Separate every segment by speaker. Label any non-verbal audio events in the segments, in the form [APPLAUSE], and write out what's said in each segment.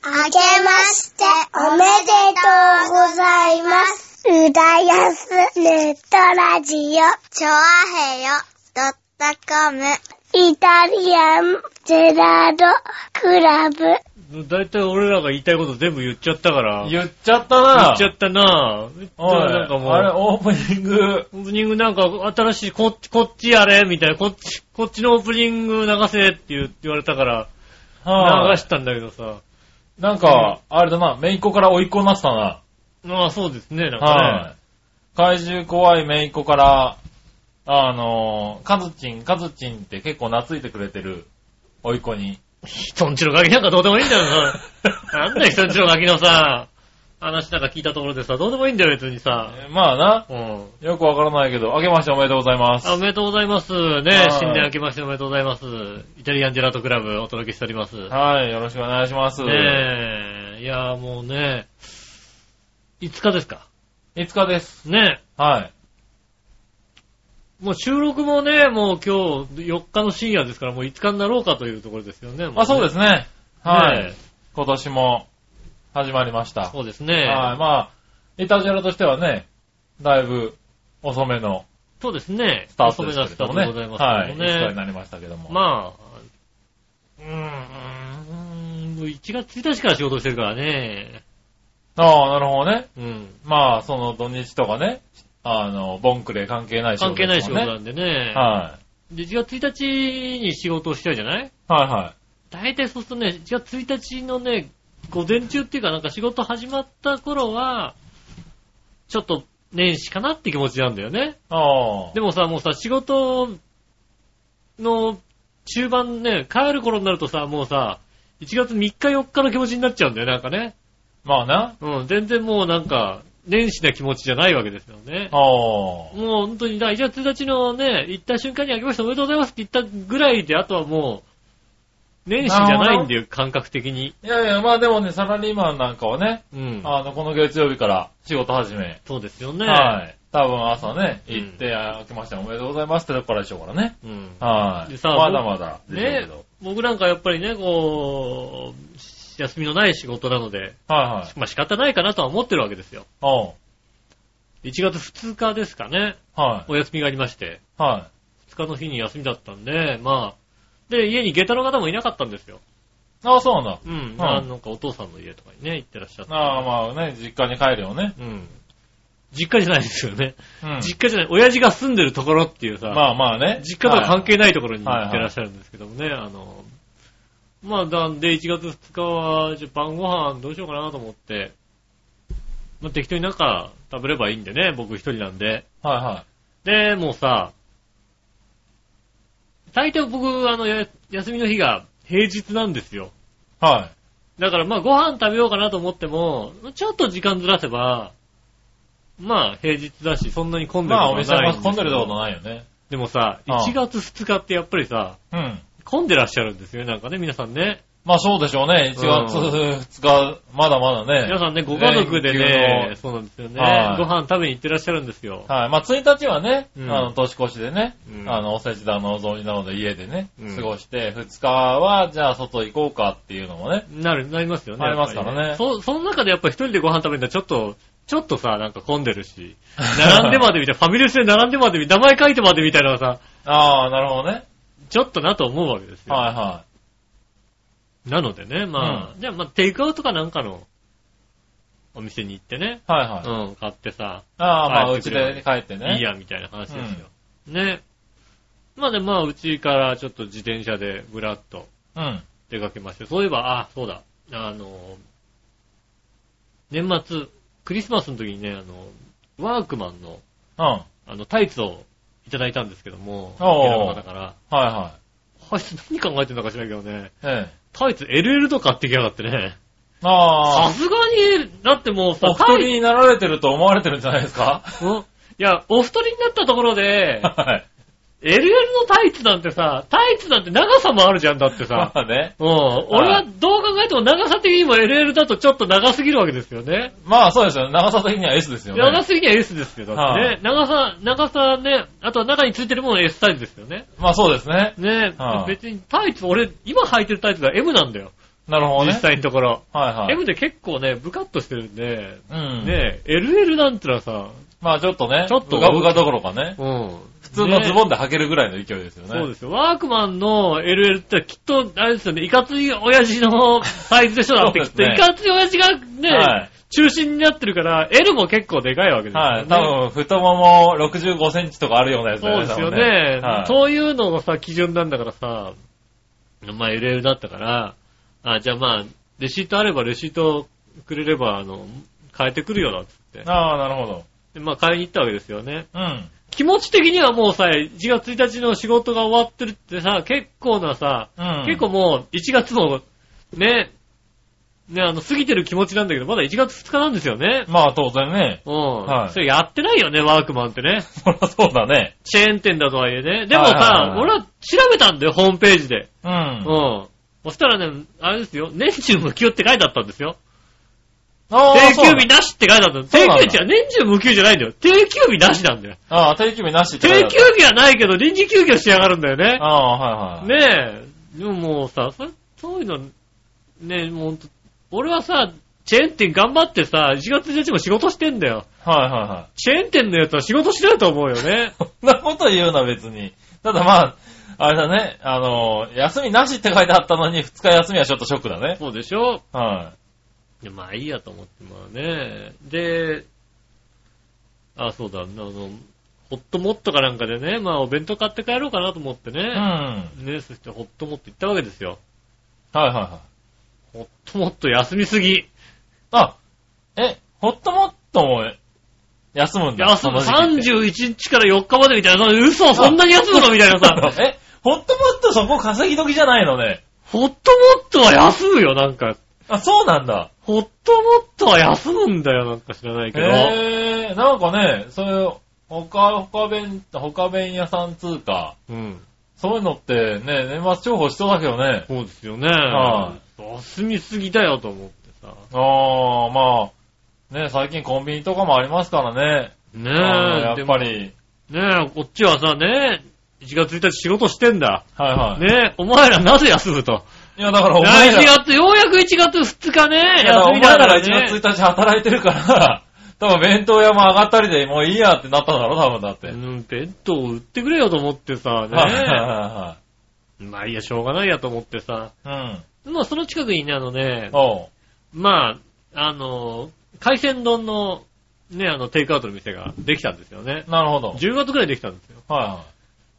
Speaker 1: けましておめでとうございます。うだやすネットラジオ。
Speaker 2: チョアヘヨドットコム。
Speaker 1: イタリアンジェラードクラブ。
Speaker 3: だいたい俺らが言いたいこと全部言っちゃったから。
Speaker 4: 言っちゃったな
Speaker 3: 言っちゃったなぁ。
Speaker 4: おい
Speaker 3: なんかも
Speaker 4: あれ、
Speaker 3: う、
Speaker 4: オープニング、
Speaker 3: [LAUGHS] オープニングなんか新しい、こっち、こっちやれみたいな、こっち、こっちのオープニング流せって言言われたから、
Speaker 4: は
Speaker 3: 流
Speaker 4: い
Speaker 3: したんだけどさ。
Speaker 4: なんか、あれだな、めいっ子から追いっ子になってたな。
Speaker 3: まあそうですね、なん
Speaker 4: は
Speaker 3: か
Speaker 4: い。怪獣怖いめいっ子から、あのー、カズチン、カズチンって結構懐いてくれてる、追いっ子に。
Speaker 3: ね。人んちのガキなんかどうでもいいんだよな。なんだよ人んちのガキのさ、話なんか聞いたところでさ、どうでもいいんだよ別にさ。
Speaker 4: えまあな、
Speaker 3: うん。
Speaker 4: よくわからないけど、明けましておめでとうございます。
Speaker 3: あおめでとうございます。
Speaker 4: は
Speaker 3: ね
Speaker 4: い、
Speaker 3: 新年明けましておめでとうございます。イタリアンジェラートクラブお届けしております。
Speaker 4: はい、よろしくお願いします。
Speaker 3: ねえ、いやもうね、5日ですか。
Speaker 4: 5日です。
Speaker 3: ね
Speaker 4: はい。
Speaker 3: え、もう収録もね、もう今日4日の深夜ですから、もう5日になろうかというところですよね。もね
Speaker 4: まあそうですね。はい。
Speaker 3: ね
Speaker 4: 今年も始まりました。
Speaker 3: え
Speaker 4: は
Speaker 3: そうです
Speaker 4: い。
Speaker 3: ね。
Speaker 4: まあ、イタジェラとしてはね、だいぶ遅めの
Speaker 3: そうですね。
Speaker 4: スター
Speaker 3: 遅
Speaker 4: ト
Speaker 3: め
Speaker 4: です
Speaker 3: な
Speaker 4: け
Speaker 3: スタ
Speaker 4: れ
Speaker 3: ー
Speaker 4: ど
Speaker 3: ト
Speaker 4: も
Speaker 3: でご
Speaker 4: ね。
Speaker 3: ざいます
Speaker 4: は
Speaker 3: け
Speaker 4: い。5
Speaker 3: ど
Speaker 4: 日
Speaker 3: ね。
Speaker 4: になりましたけども。
Speaker 3: まあ、うーん、もう1月1日から仕事してるからね。
Speaker 4: ああ、なるほどね。
Speaker 3: うん。
Speaker 4: まあ、その土日とかね、あの、ボンクレ関係ない仕
Speaker 3: 関
Speaker 4: 事
Speaker 3: 係ない
Speaker 4: です
Speaker 3: 仕
Speaker 4: もん
Speaker 3: 事
Speaker 4: ね。
Speaker 3: なんでね。
Speaker 4: はい。
Speaker 3: で、1月1日に仕事をしちゃうじゃない
Speaker 4: はいは
Speaker 3: 大体そうするとね、1月1日のね、午前中っていうかなんか仕事始まった頃は、ちょっと年始かなって気持ちなんだよね。
Speaker 4: い。ああ。
Speaker 3: でもさ、もうさ、仕事の中盤ね、帰る頃になるとさ、もうさ、1月3日4日の気持ちになっちゃうんだよ、なんかね。
Speaker 4: まあな。
Speaker 3: うん、全然もうなんか、年始な気持ちじゃないわけですよね。
Speaker 4: あ
Speaker 3: もう本当に、だから1月1日のね、行った瞬間にあけましておめでとうございますって言ったぐらいで、あとはもう、年始じゃないんだよ、感覚的に。
Speaker 4: あ。いやいや、まあでもね、サラリーマンなんかはね、
Speaker 3: うん。
Speaker 4: あの、この月曜日から仕事始め。
Speaker 3: そうですよね。
Speaker 4: はい。多分朝ね、
Speaker 3: うん
Speaker 4: 行って、あ明けましておめでとうございますってとこからでしょうからね。
Speaker 3: うん。
Speaker 4: はい。
Speaker 3: でさ
Speaker 4: まだまだ。
Speaker 3: ね、僕なんかやっぱりね、こう、休みのない仕事なので、
Speaker 4: はいはい。
Speaker 3: まあ仕方ないかなとは思ってるわけですよ。
Speaker 4: おう
Speaker 3: 1月2日ですかね、
Speaker 4: はい。
Speaker 3: お休みがありまして、
Speaker 4: は
Speaker 3: 2日の日に休みだったんで、まあ、で、家に下駄の方もいなかったんですよ。
Speaker 4: い。ああ、そうなん
Speaker 3: うん。
Speaker 4: はい
Speaker 3: あなんかお父さんの家とかにね、行ってらっしゃっ
Speaker 4: だ。
Speaker 3: た。
Speaker 4: ああ、まあね、実家に帰るよね。
Speaker 3: うん。実家じゃないですよね。
Speaker 4: うん。
Speaker 3: 実家じゃない、親父が住んでるところっていうさ、
Speaker 4: まあまあね。
Speaker 3: 実家とは関係ないところに
Speaker 4: はい
Speaker 3: 行ってらっしゃるんですけどもね、あの、まあ、なんで1月2日は、じゃあ晩ご飯どうしようかなと思って、まあ、適当になんか食べればいいんでね、僕一人なんで。
Speaker 4: はいは
Speaker 3: で、もうさ、大抵僕、あの、や休みの日が平日なんですよ。
Speaker 4: い。はい。
Speaker 3: だからまあご飯食べようかなと思っても、ちょっと時間ずらせば、まあ平日だし、そんなに混んでる
Speaker 4: まあ
Speaker 3: こ
Speaker 4: お
Speaker 3: とは
Speaker 4: 店
Speaker 3: ない
Speaker 4: は
Speaker 3: ですよ
Speaker 4: 混んでるってことないよね。
Speaker 3: でもさ、
Speaker 4: ああ
Speaker 3: 1月2日ってやっぱりさ、
Speaker 4: うん。
Speaker 3: 混んでらっしゃるんですよね、なんかね、皆さんね。
Speaker 4: まあそうでしょうね。1月2日、まだまだね。
Speaker 3: 皆さんね、ご家族で
Speaker 4: 連
Speaker 3: ね、
Speaker 4: 休
Speaker 3: そうなんですよね、
Speaker 4: はい
Speaker 3: ご飯食べに行ってらっしゃるんですよ。
Speaker 4: のはい。まあ1日はね、
Speaker 3: うん
Speaker 4: あの、年越しでね、
Speaker 3: うん
Speaker 4: あの、おせちだの、お雑煮なので家でね、
Speaker 3: うん
Speaker 4: 過ごして、2日は、じゃあ外行こうかっていうのもね。
Speaker 3: なる、なりますよね。
Speaker 4: なりますからね
Speaker 3: やっぱりそ、その中でやっぱり一人でご飯食べるのはちょっと、ちょっとさ、なんか混んでる
Speaker 4: [LAUGHS]
Speaker 3: し、並んでまでみたい、ファミレスで並んでまでみ、名前書いてまでみたいなのはさ、
Speaker 4: ああ、なるほどね。
Speaker 3: ちょっとなと思うわけですよ。
Speaker 4: はいは
Speaker 3: なのでね、まあ、じゃあ、まあ、テイクアウトかなんかのお店に行ってね、
Speaker 4: い。はいはい。
Speaker 3: うん、買ってさ、
Speaker 4: ああ、まあ、
Speaker 3: 帰
Speaker 4: う
Speaker 3: って
Speaker 4: ち
Speaker 3: くれば
Speaker 4: で帰ってね。
Speaker 3: いいや、みたいな話ですよ。ね。まあね、まあ、うちからちょっと自転車でぶらっと
Speaker 4: うん。
Speaker 3: 出かけまして、そういえば、あ、そうだ、あの、年末、クリスマスの時にね、あの、ワークマンの、
Speaker 4: うん。はい
Speaker 3: あの、タイツをいただいたんですけども、
Speaker 4: おー
Speaker 3: 沖縄の方から、
Speaker 4: は
Speaker 3: あいつ何考えてんだか知らんけどね、
Speaker 4: い。ええ。
Speaker 3: タイツ LL とか買ってきやがってね。
Speaker 4: あ
Speaker 3: さ
Speaker 4: あ、
Speaker 3: すがに、だってもう
Speaker 4: お
Speaker 3: さ、
Speaker 4: 太
Speaker 3: タイ
Speaker 4: りになられてると思われてるんじゃないですか
Speaker 3: [LAUGHS] うんいや、お太りになったところ
Speaker 4: [LAUGHS]
Speaker 3: で、
Speaker 4: はい。
Speaker 3: LL のタイツなんてさ、タイツなんて長さもあるじゃんだって
Speaker 4: ま
Speaker 3: さ。
Speaker 4: あね。
Speaker 3: うん。俺はどう考えても長さ的にも LL だとちょっと長すぎるわけですよね。
Speaker 4: まあそうですよね。長さ的には S ですよね。
Speaker 3: 長すぎには S ですけどね。
Speaker 4: は
Speaker 3: 長さ、長さね、あとは中についてるものは S サイズですよね。
Speaker 4: まあそうですね。
Speaker 3: ね、
Speaker 4: はい
Speaker 3: 別にタイツ、俺、今履いてるタイツが M なんだよ。
Speaker 4: なるほど
Speaker 3: 実
Speaker 4: ね。
Speaker 3: 際のところ。
Speaker 4: はいはい。
Speaker 3: M って結構ね、ブカッとしてるんで、
Speaker 4: うん。
Speaker 3: ねえ、LL なんてのはさ、
Speaker 4: まあちょっとね、
Speaker 3: ちょっと
Speaker 4: ブカブカどころかね。
Speaker 3: うん。普
Speaker 4: 普通のズボンで履けるぐらいの勢いですよね。
Speaker 3: そうですよ。ワークマンの LL ってきっと、あれですよね、いかつい親父のサイズでしょだってきっ
Speaker 4: そう
Speaker 3: と、
Speaker 4: ですね
Speaker 3: いかつい親父がね、
Speaker 4: はい
Speaker 3: 中心になってるから、L も結構でかいわけですよね。
Speaker 4: はい。多分、太もも65センチとかあるようなやつだ
Speaker 3: そう
Speaker 4: よ
Speaker 3: で
Speaker 4: ね。
Speaker 3: す
Speaker 4: 多
Speaker 3: よ
Speaker 4: 分
Speaker 3: ね。
Speaker 4: はい。
Speaker 3: そういうのがさ、基準なんだからさ、まあ LL だったから、あ、じゃあまあ、レシートあればレシートくれれば、あの、変えてくるよな、つって。
Speaker 4: ああ、なるほど。
Speaker 3: でまあ買いに行ったわけですよね。
Speaker 4: うん。
Speaker 3: 気持ち的にはもうさ、1月1日の仕事が終わってるってさ、結構なさ、
Speaker 4: うん。
Speaker 3: 結構もう1月も、ね、ね、あの、過ぎてる気持ちなんだけど、まだ1月2日なんですよね。
Speaker 4: まあ当然ね。 [LAUGHS]
Speaker 3: うん。
Speaker 4: はい
Speaker 3: それやってないよね、ワークマンってね。
Speaker 4: そりゃそうだね。
Speaker 3: チェーン店だとはいえね。でもさ、
Speaker 4: はいはいはい
Speaker 3: 俺は調べたんだよ、ホームページで。
Speaker 4: う
Speaker 3: うんん。。そしたらね、あれですよ、年中無給って書いてあったんですよ。
Speaker 4: ああ、
Speaker 3: 定
Speaker 4: そ
Speaker 3: 休
Speaker 4: うだ
Speaker 3: 日なしって書いてあったの。
Speaker 4: そう
Speaker 3: 定
Speaker 4: なんだ
Speaker 3: 休日は年中無給じゃないんだよ。定休日なしなんだよ。
Speaker 4: ああ、定休日なしって書い
Speaker 3: 定
Speaker 4: てあった
Speaker 3: 休日はないけど、臨時休業しやがるんだよね。
Speaker 4: ああ、はいはい。
Speaker 3: ねえ。でももうさ、そそういうの、ねえ、もうほんと俺はさ、チェーン店頑張ってさ、1月1日も仕事してんだよ。
Speaker 4: はいはいはい。
Speaker 3: チェーン店のやつは仕事しないと思うよ
Speaker 4: [LAUGHS]
Speaker 3: ね。
Speaker 4: そんなこと言うな、別に。ただまあ、あれだね、あの、休みなしって書いてあったのに、2日休みはちょっとショックだね。
Speaker 3: そうでしょ
Speaker 4: はい
Speaker 3: や、まあいいやと思って、まあね。で、あ、そうだ、あの、ホットモットかなんかでね、まあお弁当買って帰ろうかなと思って
Speaker 4: い。うん。
Speaker 3: ね。
Speaker 4: はい
Speaker 3: ね、そしてホットモット行ったわけですよ。
Speaker 4: はいはい。
Speaker 3: ホットモット休みすぎ。
Speaker 4: あ、え、ホットモットも休むんだ。
Speaker 3: 休む。
Speaker 4: その時期って
Speaker 3: 31日から4日までみたいな、嘘、そんなに休むのみたいなさ。
Speaker 4: え、ホットモットそこ稼ぎ時じゃないのね。
Speaker 3: ホットモットは休むよ、なんか。
Speaker 4: あ、そうなんだ。
Speaker 3: ホットモットは休むんだよ、なんか知らないけど。
Speaker 4: へえ、なんかね、そういう、他、他弁、他弁屋さん通貨、
Speaker 3: うん。
Speaker 4: そういうのってね、年末重宝しそうだけどね。
Speaker 3: そうですよね。
Speaker 4: は
Speaker 3: 休みすぎだよと思ってさ。
Speaker 4: ああ、まあ、ね、最近コンビニとかもありますからね。
Speaker 3: ねえ、
Speaker 4: あのやっぱり、
Speaker 3: でも。ねえ、こっちはさ、ねえ、1月1日仕事してんだ。
Speaker 4: はいはい。
Speaker 3: ねえ、お前らなぜ休むと。
Speaker 4: いや、だからお前
Speaker 3: 来
Speaker 4: ら、い
Speaker 3: 月、ようやく1月2日ね、
Speaker 4: や
Speaker 3: 休
Speaker 4: お
Speaker 3: みだか
Speaker 4: 前
Speaker 3: らら
Speaker 4: 1月
Speaker 3: ね。
Speaker 4: 1日働いてるから、 [LAUGHS] 多分弁当屋も上がったりでもういいやってなったんだろ、多分だって。
Speaker 3: う
Speaker 4: はい
Speaker 3: ん、弁当売ってくれよと思ってさ、
Speaker 4: はいはい
Speaker 3: ね
Speaker 4: は
Speaker 3: え。まあいいや、しょうがないやと思ってさ。
Speaker 4: い。 [LAUGHS] うん。
Speaker 3: まあその近くにね、あのね、
Speaker 4: おう。
Speaker 3: まあ、あの、海鮮丼の、ね、あの、テイクアウトの店ができたんですよね。
Speaker 4: なるほど。
Speaker 3: 10月くらいできたんですよ。
Speaker 4: はいは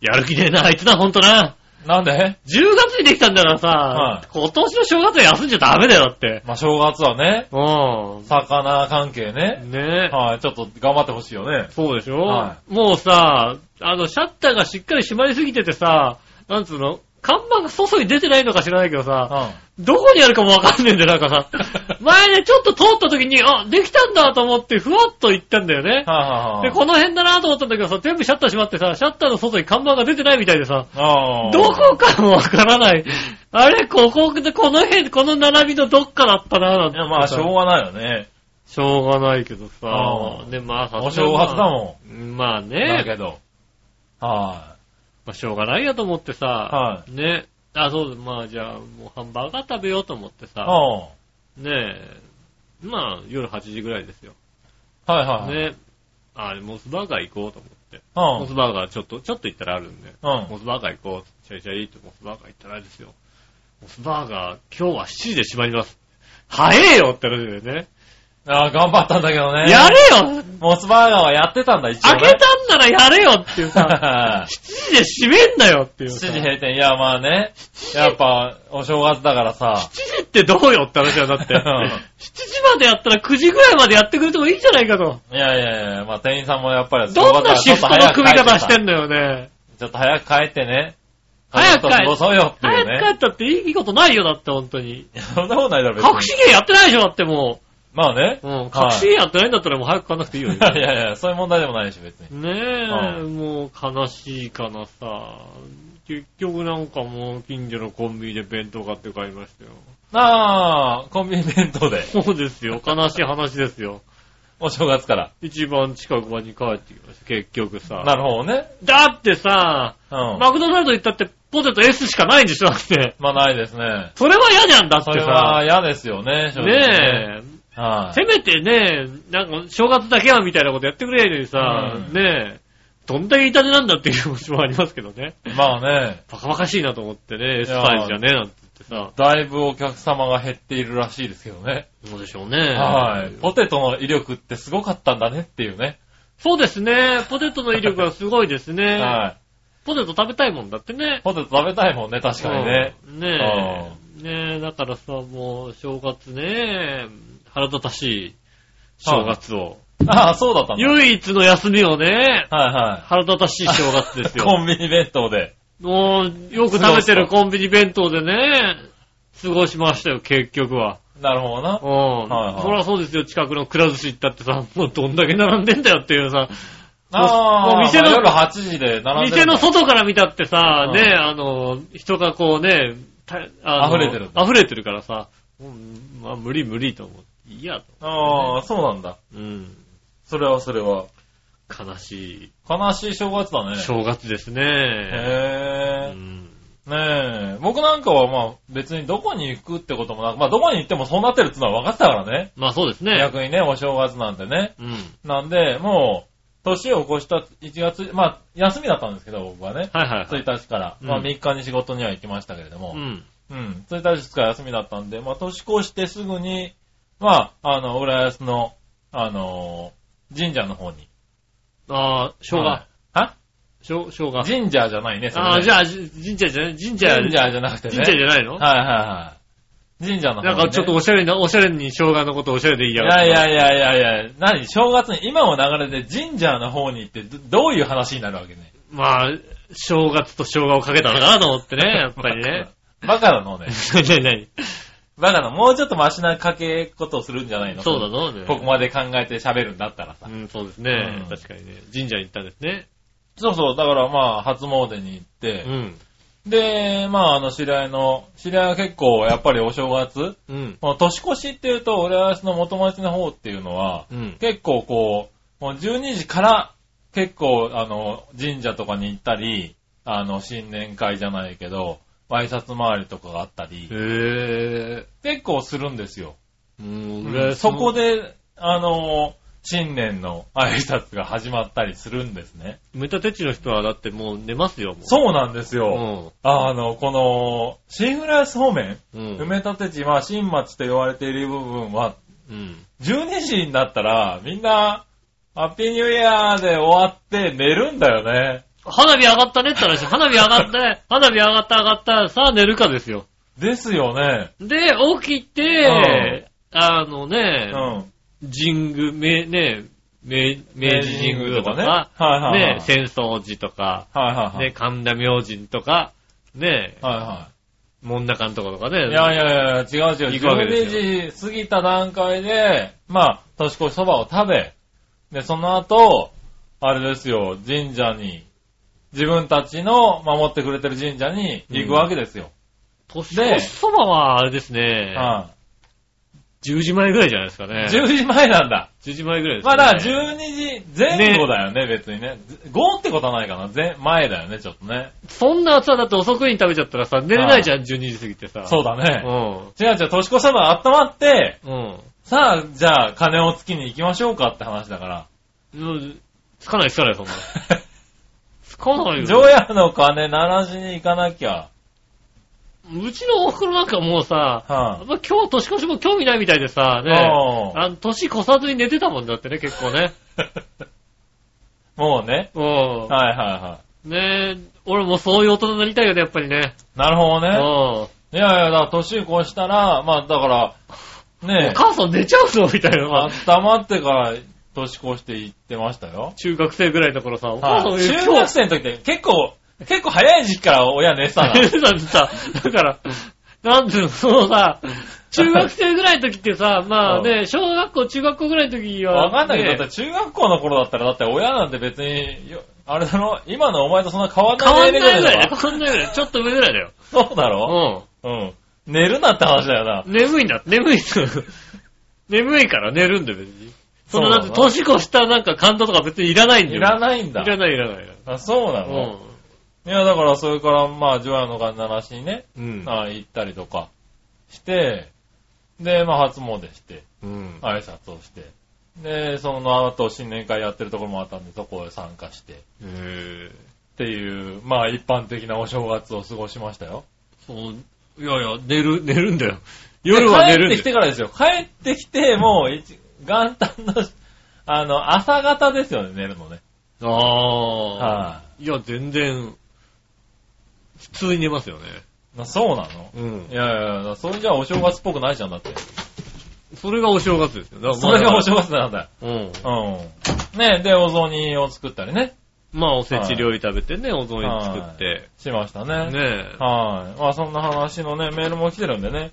Speaker 3: やる気ねえな、あいつな、ほんとな。
Speaker 4: い。なんで
Speaker 3: 10月にできたんだからさ、
Speaker 4: はい
Speaker 3: 今年の正月は休んじゃダメだよ、だって。
Speaker 4: まあ、正月はね、
Speaker 3: う
Speaker 4: 魚関係ね。
Speaker 3: ん。ねえ。
Speaker 4: はい、ちょっと頑張ってほしいよね。
Speaker 3: そうでしょ、
Speaker 4: は
Speaker 3: もうさ、あの、シャッターがしっかり閉まりすぎててさ、なんつうの看板が外に出てないのか知らないけどさ、
Speaker 4: う
Speaker 3: どこにあるかもわかんねえんだよ、なんかさ。
Speaker 4: [LAUGHS]
Speaker 3: 前ね、ちょっと通った時に、あ、できたんだと思って、ふわっと行ったんだよね
Speaker 4: ん。。はいはいはい。
Speaker 3: で、この辺だなと思ったんだけどさ、全部シャッター閉まってさ、シャッターの外に看板が出てないみたいでさ、
Speaker 4: ああ。
Speaker 3: どこかもわからない。あれ、ここで、この辺、この並びのどっかだったな、なん
Speaker 4: い
Speaker 3: て。
Speaker 4: や、まあ、しょうがないよね。
Speaker 3: しょうがないけど
Speaker 4: あ
Speaker 3: さ
Speaker 4: あ、
Speaker 3: ね、まあ、さ
Speaker 4: お正月だも
Speaker 3: ん。まあ
Speaker 4: ん。だ
Speaker 3: ね、
Speaker 4: けど。は
Speaker 3: まあ、しょうがないやと思ってさ、
Speaker 4: は
Speaker 3: ね、あ、そうだ、まあじゃあ、もうハンバーガー食べようと思って
Speaker 4: い。うん。
Speaker 3: さ、
Speaker 4: は
Speaker 3: ねえ、まあ夜8時ぐらいですよ。
Speaker 4: いはい。。
Speaker 3: ね、あ、モスバーガー行こうと思って。
Speaker 4: う
Speaker 3: モスバーガーちょっと、ちょっと行ったらあるんで。
Speaker 4: ん。うん。
Speaker 3: モスバーガー行こう。チャリチャリってモスバーガー行ったらですよ。モスバーガー、今日は7時で閉まります。早えよって話だよね。
Speaker 4: ああ、頑張ったんだけどね。
Speaker 3: やれよ
Speaker 4: モスバーガーはやってたんだ、一応、
Speaker 3: 開
Speaker 4: ね。
Speaker 3: けたんならやれよっていう
Speaker 4: [LAUGHS]
Speaker 3: さ、
Speaker 4: た
Speaker 3: 7時で閉めんなよっていう
Speaker 4: ?7
Speaker 3: さ。
Speaker 4: 時閉店。いや、まあね。やっぱ、お正月だからさ。
Speaker 3: 7時ってどうよって話だよ、だって。
Speaker 4: [LAUGHS] うん
Speaker 3: 7時までやったら9時ぐらいまでやってくれてもいいんじゃないかと。
Speaker 4: いやいやいや、まあ店員さんもやっぱり、
Speaker 3: どんなシフトの組み方して
Speaker 4: ん
Speaker 3: んのよね。
Speaker 4: ちょっと早く帰ってね。
Speaker 3: 早く帰
Speaker 4: 戻そうよってい
Speaker 3: 早
Speaker 4: うね。
Speaker 3: く帰ったっていいことないよ、だって、本当に。
Speaker 4: いや [LAUGHS] そんなことないだろ、別に
Speaker 3: 隠し芸やってないでしょ、だっても
Speaker 4: まあね。
Speaker 3: う。うん、
Speaker 4: はい
Speaker 3: 隠し芸やってないんだったらもう早く買わなくて
Speaker 4: [LAUGHS]
Speaker 3: いいよ。
Speaker 4: いやいやいや、そういう問題でもないし、別に。
Speaker 3: ねえ、
Speaker 4: う
Speaker 3: もう悲しいからさ。結局なんかもう近所のコンビニで弁当買って帰りましたよ。
Speaker 4: ああ、コンビニ弁当で、
Speaker 3: そうですよ。悲しい話ですよ。
Speaker 4: お正月から。
Speaker 3: 一番近くまで帰ってきました。結局さ。
Speaker 4: なるほどね。
Speaker 3: だってさ、
Speaker 4: うん。
Speaker 3: マクドナルド行ったってポテト S しかないんでしょだって。
Speaker 4: まあないですね。
Speaker 3: それは嫌じゃんだって
Speaker 4: それは
Speaker 3: さ。
Speaker 4: 嫌ですよね、正直
Speaker 3: ねえ。
Speaker 4: え。はい。
Speaker 3: せめてね、なんか正月だけはみたいなことやってくれるのにさ、
Speaker 4: うん
Speaker 3: ねえ、どんだけ痛手なんだっていう気持ちもありますけどね。
Speaker 4: まあね、
Speaker 3: バカバカしいなと思ってね、S
Speaker 4: いや
Speaker 3: サイズじゃねえなんて言ってさ。
Speaker 4: だいぶお客様が減っているらしいですけどね。
Speaker 3: そうでしょうね。
Speaker 4: はい。ポテトの威力ってすごかったんだねっていうね。
Speaker 3: そうですね。ポテトの威力がすごいですね。
Speaker 4: は
Speaker 3: ポテト食べたいもんだってね
Speaker 4: い。。ポテト食べたいもんね、確かにね。
Speaker 3: うん。ねえ。ねえ、だからさ、もう、正月ね腹立たしい正月を。
Speaker 4: ああ、そうだったんだ。
Speaker 3: 唯一の休みをね、
Speaker 4: はいは
Speaker 3: 腹立たしい正月です
Speaker 4: い。 [LAUGHS]
Speaker 3: よ。
Speaker 4: コンビニ弁当で。
Speaker 3: もう、よく食べてるコンビニ弁当でね、過ごしましたよ、結局は。
Speaker 4: なるほどな
Speaker 3: うん。。
Speaker 4: はいはい
Speaker 3: そりゃそうですよ、近くのくら寿司行ったってさ、もうどんだけ並んでんだよっていうさ、
Speaker 4: ああ、
Speaker 3: もう店の
Speaker 4: まあ夜8時で並んで
Speaker 3: 店
Speaker 4: るんだ
Speaker 3: の外から見たってさ
Speaker 4: う、ん
Speaker 3: ね、あの、人がこうね、たあの
Speaker 4: 溢れてる
Speaker 3: 溢れてるからさ、うんまあ無理無理と思って、いいやと。
Speaker 4: ああ、そうなんだ。
Speaker 3: うん。
Speaker 4: それはそれは。
Speaker 3: 悲し
Speaker 4: 悲しい正月だね
Speaker 3: い。正月ですね。う
Speaker 4: へえ。
Speaker 3: ん。
Speaker 4: ねえ。僕なんかはまあ別にどこに行くってこともなく、まあどこに行ってもそうなってるってのは分かってたからね。
Speaker 3: まあそうですね。
Speaker 4: 逆にね、お正月なんてね。
Speaker 3: うん。
Speaker 4: なんで、もう、年を越した1月、まあ休みだったんですけど、僕はね。
Speaker 3: はいはいはい。
Speaker 4: 1日から、
Speaker 3: う
Speaker 4: まあ
Speaker 3: ん
Speaker 4: 3日に仕事には行きましたけれども
Speaker 3: う、ん。
Speaker 4: うん、1日しか休みだったんで、まあ年越してすぐに、まあ、あの、浦安の、あの神社の方に。
Speaker 3: ああ、生姜
Speaker 4: は。は
Speaker 3: 生生姜。
Speaker 4: 神社じゃないね、
Speaker 3: ああ、じゃ
Speaker 4: あ、
Speaker 3: あ、じ神社じゃない神社、
Speaker 4: 神社じゃなくてね。
Speaker 3: 神社じゃないの、
Speaker 4: はいはいはい。神社の方に、ね。
Speaker 3: なんかちょっとおしゃれな、おしゃれに生姜のことをおしゃれで言い
Speaker 4: い
Speaker 3: やがっ
Speaker 4: や
Speaker 3: て。
Speaker 4: いやいやいやいや、何正月に、今の流れで神社の方に行ってど、どういう話になるわけね。
Speaker 3: まあ、正月と生姜をかけたのかなと思ってね、やっぱりね。
Speaker 4: バカなのね。
Speaker 3: 何何何
Speaker 4: バカな、もうちょっとマシなかけことをするんじゃないの
Speaker 3: そうだろうね。
Speaker 4: ここまで考えて喋るんだったらさ。
Speaker 3: うん、そうですね、
Speaker 4: うん
Speaker 3: 確かにね。神社に行ったんですね。
Speaker 4: そうそう、だからまあ、初詣に行っ
Speaker 3: う
Speaker 4: て、
Speaker 3: ん。
Speaker 4: で、まあ、あの、知り合いの、知り合いは結構、やっぱりお正月、
Speaker 3: うん。
Speaker 4: まあ年越しっていうと、俺はその元町の方っていうのは、
Speaker 3: うん。
Speaker 4: 結構こう、もう12時から、結構、あの、神社とかに行ったり、あの、新年会じゃないけど、挨拶回りとかがあったり、
Speaker 3: へ
Speaker 4: 結構するんですよ。
Speaker 3: ぇー。うん
Speaker 4: うんそこ
Speaker 3: で。
Speaker 4: で、あの、新年の挨拶が始まったりするんですね。
Speaker 3: メタテチの人はだってもう寝ますよ、もう。
Speaker 4: そうなんですよ。
Speaker 3: う
Speaker 4: あの、この、新浦安方面、
Speaker 3: うん。
Speaker 4: 埋め立て地、まあ、新町と言われている部分は、
Speaker 3: うん。
Speaker 4: 12時になったら、みんな、ハッピーニューイヤーで終わって寝るんだよね。
Speaker 3: 花火上がったねって話。花火上がった [LAUGHS] ね。花火上がった上がった。さあ寝るかですよ。
Speaker 4: ですよね。
Speaker 3: で、起きて、あの
Speaker 4: う
Speaker 3: ね、
Speaker 4: ん。
Speaker 3: 神宮、め、ね、明明治神宮とか
Speaker 4: ね。はいはいはい。
Speaker 3: ね、浅草寺とか、
Speaker 4: はいはいはい。
Speaker 3: ね、神田明神とか、ね、
Speaker 4: はいは
Speaker 3: 門中のとことかね、
Speaker 4: い。いやいやいや、違う
Speaker 3: 行
Speaker 4: 違
Speaker 3: くわけ
Speaker 4: う。
Speaker 3: で
Speaker 4: 12時過ぎた段階で、まあ、年越しそばを食べ、で、その後、あれですよ、神社に、自分たちの守ってくれてる神社に行くわけですよ。
Speaker 3: 年越しそばはあれですね、
Speaker 4: は
Speaker 3: 10時前ぐらいじゃないですか
Speaker 4: い
Speaker 3: ね。
Speaker 4: 10時前なんだ。
Speaker 3: 10時前ぐらいです
Speaker 4: ま
Speaker 3: ね。
Speaker 4: あだから12時前後だよね、別にね。5ってことはないかな。前、前だよね、ちょっとね。
Speaker 3: そんなさ、だって遅くに食べちゃったらさ、寝れないじゃん、12時過ぎてさ。
Speaker 4: そうだ
Speaker 3: う
Speaker 4: ね。
Speaker 3: ん。
Speaker 4: 違う違う、年越しそば温まって、
Speaker 3: うん。
Speaker 4: さあ、じゃあ、金をつきに行きましょうかって話だから。
Speaker 3: うん。つかないつかない、そんな。つかないよ。
Speaker 4: 除夜の鐘鳴らしに行かなきゃ。
Speaker 3: うちのお袋なんかもうさ、や
Speaker 4: は
Speaker 3: っぱ今日年越しも興味ないみたいでさ、
Speaker 4: い
Speaker 3: ね、あの年越さずに寝てたもんだってね、結構ね。
Speaker 4: [LAUGHS] もうね。
Speaker 3: う
Speaker 4: はいはいは
Speaker 3: ん。ねえ、俺もそういう大人になりたいよね、やっぱりね。
Speaker 4: い。なる
Speaker 3: う
Speaker 4: ほど
Speaker 3: ん。
Speaker 4: ね。
Speaker 3: お
Speaker 4: いやいや、だから年越したら、まあだから、
Speaker 3: [LAUGHS]
Speaker 4: ね、
Speaker 3: 母さん寝ちゃうぞ、みたいなのが。
Speaker 4: 温まってから年越して行ってましたよ。
Speaker 3: 中学生ぐらいの頃さ、お母さん
Speaker 4: はい、中
Speaker 3: 今
Speaker 4: 学
Speaker 3: 日
Speaker 4: 生の時って結構、結構早い時期から親寝てたな。
Speaker 3: [LAUGHS] 寝てたんでさ、だから、なんていうの、そのさ、中学生ぐらいの時ってさ、まあね、小学校、中学校ぐらいの時は、
Speaker 4: わかんないけど、
Speaker 3: ね
Speaker 4: だって中学校の頃だったら、だって親なんて別に、よあれだろ、今のお前とそんな変わん
Speaker 3: 変わ
Speaker 4: ない
Speaker 3: んない
Speaker 4: 年
Speaker 3: ぐらい
Speaker 4: 齢だ
Speaker 3: だよ
Speaker 4: ろ。
Speaker 3: 変わんないぐらい。ちょっと上ぐらいだよ。
Speaker 4: そうだろ
Speaker 3: う
Speaker 4: うん。寝るなって話だよな。
Speaker 3: ん。眠いんだ、眠い [LAUGHS] んだ。眠いから寝るんだよ、別に。その
Speaker 4: う
Speaker 3: だ
Speaker 4: だ
Speaker 3: って年越したなんか感動とか別にいらないんだよ。
Speaker 4: いらないんだ。
Speaker 3: いらないいらないいらない。
Speaker 4: あ、そうなの、
Speaker 3: う
Speaker 4: いや、だから、それから、まあ、除夜の鐘鳴らしにね、
Speaker 3: うん。
Speaker 4: まあ、行ったりとかして、で、まあ、初詣して、
Speaker 3: うん。
Speaker 4: 挨拶をして、で、その後、新年会やってるところもあったんで、そこへ参加して、っ
Speaker 3: へえ
Speaker 4: ていう、まあ、一般的なお正月を過ごしましたよ。
Speaker 3: そう、いやいや、寝る、寝るんだよ。夜は寝るん
Speaker 4: で
Speaker 3: だ
Speaker 4: 帰ってき
Speaker 3: よ。
Speaker 4: てからですよ。帰ってきて、もう一、元旦の、あの、朝方ですよね、寝るのね。
Speaker 3: ああ、
Speaker 4: はい
Speaker 3: や、全然、普通に寝ますよね。
Speaker 4: なそうなの
Speaker 3: うん
Speaker 4: い。やいや、それじゃあお正月っぽくないじゃん、だって。
Speaker 3: それがお正月ですよ。だか
Speaker 4: そ
Speaker 3: ら
Speaker 4: れがお正月なんだよ。
Speaker 3: うん。
Speaker 4: うん。ねで、お雑煮を作ったりね、
Speaker 3: まあ、おせち料理食べてね、お雑煮作って。
Speaker 4: しました
Speaker 3: ね
Speaker 4: ね。
Speaker 3: え。
Speaker 4: はい。まあ、そんな話のね、メールも来てるんでね。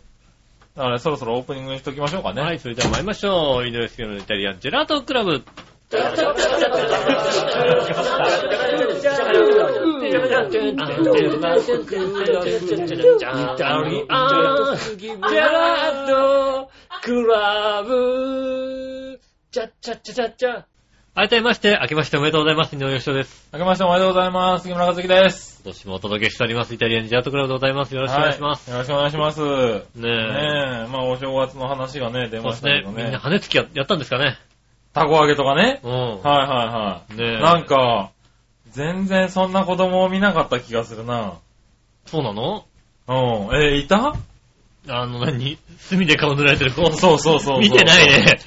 Speaker 4: あれ、そろそろオープニングにしときましょうかね。
Speaker 3: はい、それでは参りましょう。井上杉のイタリアンジェラートクラブ。改めまして、明けましておめでとうございます。井上翔です。
Speaker 4: 明けましておめでとうございます。杉村和樹です。
Speaker 3: 今年もお届けしております。イタリアンジェラートクラブでございます。よ
Speaker 4: よ
Speaker 3: ろしくお願いします。。
Speaker 4: よろしくお願いします。ね
Speaker 3: ね
Speaker 4: え、
Speaker 3: え。
Speaker 4: まあ、お正月の話がね、
Speaker 3: そ
Speaker 4: 出
Speaker 3: う
Speaker 4: ま
Speaker 3: で
Speaker 4: し
Speaker 3: す
Speaker 4: たけ
Speaker 3: ね。
Speaker 4: ど
Speaker 3: みん
Speaker 4: ね
Speaker 3: な。羽根つきややったんですかね。
Speaker 4: たこ揚げとかね。
Speaker 3: うん。
Speaker 4: はいはいはい。
Speaker 3: ねえ
Speaker 4: なんか、全然そんな子供を見なかった気がするな。
Speaker 3: そうなの
Speaker 4: うん。えーいた
Speaker 3: あの、何炭で顔塗られてる子。
Speaker 4: そうそうそうそう。
Speaker 3: 見てない。ね。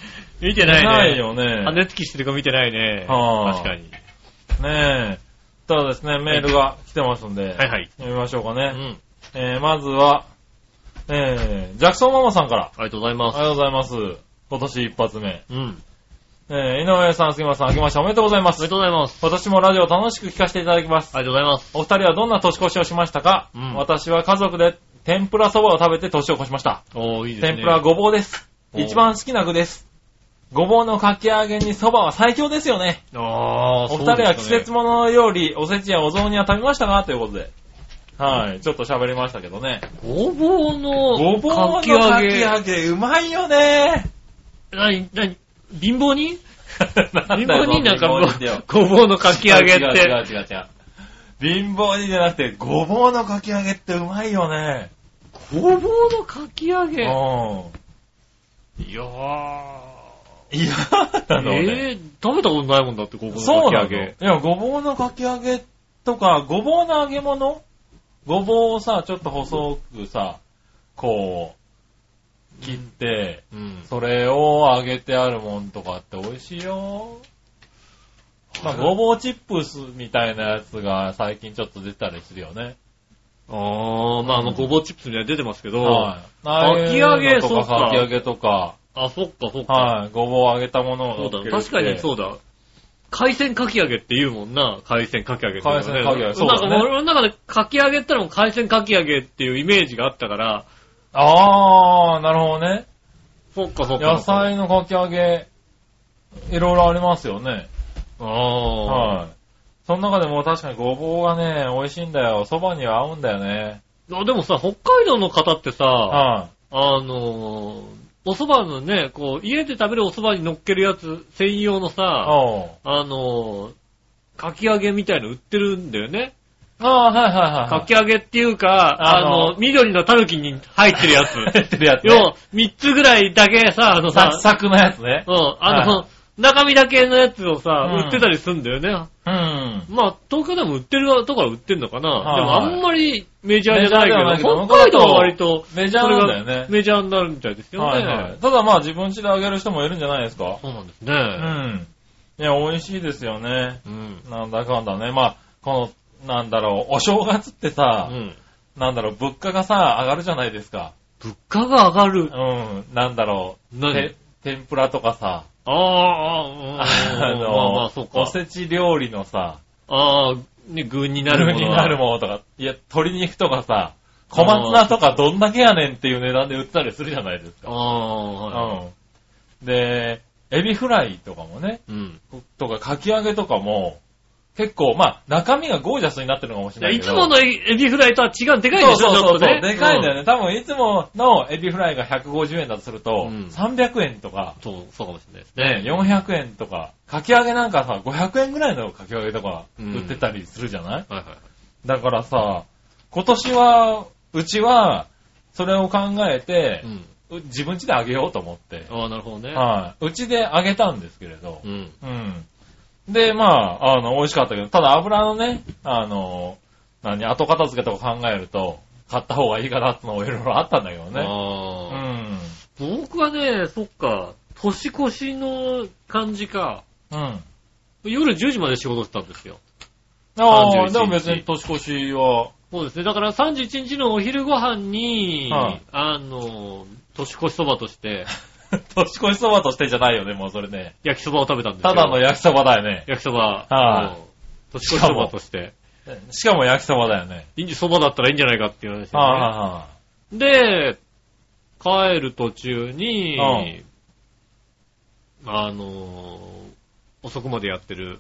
Speaker 3: 見てないね。
Speaker 4: ないよね。
Speaker 3: 羽根つきしてる子見てないね。
Speaker 4: はあ
Speaker 3: 確かに。
Speaker 4: ねえ。ただですね、メールが来てますんで、
Speaker 3: はいはい。
Speaker 4: 読みましょうか
Speaker 3: う
Speaker 4: ね。
Speaker 3: ん。
Speaker 4: えーまずは、えージャクソンママさんから。
Speaker 3: ありがとうございま
Speaker 4: あり
Speaker 3: す。
Speaker 4: がとうございます。今年一発目。
Speaker 3: うん。
Speaker 4: えー井上さん、杉村さん、明けましておめでとうござい
Speaker 3: お
Speaker 4: ま。
Speaker 3: めですとうございます。
Speaker 4: 私もラジオ楽しく聞かせていただきます。
Speaker 3: ありがとうございます。
Speaker 4: お二人はどんな年越しをしましたか、
Speaker 3: うん
Speaker 4: 私は家族で天ぷらそばを食べて年を越しました。
Speaker 3: おー、いいですね。
Speaker 4: 天ぷらはごぼうです。
Speaker 3: おー
Speaker 4: 一番好きな具です。ごぼうのかき揚げにそばは最強ですよね。
Speaker 3: あー、
Speaker 4: お二人は季節
Speaker 3: も。
Speaker 4: 物料理、おせちやお雑煮は食べましたかということで。はい、ちょっと喋りましたけどね。
Speaker 3: ごぼうの、
Speaker 4: ごぼうの
Speaker 3: か
Speaker 4: かき
Speaker 3: き
Speaker 4: 揚
Speaker 3: 揚
Speaker 4: げ、
Speaker 3: げ。
Speaker 4: うまいよね。
Speaker 3: [LAUGHS] なに、なに、貧乏人
Speaker 4: なん
Speaker 3: 貧
Speaker 4: だよ
Speaker 3: 乏人なんか
Speaker 4: 貧乏人ってよ
Speaker 3: ごぼうのかき揚げっ
Speaker 4: 違う違う
Speaker 3: て。
Speaker 4: 違う違う。貧乏人じゃなくて、ごぼうのかき揚げってうまいよね。
Speaker 3: ごぼうのかき揚
Speaker 4: う
Speaker 3: げ。い
Speaker 4: ん。いや
Speaker 3: やー。
Speaker 4: だのね。
Speaker 3: えー、食べたことないもんだって、ごぼうの
Speaker 4: そう
Speaker 3: かき揚
Speaker 4: なのい
Speaker 3: げ。
Speaker 4: や、ごぼうのかき揚げとか、ごぼうの揚げ物ごぼうをさ、ちょっと細くさ、こう、切って、
Speaker 3: うん。
Speaker 4: それを揚げてあるもんとかって美味しいよ。まあ、ごぼうチップスみたいなやつが最近ちょっと出たりするよね。
Speaker 3: あー、まああの、ごぼうチップスには出てますけど、
Speaker 4: はい。ああいうのと
Speaker 3: かき揚げそうか
Speaker 4: かき揚げとか、
Speaker 3: あ、そっかそっか。
Speaker 4: はい。ごぼう揚げたもの
Speaker 3: そう
Speaker 4: を乗
Speaker 3: だね、
Speaker 4: っけるって。
Speaker 3: 確かにそうだ。海鮮かき揚げって言うもんな、海鮮かき揚げっていうのはね、
Speaker 4: 海鮮かき揚げそう
Speaker 3: なん
Speaker 4: だね
Speaker 3: か俺の中でかき揚げったらもう海鮮かき揚げっていうイメージがあったから、
Speaker 4: ああ、なるほどね。
Speaker 3: そっかそっか。
Speaker 4: 野菜のかき揚げ、いろいろありますよね。
Speaker 3: ああ、
Speaker 4: はい。その中でも確かにごぼうがね、美味しいんだよ。そばには合うんだよね。
Speaker 3: あでもさ、北海道の方ってさ、
Speaker 4: は
Speaker 3: あのーお蕎麦のね、こう、家で食べるお蕎麦に乗っけるやつ専用の
Speaker 4: い。
Speaker 3: さ、
Speaker 4: おう
Speaker 3: あのーかき揚げみたいの売ってるんだよね。
Speaker 4: ああ、はいはいはい。
Speaker 3: かき揚げっていうか、
Speaker 4: あ
Speaker 3: あ
Speaker 4: の
Speaker 3: の、緑のタヌキに入ってるやつ。
Speaker 4: 入 [LAUGHS] ってるやつね
Speaker 3: よ、3つぐらいだけさ、あのさ
Speaker 4: サク、サクのやつね
Speaker 3: う。ん、あの、
Speaker 4: は
Speaker 3: 中身だけのやつをさ、
Speaker 4: うん
Speaker 3: 売ってたりすんだよね。
Speaker 4: うん。
Speaker 3: まあ、東京でも売ってるところは売ってんのかな、
Speaker 4: はいはい
Speaker 3: でもあんまりメジャーじゃない
Speaker 4: メジ
Speaker 3: け
Speaker 4: ャーで
Speaker 3: ど
Speaker 4: はな、いけど
Speaker 3: 北海道は割と、
Speaker 4: メジャーなんだよね
Speaker 3: それがメジャーになるみたいですよね。
Speaker 4: はいはい。ただまあ自分家で揚げる人もいるんじゃないですか。
Speaker 3: そうなんです
Speaker 4: う
Speaker 3: ね。
Speaker 4: ん。いや、美味しいですよね。
Speaker 3: うん。
Speaker 4: なんだかんだね。まあ、この、なんだろう、お正月って
Speaker 3: う
Speaker 4: さ、
Speaker 3: ん。
Speaker 4: なんだろう、物価がさ、上がるじゃないですか。
Speaker 3: 物価が上が
Speaker 4: う
Speaker 3: る。
Speaker 4: ん。なんだろう、
Speaker 3: 何
Speaker 4: て天ぷらとかさ、
Speaker 3: ああ、うん
Speaker 4: [LAUGHS]
Speaker 3: まあま
Speaker 4: あ
Speaker 3: あ、そう
Speaker 4: の、
Speaker 3: か
Speaker 4: お。せち料理のさ、
Speaker 3: ああ、ね、具になるもの
Speaker 4: 具に
Speaker 3: は
Speaker 4: なるものとか、いや、鶏肉とかさ、小松菜とかどんだけやねんっていう値段で売ってたりするじゃないです
Speaker 3: あ
Speaker 4: か。
Speaker 3: あ、はい。
Speaker 4: うん。で、エビフライとかもね、
Speaker 3: うん。
Speaker 4: とか、かき揚げとかも、結構、まあ、中身がゴージャスになってるのかもしれない
Speaker 3: い
Speaker 4: けど。
Speaker 3: つものエビエビフライとは違う、でかい
Speaker 4: そ
Speaker 3: で
Speaker 4: う
Speaker 3: しょ、
Speaker 4: そう
Speaker 3: ち
Speaker 4: そ
Speaker 3: ょ
Speaker 4: う
Speaker 3: っとね。
Speaker 4: でかいんだよ
Speaker 3: ね。
Speaker 4: ね。多分、いつものエビフライが150円だとすると、
Speaker 3: うん
Speaker 4: 300円とか、
Speaker 3: そう、そうかもしれないですね。
Speaker 4: ね、400円とか、かき揚げなんかさ、500円ぐらいのかき揚げとか売ってたりするじゃない、
Speaker 3: はいはい。
Speaker 4: だからさ、今年は、うちは、それを考えて
Speaker 3: う、ん。
Speaker 4: う自分家であげようと思って、
Speaker 3: ああ、なるほどね。
Speaker 4: はい。うちであげたんですけれど、
Speaker 3: うん。
Speaker 4: うん。で、まあ、あの、美味しかったけど、ただ油のね、あの、何、後片付けとか考えると、買った方がいいかなってのもいろいろあったんだけどね。う
Speaker 3: ああ、
Speaker 4: ん。
Speaker 3: 僕はね、そっか、年越しの感じか、
Speaker 4: うん。
Speaker 3: 夜10時まで仕事してたんですよ。
Speaker 4: ああ、
Speaker 3: 31
Speaker 4: でも別に年越しは、
Speaker 3: そうですね。だから31日のお昼ご飯に、
Speaker 4: はい
Speaker 3: あの、年越しそばと [LAUGHS] して、
Speaker 4: [LAUGHS] 年越しそばとしてじゃないよね、もうそれね。
Speaker 3: 焼きそばを食べたんですよ。
Speaker 4: ただの焼きそばだよね。
Speaker 3: 焼きそば。
Speaker 4: はい
Speaker 3: うん年越しそばとして。
Speaker 4: しかも焼きそばだよね。
Speaker 3: いいんじそばだったらいいんじゃないかっていう話で、
Speaker 4: はい
Speaker 3: ね。
Speaker 4: は
Speaker 3: で、帰る途中に、
Speaker 4: うん
Speaker 3: あの、遅くまでやってる、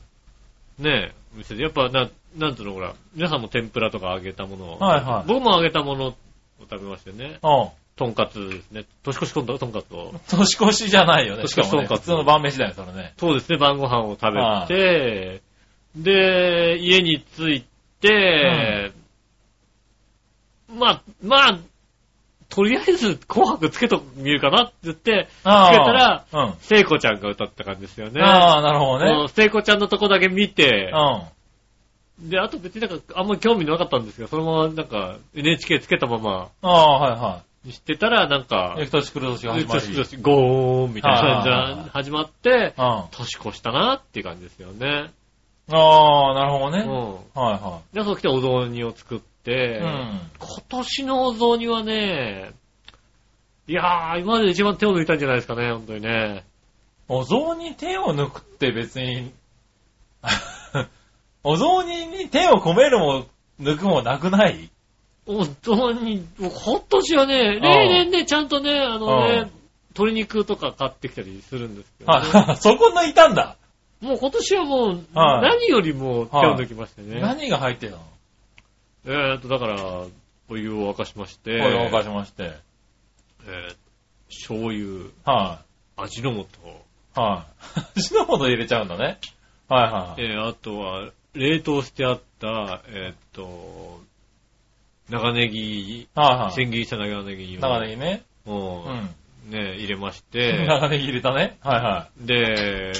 Speaker 3: ねえ、お店で、やっぱ、な、なんていうの、ほら、皆さんも天ぷらとか揚げたものを、
Speaker 4: はいはい
Speaker 3: 僕も揚げたものを食べましてね、
Speaker 4: いはい。うん。
Speaker 3: とんかつですね、年越し今度はとんかつを。
Speaker 4: 年越しじゃないよね。
Speaker 3: 年越し
Speaker 4: しかもね
Speaker 3: そうか
Speaker 4: 普通の晩飯だよ、それね。
Speaker 3: そうですね、晩ご飯を食
Speaker 4: は
Speaker 3: べて、で、家に着いて、まあ、まあ、とりあえず紅白つけと見るかなって言って、
Speaker 4: ああ。
Speaker 3: つけたら、
Speaker 4: うん。
Speaker 3: 聖子ちゃんが歌った感じですよね。
Speaker 4: ああ、なるほ
Speaker 3: も
Speaker 4: どね。
Speaker 3: う聖子ちゃんのとこだけ見て
Speaker 4: う、ん。
Speaker 3: で、あと別になんかあんまり興味なかったんですけど、そのままなんか NHK つけたまま
Speaker 4: ああ、はいは
Speaker 3: にしてたら、なんか
Speaker 4: い。、翌年来る年が始まり。
Speaker 3: よしよしゴーンみたいな感じ
Speaker 4: はいはいはいはい
Speaker 3: が始まって、
Speaker 4: うん。あ
Speaker 3: 年越したなっていう感じですよね。
Speaker 4: あ、なるほ
Speaker 3: う
Speaker 4: どね。
Speaker 3: ん。
Speaker 4: はいは
Speaker 3: で、そう来てお雑煮を作って、
Speaker 4: い。うん。
Speaker 3: 今年のお雑煮はね、いやー、今までで一番手を抜いたんじゃないですかね、本当にね。
Speaker 4: お雑煮に手を抜くって別に、 [LAUGHS] お雑煮に手を込めるも抜くもなくない
Speaker 3: お雑煮、今年はね、例年ね、ちゃんとね、あの
Speaker 4: うん
Speaker 3: ね、鶏肉とか買ってきたりするんですけど、ね、
Speaker 4: はい。 [LAUGHS] そこ抜いたんだ。
Speaker 3: もう今年はもう、
Speaker 4: はい
Speaker 3: 何よりも手を抜きましてね。
Speaker 4: 何が入ってたの
Speaker 3: えーっと、だから、お湯を沸かしまして、
Speaker 4: これをかしまして。
Speaker 3: えー醤油、
Speaker 4: は
Speaker 3: 味の素、
Speaker 4: い。はい。 [LAUGHS] 死ぬほど入れちゃうんだね。はいはい。
Speaker 3: えーあとは、冷凍してあった、えーっと、長ネギ、
Speaker 4: はいはい。
Speaker 3: 千切りした長ネギを、
Speaker 4: 長ネギね。
Speaker 3: うん
Speaker 4: うん。
Speaker 3: ね、入れまして、
Speaker 4: [LAUGHS] 長ネギ入れたね。はいは
Speaker 3: で、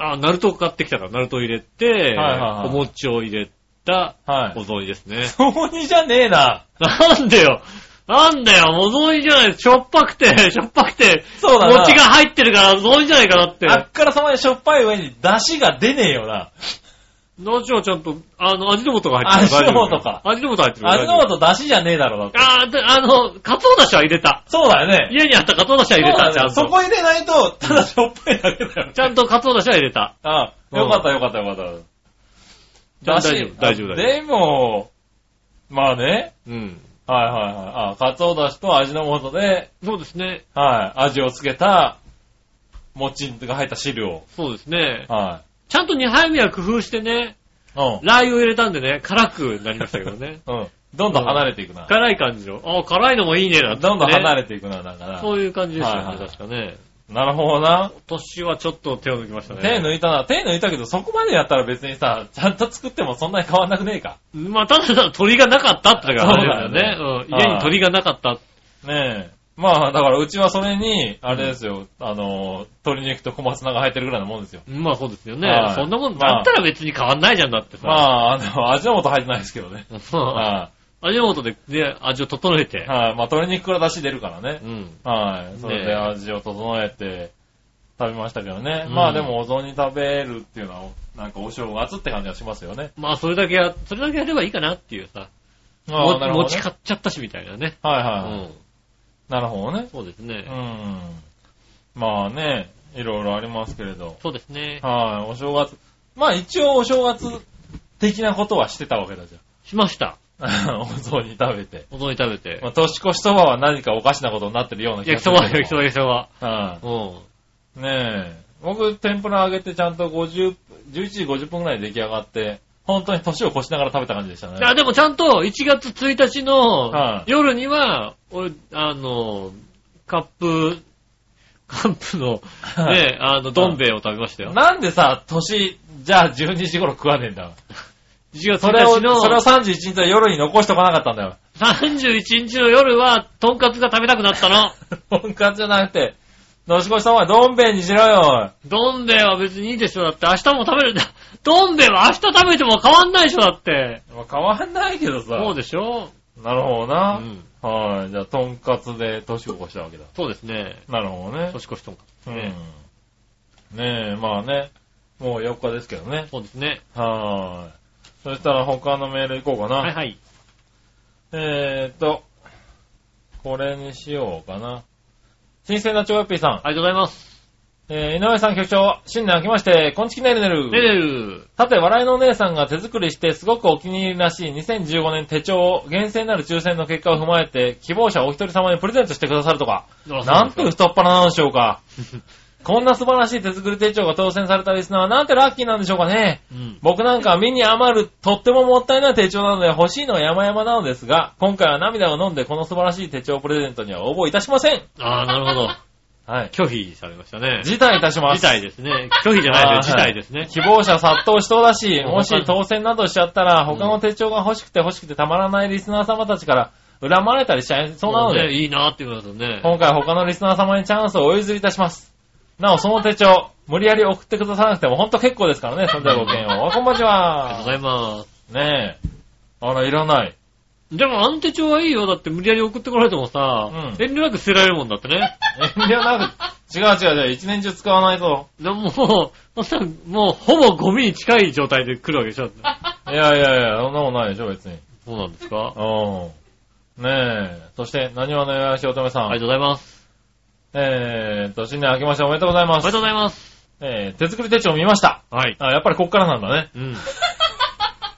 Speaker 3: あ、ナルトを買ってきたから、ナルトを入れて、
Speaker 4: はいはい
Speaker 3: お餅を入れた
Speaker 4: い。は
Speaker 3: お
Speaker 4: い。
Speaker 3: 雑煮ですね。
Speaker 4: お雑煮じゃねえな。
Speaker 3: なんでよなんだよお雑煮じゃないしょっぱく
Speaker 4: [LAUGHS]
Speaker 3: て、しょっぱくて、
Speaker 4: そうだな。
Speaker 3: 餅が入ってるから、お雑煮じゃないかなって。
Speaker 4: あっからさまでしょっぱい上に出汁が出ねえよな。
Speaker 3: どうしよう、ちゃんと、あの、味の素が入ってる。
Speaker 4: 味の素か
Speaker 3: 味の素入ってる。
Speaker 4: 味の素出汁じゃねえだろ、だって。
Speaker 3: あーで、あの、カツオだしは入れた。
Speaker 4: そうだよね。
Speaker 3: 家にあったカツオだしは入れ
Speaker 4: そう
Speaker 3: た、
Speaker 4: だ
Speaker 3: ちゃ
Speaker 4: ね
Speaker 3: ん
Speaker 4: そ
Speaker 3: と。
Speaker 4: こ入れないと、ただしょっぱいだけだよ。
Speaker 3: ちゃんとカツオだしは入れた。
Speaker 4: ああ、よかったよかったよかった。
Speaker 3: 大丈夫、大丈夫、大丈
Speaker 4: でも、まあね。
Speaker 3: 夫。うん。
Speaker 4: はいはいはい。あ、かつおだしと味の素で、
Speaker 3: そうですね。
Speaker 4: はい、味をつけた、餅が入った汁を。
Speaker 3: そうですね。
Speaker 4: は
Speaker 3: ちゃんと2杯目は工夫してね、
Speaker 4: い。うん。。
Speaker 3: ラー油を入れたんでね、辛くなりましたけどね
Speaker 4: [LAUGHS] うん。どんどん離れていくな。
Speaker 3: 辛い感じを。あー辛いのもいいね、な
Speaker 4: どんどん離
Speaker 3: れ
Speaker 4: れていくな、だから。
Speaker 3: そういう感じでした
Speaker 4: はい
Speaker 3: よ
Speaker 4: は
Speaker 3: ね、
Speaker 4: い
Speaker 3: 確かね。
Speaker 4: なるほどな。
Speaker 3: 今年はちょっと手を抜きましたね。
Speaker 4: 手抜いたな。手抜いたけど、そこまでやったら別にさ、ちゃんと作ってもそんなに変わんなくねえか。
Speaker 3: まあ、ただただ鳥がなかったってだから話だよね。
Speaker 4: そう
Speaker 3: うん
Speaker 4: だよね
Speaker 3: 家に鳥がなかった。
Speaker 4: ねえ。まあ、だからうちはそれに、あれですよ、あの、鶏肉と小松菜が入ってるぐらいのもんですよ。
Speaker 3: まあそうですよね
Speaker 4: は。い
Speaker 3: そんなもんだったら別に変わんないじゃんだってさ。[LAUGHS]
Speaker 4: まあ、あの、味の素入ってないですけどね。
Speaker 3: あ、
Speaker 4: は
Speaker 3: 味の素で、ね、味を整え
Speaker 4: い。
Speaker 3: て。
Speaker 4: はい。まあ、鶏肉から出汁出るからね
Speaker 3: う。ん。
Speaker 4: はい。それ
Speaker 3: ねえ
Speaker 4: で味を整えて食べましたけどね。
Speaker 3: うん
Speaker 4: まあ、でもお雑煮食べるっていうのは、なんかお正月って感じがしますよね。
Speaker 3: まあそれだけや、それだけやればいいかなっていうさ。
Speaker 4: ああ、なる
Speaker 3: も
Speaker 4: ほど、
Speaker 3: 持ち
Speaker 4: ね。
Speaker 3: 買っちゃったしみたいなね。
Speaker 4: はいうはい。
Speaker 3: ん。
Speaker 4: なるほどね。
Speaker 3: そうです
Speaker 4: う
Speaker 3: ね。
Speaker 4: ん。まあね、いろいろありますけれど。
Speaker 3: そうですね。
Speaker 4: はい、お正月。まあ一応お正月的なことはしてたわけだじ
Speaker 3: しました。
Speaker 4: ゃん。お [LAUGHS] 雑煮食べて。
Speaker 3: お雑煮食べて
Speaker 4: ま。あ年越しそばは何かおかしなことになってるような気が
Speaker 3: 焼き
Speaker 4: す
Speaker 3: そ
Speaker 4: るけ
Speaker 3: ば、
Speaker 4: ど。
Speaker 3: 焼きそば、焼きそば。
Speaker 4: は
Speaker 3: うん。
Speaker 4: い。ねえ。僕、天ぷら揚げてちゃんと50、11時50分くらいに出来上がって、本当に年を越しながら食べた感じでしたね。
Speaker 3: あでもちゃんと1月1日の
Speaker 4: はい
Speaker 3: 夜には、俺、あの、カップ、カップの、
Speaker 4: [LAUGHS] はい
Speaker 3: ね、あの、どん兵衛を食べましたよ。
Speaker 4: なんでさ、年、じゃあ12時頃食わねえんだ。
Speaker 3: 1月
Speaker 4: それを、
Speaker 3: 1日の
Speaker 4: それを31日の夜に残しとかなかったんだよ。 [LAUGHS]
Speaker 3: 31日の夜は、とんかつが食べたくなったの。
Speaker 4: とんかつじゃなくて、年越しさんはどん兵衛にしろよ。
Speaker 3: どん兵衛は別にいいでしょ、だって。明日も食べるんだ。どん兵衛は明日食べても変わんないでしょ、だって。
Speaker 4: まあ変わんないけどさ。
Speaker 3: そうでしょ
Speaker 4: なるほど
Speaker 3: う
Speaker 4: な。
Speaker 3: ん。
Speaker 4: はい。じゃあ、とんかつで年を越したわけだ。
Speaker 3: そうですね。
Speaker 4: なるほどね。
Speaker 3: 年越しとんかつ
Speaker 4: う
Speaker 3: で
Speaker 4: ん
Speaker 3: すね。。
Speaker 4: ねえ、まあね。もう4日ですけどね。
Speaker 3: そうですね。
Speaker 4: はーい。そしたら他のメールいこうかな。
Speaker 3: はいはい。
Speaker 4: えーっと、これにしようかな。新鮮なチョコヨッピーさん。
Speaker 3: ありがとうございます。
Speaker 4: えー、井上さん局長、新年明けまして、こんちきねるねる。
Speaker 3: ねる
Speaker 4: さて、笑いのお姉さんが手作りしてすごくお気に入りらしい2015年手帳を厳正なる抽選の結果を踏まえて希望者お一人様にプレゼントしてくださるとか。
Speaker 3: あ
Speaker 4: なんて
Speaker 3: そうです
Speaker 4: 太っ腹なんでしょ
Speaker 3: [LAUGHS]
Speaker 4: うか。こんな素晴らしい手作り手帳が当選されたリスナーはなんてラッキーなんでしょうかね。
Speaker 3: うん。
Speaker 4: 僕なんかは身に余るとってももったいない手帳なので欲しいのは山々なのですが、今回は涙を飲んでこの素晴らしい手帳をプレゼントには応募いたしません。
Speaker 3: ああ、なるほど。
Speaker 4: はい。
Speaker 3: 拒否されました
Speaker 4: [LAUGHS]
Speaker 3: ね。
Speaker 4: 辞退いたします。
Speaker 3: 事態ですね。拒否じゃないですよ、事
Speaker 4: あーはい
Speaker 3: 態ですね。
Speaker 4: 希望者殺到しそうだし、
Speaker 3: うん
Speaker 4: もし当選などしちゃったら、他の手帳が欲しくて欲しくてたまらないリスナー様たちから恨まれたりしちゃいそうなの
Speaker 3: ね
Speaker 4: で、
Speaker 3: いいなって言われたね。
Speaker 4: 今回他のリスナー様にチャンスをお譲りいたします。なお、その手帳、無理やり送ってくださらなくても本当結構ですからね、それではごきげんよう。こんばんち
Speaker 3: ありがとうござ
Speaker 4: は。
Speaker 3: いま
Speaker 4: ねえ。あら、いらない。
Speaker 3: す。でも、安定帳はいいよ。だって、無理やり送ってこられてもさ、
Speaker 4: うん
Speaker 3: 遠慮なく捨てられるもんだってね。
Speaker 4: [LAUGHS] 遠慮なく、違う違う違う、一年中使わないぞ。
Speaker 3: でも、もう、そしたら、もう、ほぼゴミに近い状態で来るわけでしょ。だって
Speaker 4: いやいやいや、そんなことないでしょ、別に。
Speaker 3: そうなんですか
Speaker 4: うん。ねえ。そして、何わのよやしおとめさん。
Speaker 3: ありがとうございます。
Speaker 4: えーっと、新年明けましておめでとうございま
Speaker 3: ありが
Speaker 4: す
Speaker 3: と。うございます。
Speaker 4: えー、手作り手帳見ました。
Speaker 3: はい。
Speaker 4: あ、やっぱりこっからなんだね。
Speaker 3: [LAUGHS] うん。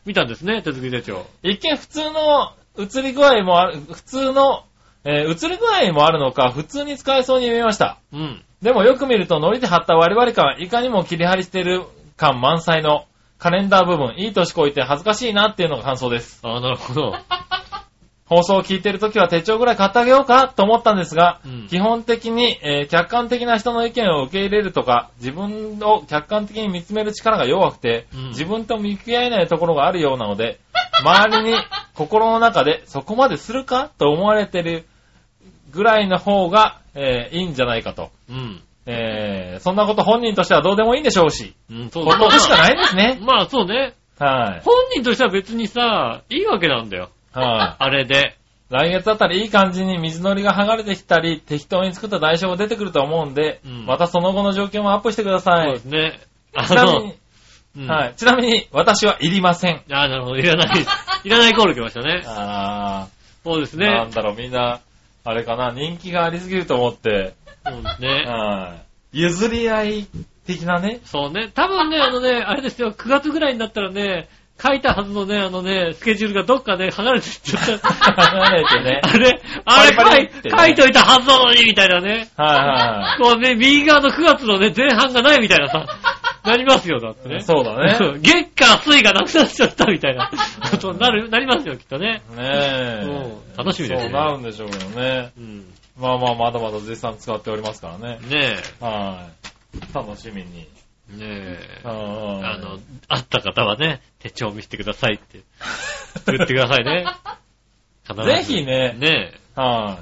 Speaker 3: 見たんですね、手作り手帳。
Speaker 4: 一見普通の映り具合もある、普通の、えー映り具合もあるのか、普通に使えそうに見えました。
Speaker 3: うん。
Speaker 4: でもよく見ると、糊で貼った割り割り感、いかにも切り張りしてる感満載のカレンダー部分、いい年こいて恥ずかしいなっていうのが感想です。
Speaker 3: ああ、なるほど。
Speaker 4: 放送を聞いてるときは手帳ぐらい買ってあげようかと思ったんですが、
Speaker 3: うん
Speaker 4: 基本的に、えー客観的な人の意見を受け入れるとか、自分を客観的に見つめる力が弱くて、
Speaker 3: うん
Speaker 4: 自分と向き合えないところがあるようなので、周
Speaker 3: [LAUGHS]
Speaker 4: りに心の中でそこまでするかと思われてるぐらいの方が、えーいいんじゃないかと。
Speaker 3: うん。
Speaker 4: えーそんなこと本人としてはどうでもいいんでしょうし、
Speaker 3: うん、そう
Speaker 4: こ
Speaker 3: だ
Speaker 4: としかないんですね。
Speaker 3: まあ、そうね。
Speaker 4: はい。
Speaker 3: 本人としては別にさ、いいわけなんだよ。
Speaker 4: はい。
Speaker 3: あれで。
Speaker 4: 来月あたりいい感じに水のりが剥がれてきたり、適当に作った代償が出てくると思うんで、
Speaker 3: うん
Speaker 4: またその後の状況もアップしてくださ
Speaker 3: そう
Speaker 4: い。
Speaker 3: ですね。あ
Speaker 4: ちなみに、
Speaker 3: うん
Speaker 4: はい。ちなみに、私はいりません。
Speaker 3: ああ、なるほど。いらない、いらないコール来ましたね。
Speaker 4: あ
Speaker 3: そうです
Speaker 4: ー、な
Speaker 3: ね
Speaker 4: ん。だろう、みんな、あれかな、人気がありすぎると思って、
Speaker 3: そうですね。
Speaker 4: はい。譲り合い的なね、
Speaker 3: そうね。多分ね、あのね、あれですよ、9月ぐらいになったらね、書いたはずのね、あのね、スケジュールがどっかね、離れてっちゃった。
Speaker 4: 離れてね
Speaker 3: あれ、あれ
Speaker 4: パリパ
Speaker 3: 書
Speaker 4: リっ
Speaker 3: い、
Speaker 4: てね
Speaker 3: 書いといたはずなのに、みたいなね。
Speaker 4: [LAUGHS] は
Speaker 3: こうね、右側の9月のね、前半がないみたいな
Speaker 4: [LAUGHS]
Speaker 3: さ、なりますよ、だって
Speaker 4: いはいは
Speaker 3: ね。
Speaker 4: い。そうだね。
Speaker 3: うん月下水がなくなっちゃったみたいな、ことになる、なりますよ、きっとね。うん
Speaker 4: ねえ。
Speaker 3: 楽しみですね
Speaker 4: そうなるんでしょうけどね。
Speaker 3: うん。
Speaker 4: まあまあ、まだまだ絶賛使っておりますからね。
Speaker 3: ね
Speaker 4: はい。楽しみに。
Speaker 3: え。ねえ。あ
Speaker 4: あ
Speaker 3: の、会った方はね、手帳を見せてくださいって言ってくださいね。必ず
Speaker 4: ぜひね
Speaker 3: ねえ。
Speaker 4: は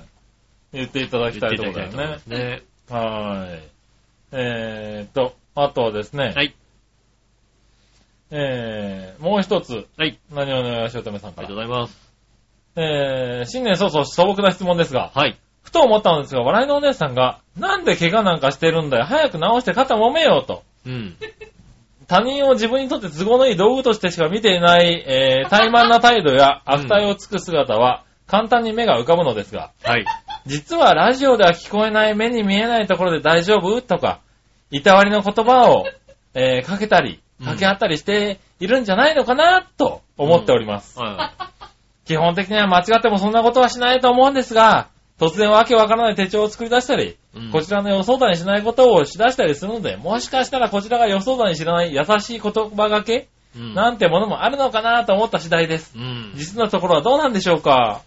Speaker 4: い。言っていただ
Speaker 3: 言
Speaker 4: き
Speaker 3: って
Speaker 4: た
Speaker 3: い
Speaker 4: いと
Speaker 3: た
Speaker 4: こ
Speaker 3: だ
Speaker 4: ろ
Speaker 3: きた
Speaker 4: だ
Speaker 3: い
Speaker 4: よ
Speaker 3: と思いま
Speaker 4: ね
Speaker 3: す。ね。
Speaker 4: はい。えーっと、あとはですね、
Speaker 3: はい。
Speaker 4: えー、もう一つ、
Speaker 3: はい。
Speaker 4: 何をのよしおとめさん
Speaker 3: あ
Speaker 4: か
Speaker 3: りが
Speaker 4: ら
Speaker 3: とう。ございます。
Speaker 4: えー、新年早々素朴な質問ですが、
Speaker 3: はい。
Speaker 4: ふと思ったのですが、笑いのお姉さんが、なんで怪我なんかしてるんだよ、早く治して肩揉めようと。
Speaker 3: うん。
Speaker 4: 他人を自分にとって都合のいい道具としてしか見ていない、えー、怠慢な態度や悪態をつく姿は、簡単に目が浮かぶのですが、 [LAUGHS]
Speaker 3: はい。
Speaker 4: 実はラジオでは聞こえない目に見えないところで大丈夫とか、いたわりの言葉を、えーかけたり、かけ合ったりしているんじゃないのかな、と思っております。
Speaker 3: は
Speaker 4: 基本的には間違ってもそんなことはしないと思うんですが、突然わけわからない手帳を作り出したり、
Speaker 3: うん
Speaker 4: こちらの予想だにしないことをしだしたりするので、もしかしたらこちらが予想だに知らない優しい言葉がけ、
Speaker 3: い。うん
Speaker 4: なんてものもあるのかなと思った次第です。
Speaker 3: うん。
Speaker 4: 実のところはどうなんでしょう
Speaker 3: [LAUGHS]
Speaker 4: か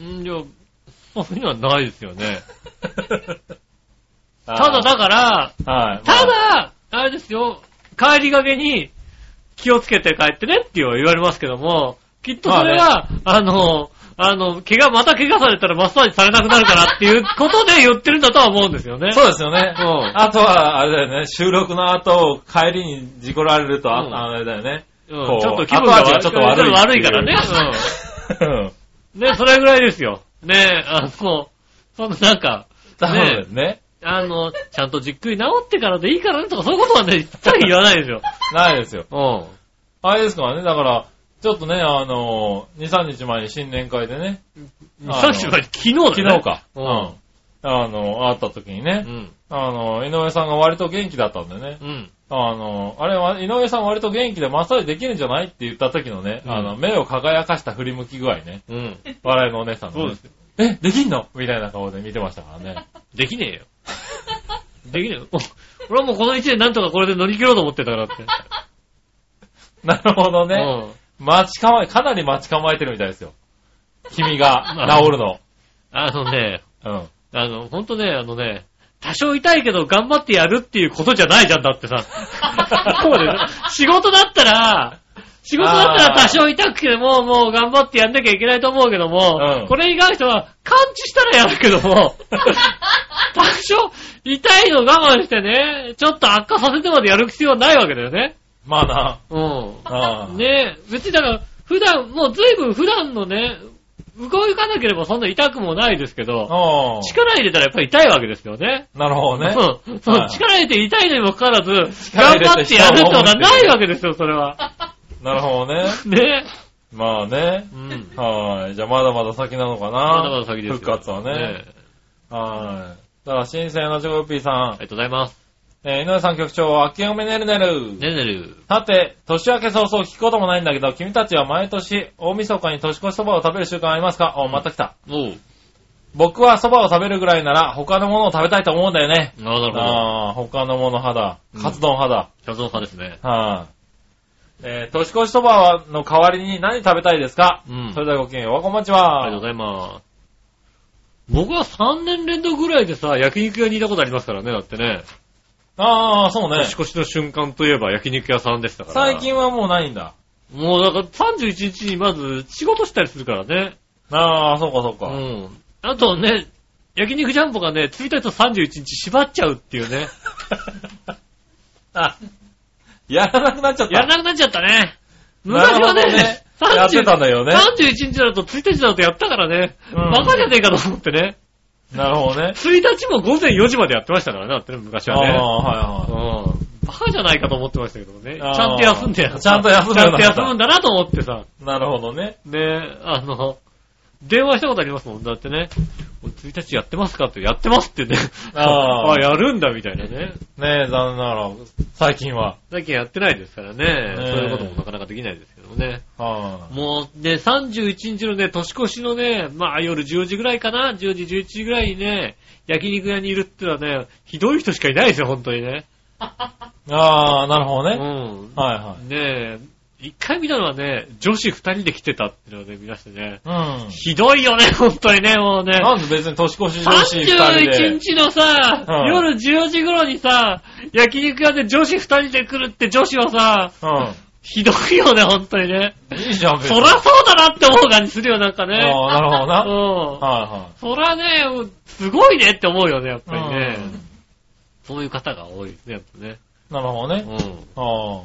Speaker 3: うん、いや、そういうのはないですよね。ただだから、
Speaker 4: [LAUGHS] はい。まあ
Speaker 3: ただ、あれですよ、帰りがけに、気をつけて帰ってねっては言われますけども、きっとそれは、あの、あの、怪我、また怪我されたらマッサージされなくなるからって
Speaker 4: [LAUGHS]
Speaker 3: いうことで言ってるんだとは思うんですよね。
Speaker 4: そうですよね。
Speaker 3: [LAUGHS] うん
Speaker 4: あとは、あれだよね、収録の後、帰りに事故られると、あ
Speaker 3: うん
Speaker 4: あれだよね。
Speaker 3: うん
Speaker 4: こう
Speaker 3: ちょっと気分が悪い。
Speaker 4: 後味がちょっと悪いっていう
Speaker 3: 悪いから
Speaker 4: [LAUGHS]
Speaker 3: ね。うん。ね、それぐらいですよ。ね、あの、そのなんか、
Speaker 4: そうですね。
Speaker 3: あの、ちゃんとじっくり治ってからでいいからねとか、そういうことはね、一切言わないでしょ。
Speaker 4: ないですよ。
Speaker 3: うん。
Speaker 4: あれですからね、だから、ちょっとね、あの、2、3日前に新年会でね、あの
Speaker 3: 久しぶりに昨日だね。
Speaker 4: 昨日か。
Speaker 3: う
Speaker 4: うんん。あの、会った時にね、
Speaker 3: うん。
Speaker 4: あの、井上さんが割と元気だったんでね、
Speaker 3: うん。
Speaker 4: あの、あれは、井上さん割と元気でマッサージできるんじゃないって言った時のね、
Speaker 3: うん
Speaker 4: あの、目を輝かした振り向き具合ね、
Speaker 3: うん。
Speaker 4: 笑いのお姉さんの、
Speaker 3: そうで
Speaker 4: ね
Speaker 3: す。よ。
Speaker 4: え、できんのみたいな顔で見てましたからね。 [LAUGHS]
Speaker 3: できね [LAUGHS] えよ。できねえよ。お俺はもうこの一年なんとかこれで乗り切ろうと思ってたからって。
Speaker 4: なるほどね。
Speaker 3: うん。
Speaker 4: 待ち構え、かなり待ち構えてるみたいですよ。君が治るの。
Speaker 3: あのね、
Speaker 4: うん。
Speaker 3: あの、ほんとね、あのね、多少痛いけど頑張ってやるっていうことじゃないじゃんだって
Speaker 4: [LAUGHS]
Speaker 3: さ。そうだよね。仕事だったら、仕事だったら多少痛くても、もう頑張ってやんなきゃいけないと思うけども、
Speaker 4: うん
Speaker 3: これに関しては、感知したらやるけど
Speaker 4: [LAUGHS]
Speaker 3: も、多少痛いの我慢してね、ちょっと悪化させてまでやる必要はないわけだよね。
Speaker 4: まあな。
Speaker 3: うん。
Speaker 4: ああ
Speaker 3: ねえ、別にだから、普段、もう随分普段のね、動かなければそんな痛くもないですけど、
Speaker 4: ああ
Speaker 3: 力入れたらやっぱり痛いわけですよね。
Speaker 4: なるほどね。
Speaker 3: うんそう、
Speaker 4: はい
Speaker 3: 力入れて痛いのにもかかわ
Speaker 4: [LAUGHS]
Speaker 3: らず、
Speaker 4: 力
Speaker 3: 頑
Speaker 4: 入れて
Speaker 3: 張ってやる人がないわけですよ、それは。
Speaker 4: なるほどね。
Speaker 3: ね
Speaker 4: まあ
Speaker 3: え。。
Speaker 4: ね
Speaker 3: うん。
Speaker 4: はい。じゃあまだまだ先なのかな。
Speaker 3: まだまだ先ですよ。
Speaker 4: 復活はね。
Speaker 3: え
Speaker 4: はい。だから、新鮮なジョーピー
Speaker 3: あ
Speaker 4: さん、
Speaker 3: りがとうございます。
Speaker 4: えー井上さん局長、あけおめねるねる。
Speaker 3: ねねる。
Speaker 4: さて、年明け早々聞くこともないんだけど、君たちは毎年、大晦日に年越しそばを食べる習慣ありますかお、また来た。
Speaker 3: おう。
Speaker 4: 僕はそばを食べるぐらいなら、他のものを食べたいと思うんだよね。
Speaker 3: なるほど。
Speaker 4: ああ、他のもの派だ
Speaker 3: う。ん
Speaker 4: カツ丼派だ。
Speaker 3: キャゾンさんですね。
Speaker 4: はい、えー、年越しそばの代わりに何食べたいですか、
Speaker 3: うん
Speaker 4: それではごきげんよう、こんばんちは。
Speaker 3: ありがとうございます。僕は3年連続ぐらいでさ、焼肉屋にいたことありますからね、だってね。
Speaker 4: ああ、そうね
Speaker 3: 年。越しの瞬間といえば焼肉屋さんでしたから。
Speaker 4: 最近はもうないんだ。
Speaker 3: もうだから31日にまず仕事したりするからね。
Speaker 4: ああ、そうかそう
Speaker 3: う
Speaker 4: か。
Speaker 3: ん。あとね、焼肉ジャンボがね、1日と31日縛っちゃうっていう
Speaker 4: [LAUGHS]
Speaker 3: ね。
Speaker 4: あ、やらなくなっちゃった。
Speaker 3: やらなくなっちゃったね。昔はね、
Speaker 4: [LAUGHS] なるほどね
Speaker 3: 30
Speaker 4: やってたんだよね
Speaker 3: 31日だと1日だとやったからね、
Speaker 4: うん
Speaker 3: バカじゃねえかと思ってね。
Speaker 4: なるほどね。
Speaker 3: 1日も午前4時までやってましたからね、だってね昔
Speaker 4: あ
Speaker 3: はね。
Speaker 4: あ、は
Speaker 3: う
Speaker 4: いはい。
Speaker 3: ん。バカじゃないかと思ってましたけどもね。ち
Speaker 4: あー
Speaker 3: ゃんと休んでや
Speaker 4: ちゃんと休むん
Speaker 3: ち
Speaker 4: だ
Speaker 3: ゃんと休むんだなと思ってさ。
Speaker 4: なるほどね。
Speaker 3: ねえ、あの、電話したことありますもん。だってね、俺1日やってますかって、やってますってね。
Speaker 4: あ
Speaker 3: [LAUGHS]
Speaker 4: ー
Speaker 3: やるんだみたいなね。
Speaker 4: ねえ、残念ながら、最近は。
Speaker 3: 最近やってないですからね。
Speaker 4: え
Speaker 3: そういうこともなかなかできないですけどもね。
Speaker 4: は
Speaker 3: もうね、31日のね、年越しのね、まあ夜10時ぐらいかな、10時、11時ぐらいにね、焼肉屋にいるってのはね、ひどい人しかいないですよ、本当にね。
Speaker 4: い。ああ、なるほ
Speaker 3: う
Speaker 4: どね。
Speaker 3: ん。
Speaker 4: はいは
Speaker 3: ねえ、一回見たのはね、女子二人で来てたっていうのをね、見ましてね。
Speaker 4: い。うん。
Speaker 3: ひどいよね、本当にね、もうね。
Speaker 4: なんで別に年越し女子二人で。
Speaker 3: 31日のさ、
Speaker 4: うん
Speaker 3: 夜10時頃にさ、焼肉屋で女子2人で来るって女子はさ、ひどいよね、本当にね。
Speaker 4: うん。いいじゃん、別
Speaker 3: そ
Speaker 4: に。
Speaker 3: らそうだなって思う感じするよ、なんかね。
Speaker 4: ああ、なるほどな。
Speaker 3: うん。
Speaker 4: は
Speaker 3: そらね、すごいねって思うよね、やっ
Speaker 4: い
Speaker 3: ぱり
Speaker 4: はい。
Speaker 3: ね。
Speaker 4: うん
Speaker 3: そういう方が多いですね、やっぱね。
Speaker 4: なるほどね。
Speaker 3: う
Speaker 4: あ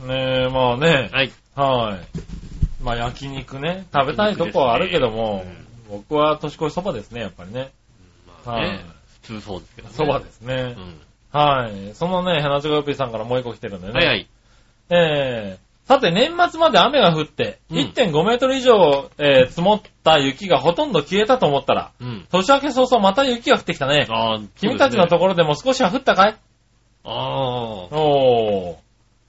Speaker 4: あ。ねえ、まあね
Speaker 3: ん。。はい。
Speaker 4: はい。まあ焼肉ね。食べたいとこはあるけども、僕は年越しそばですね、やっぱりね。
Speaker 3: まあ
Speaker 4: はい
Speaker 3: ね、普通そうですけどね。
Speaker 4: そばですね
Speaker 3: う。ん。
Speaker 4: はい。そのね、ヘナチョコヨッピーさんからもう一個来てるんだよね。
Speaker 3: はいはい。
Speaker 4: えー、さて年末まで雨が降って、
Speaker 3: うん
Speaker 4: 1.5メートル以上、えー積もった雪がほとんど消えたと思ったら、
Speaker 3: うん。
Speaker 4: 年明け早々また雪が降ってきたね。
Speaker 3: ああ、
Speaker 4: 君たちのと
Speaker 3: こ。
Speaker 4: ころでも少しは降ったかい
Speaker 3: ああ。
Speaker 4: おー。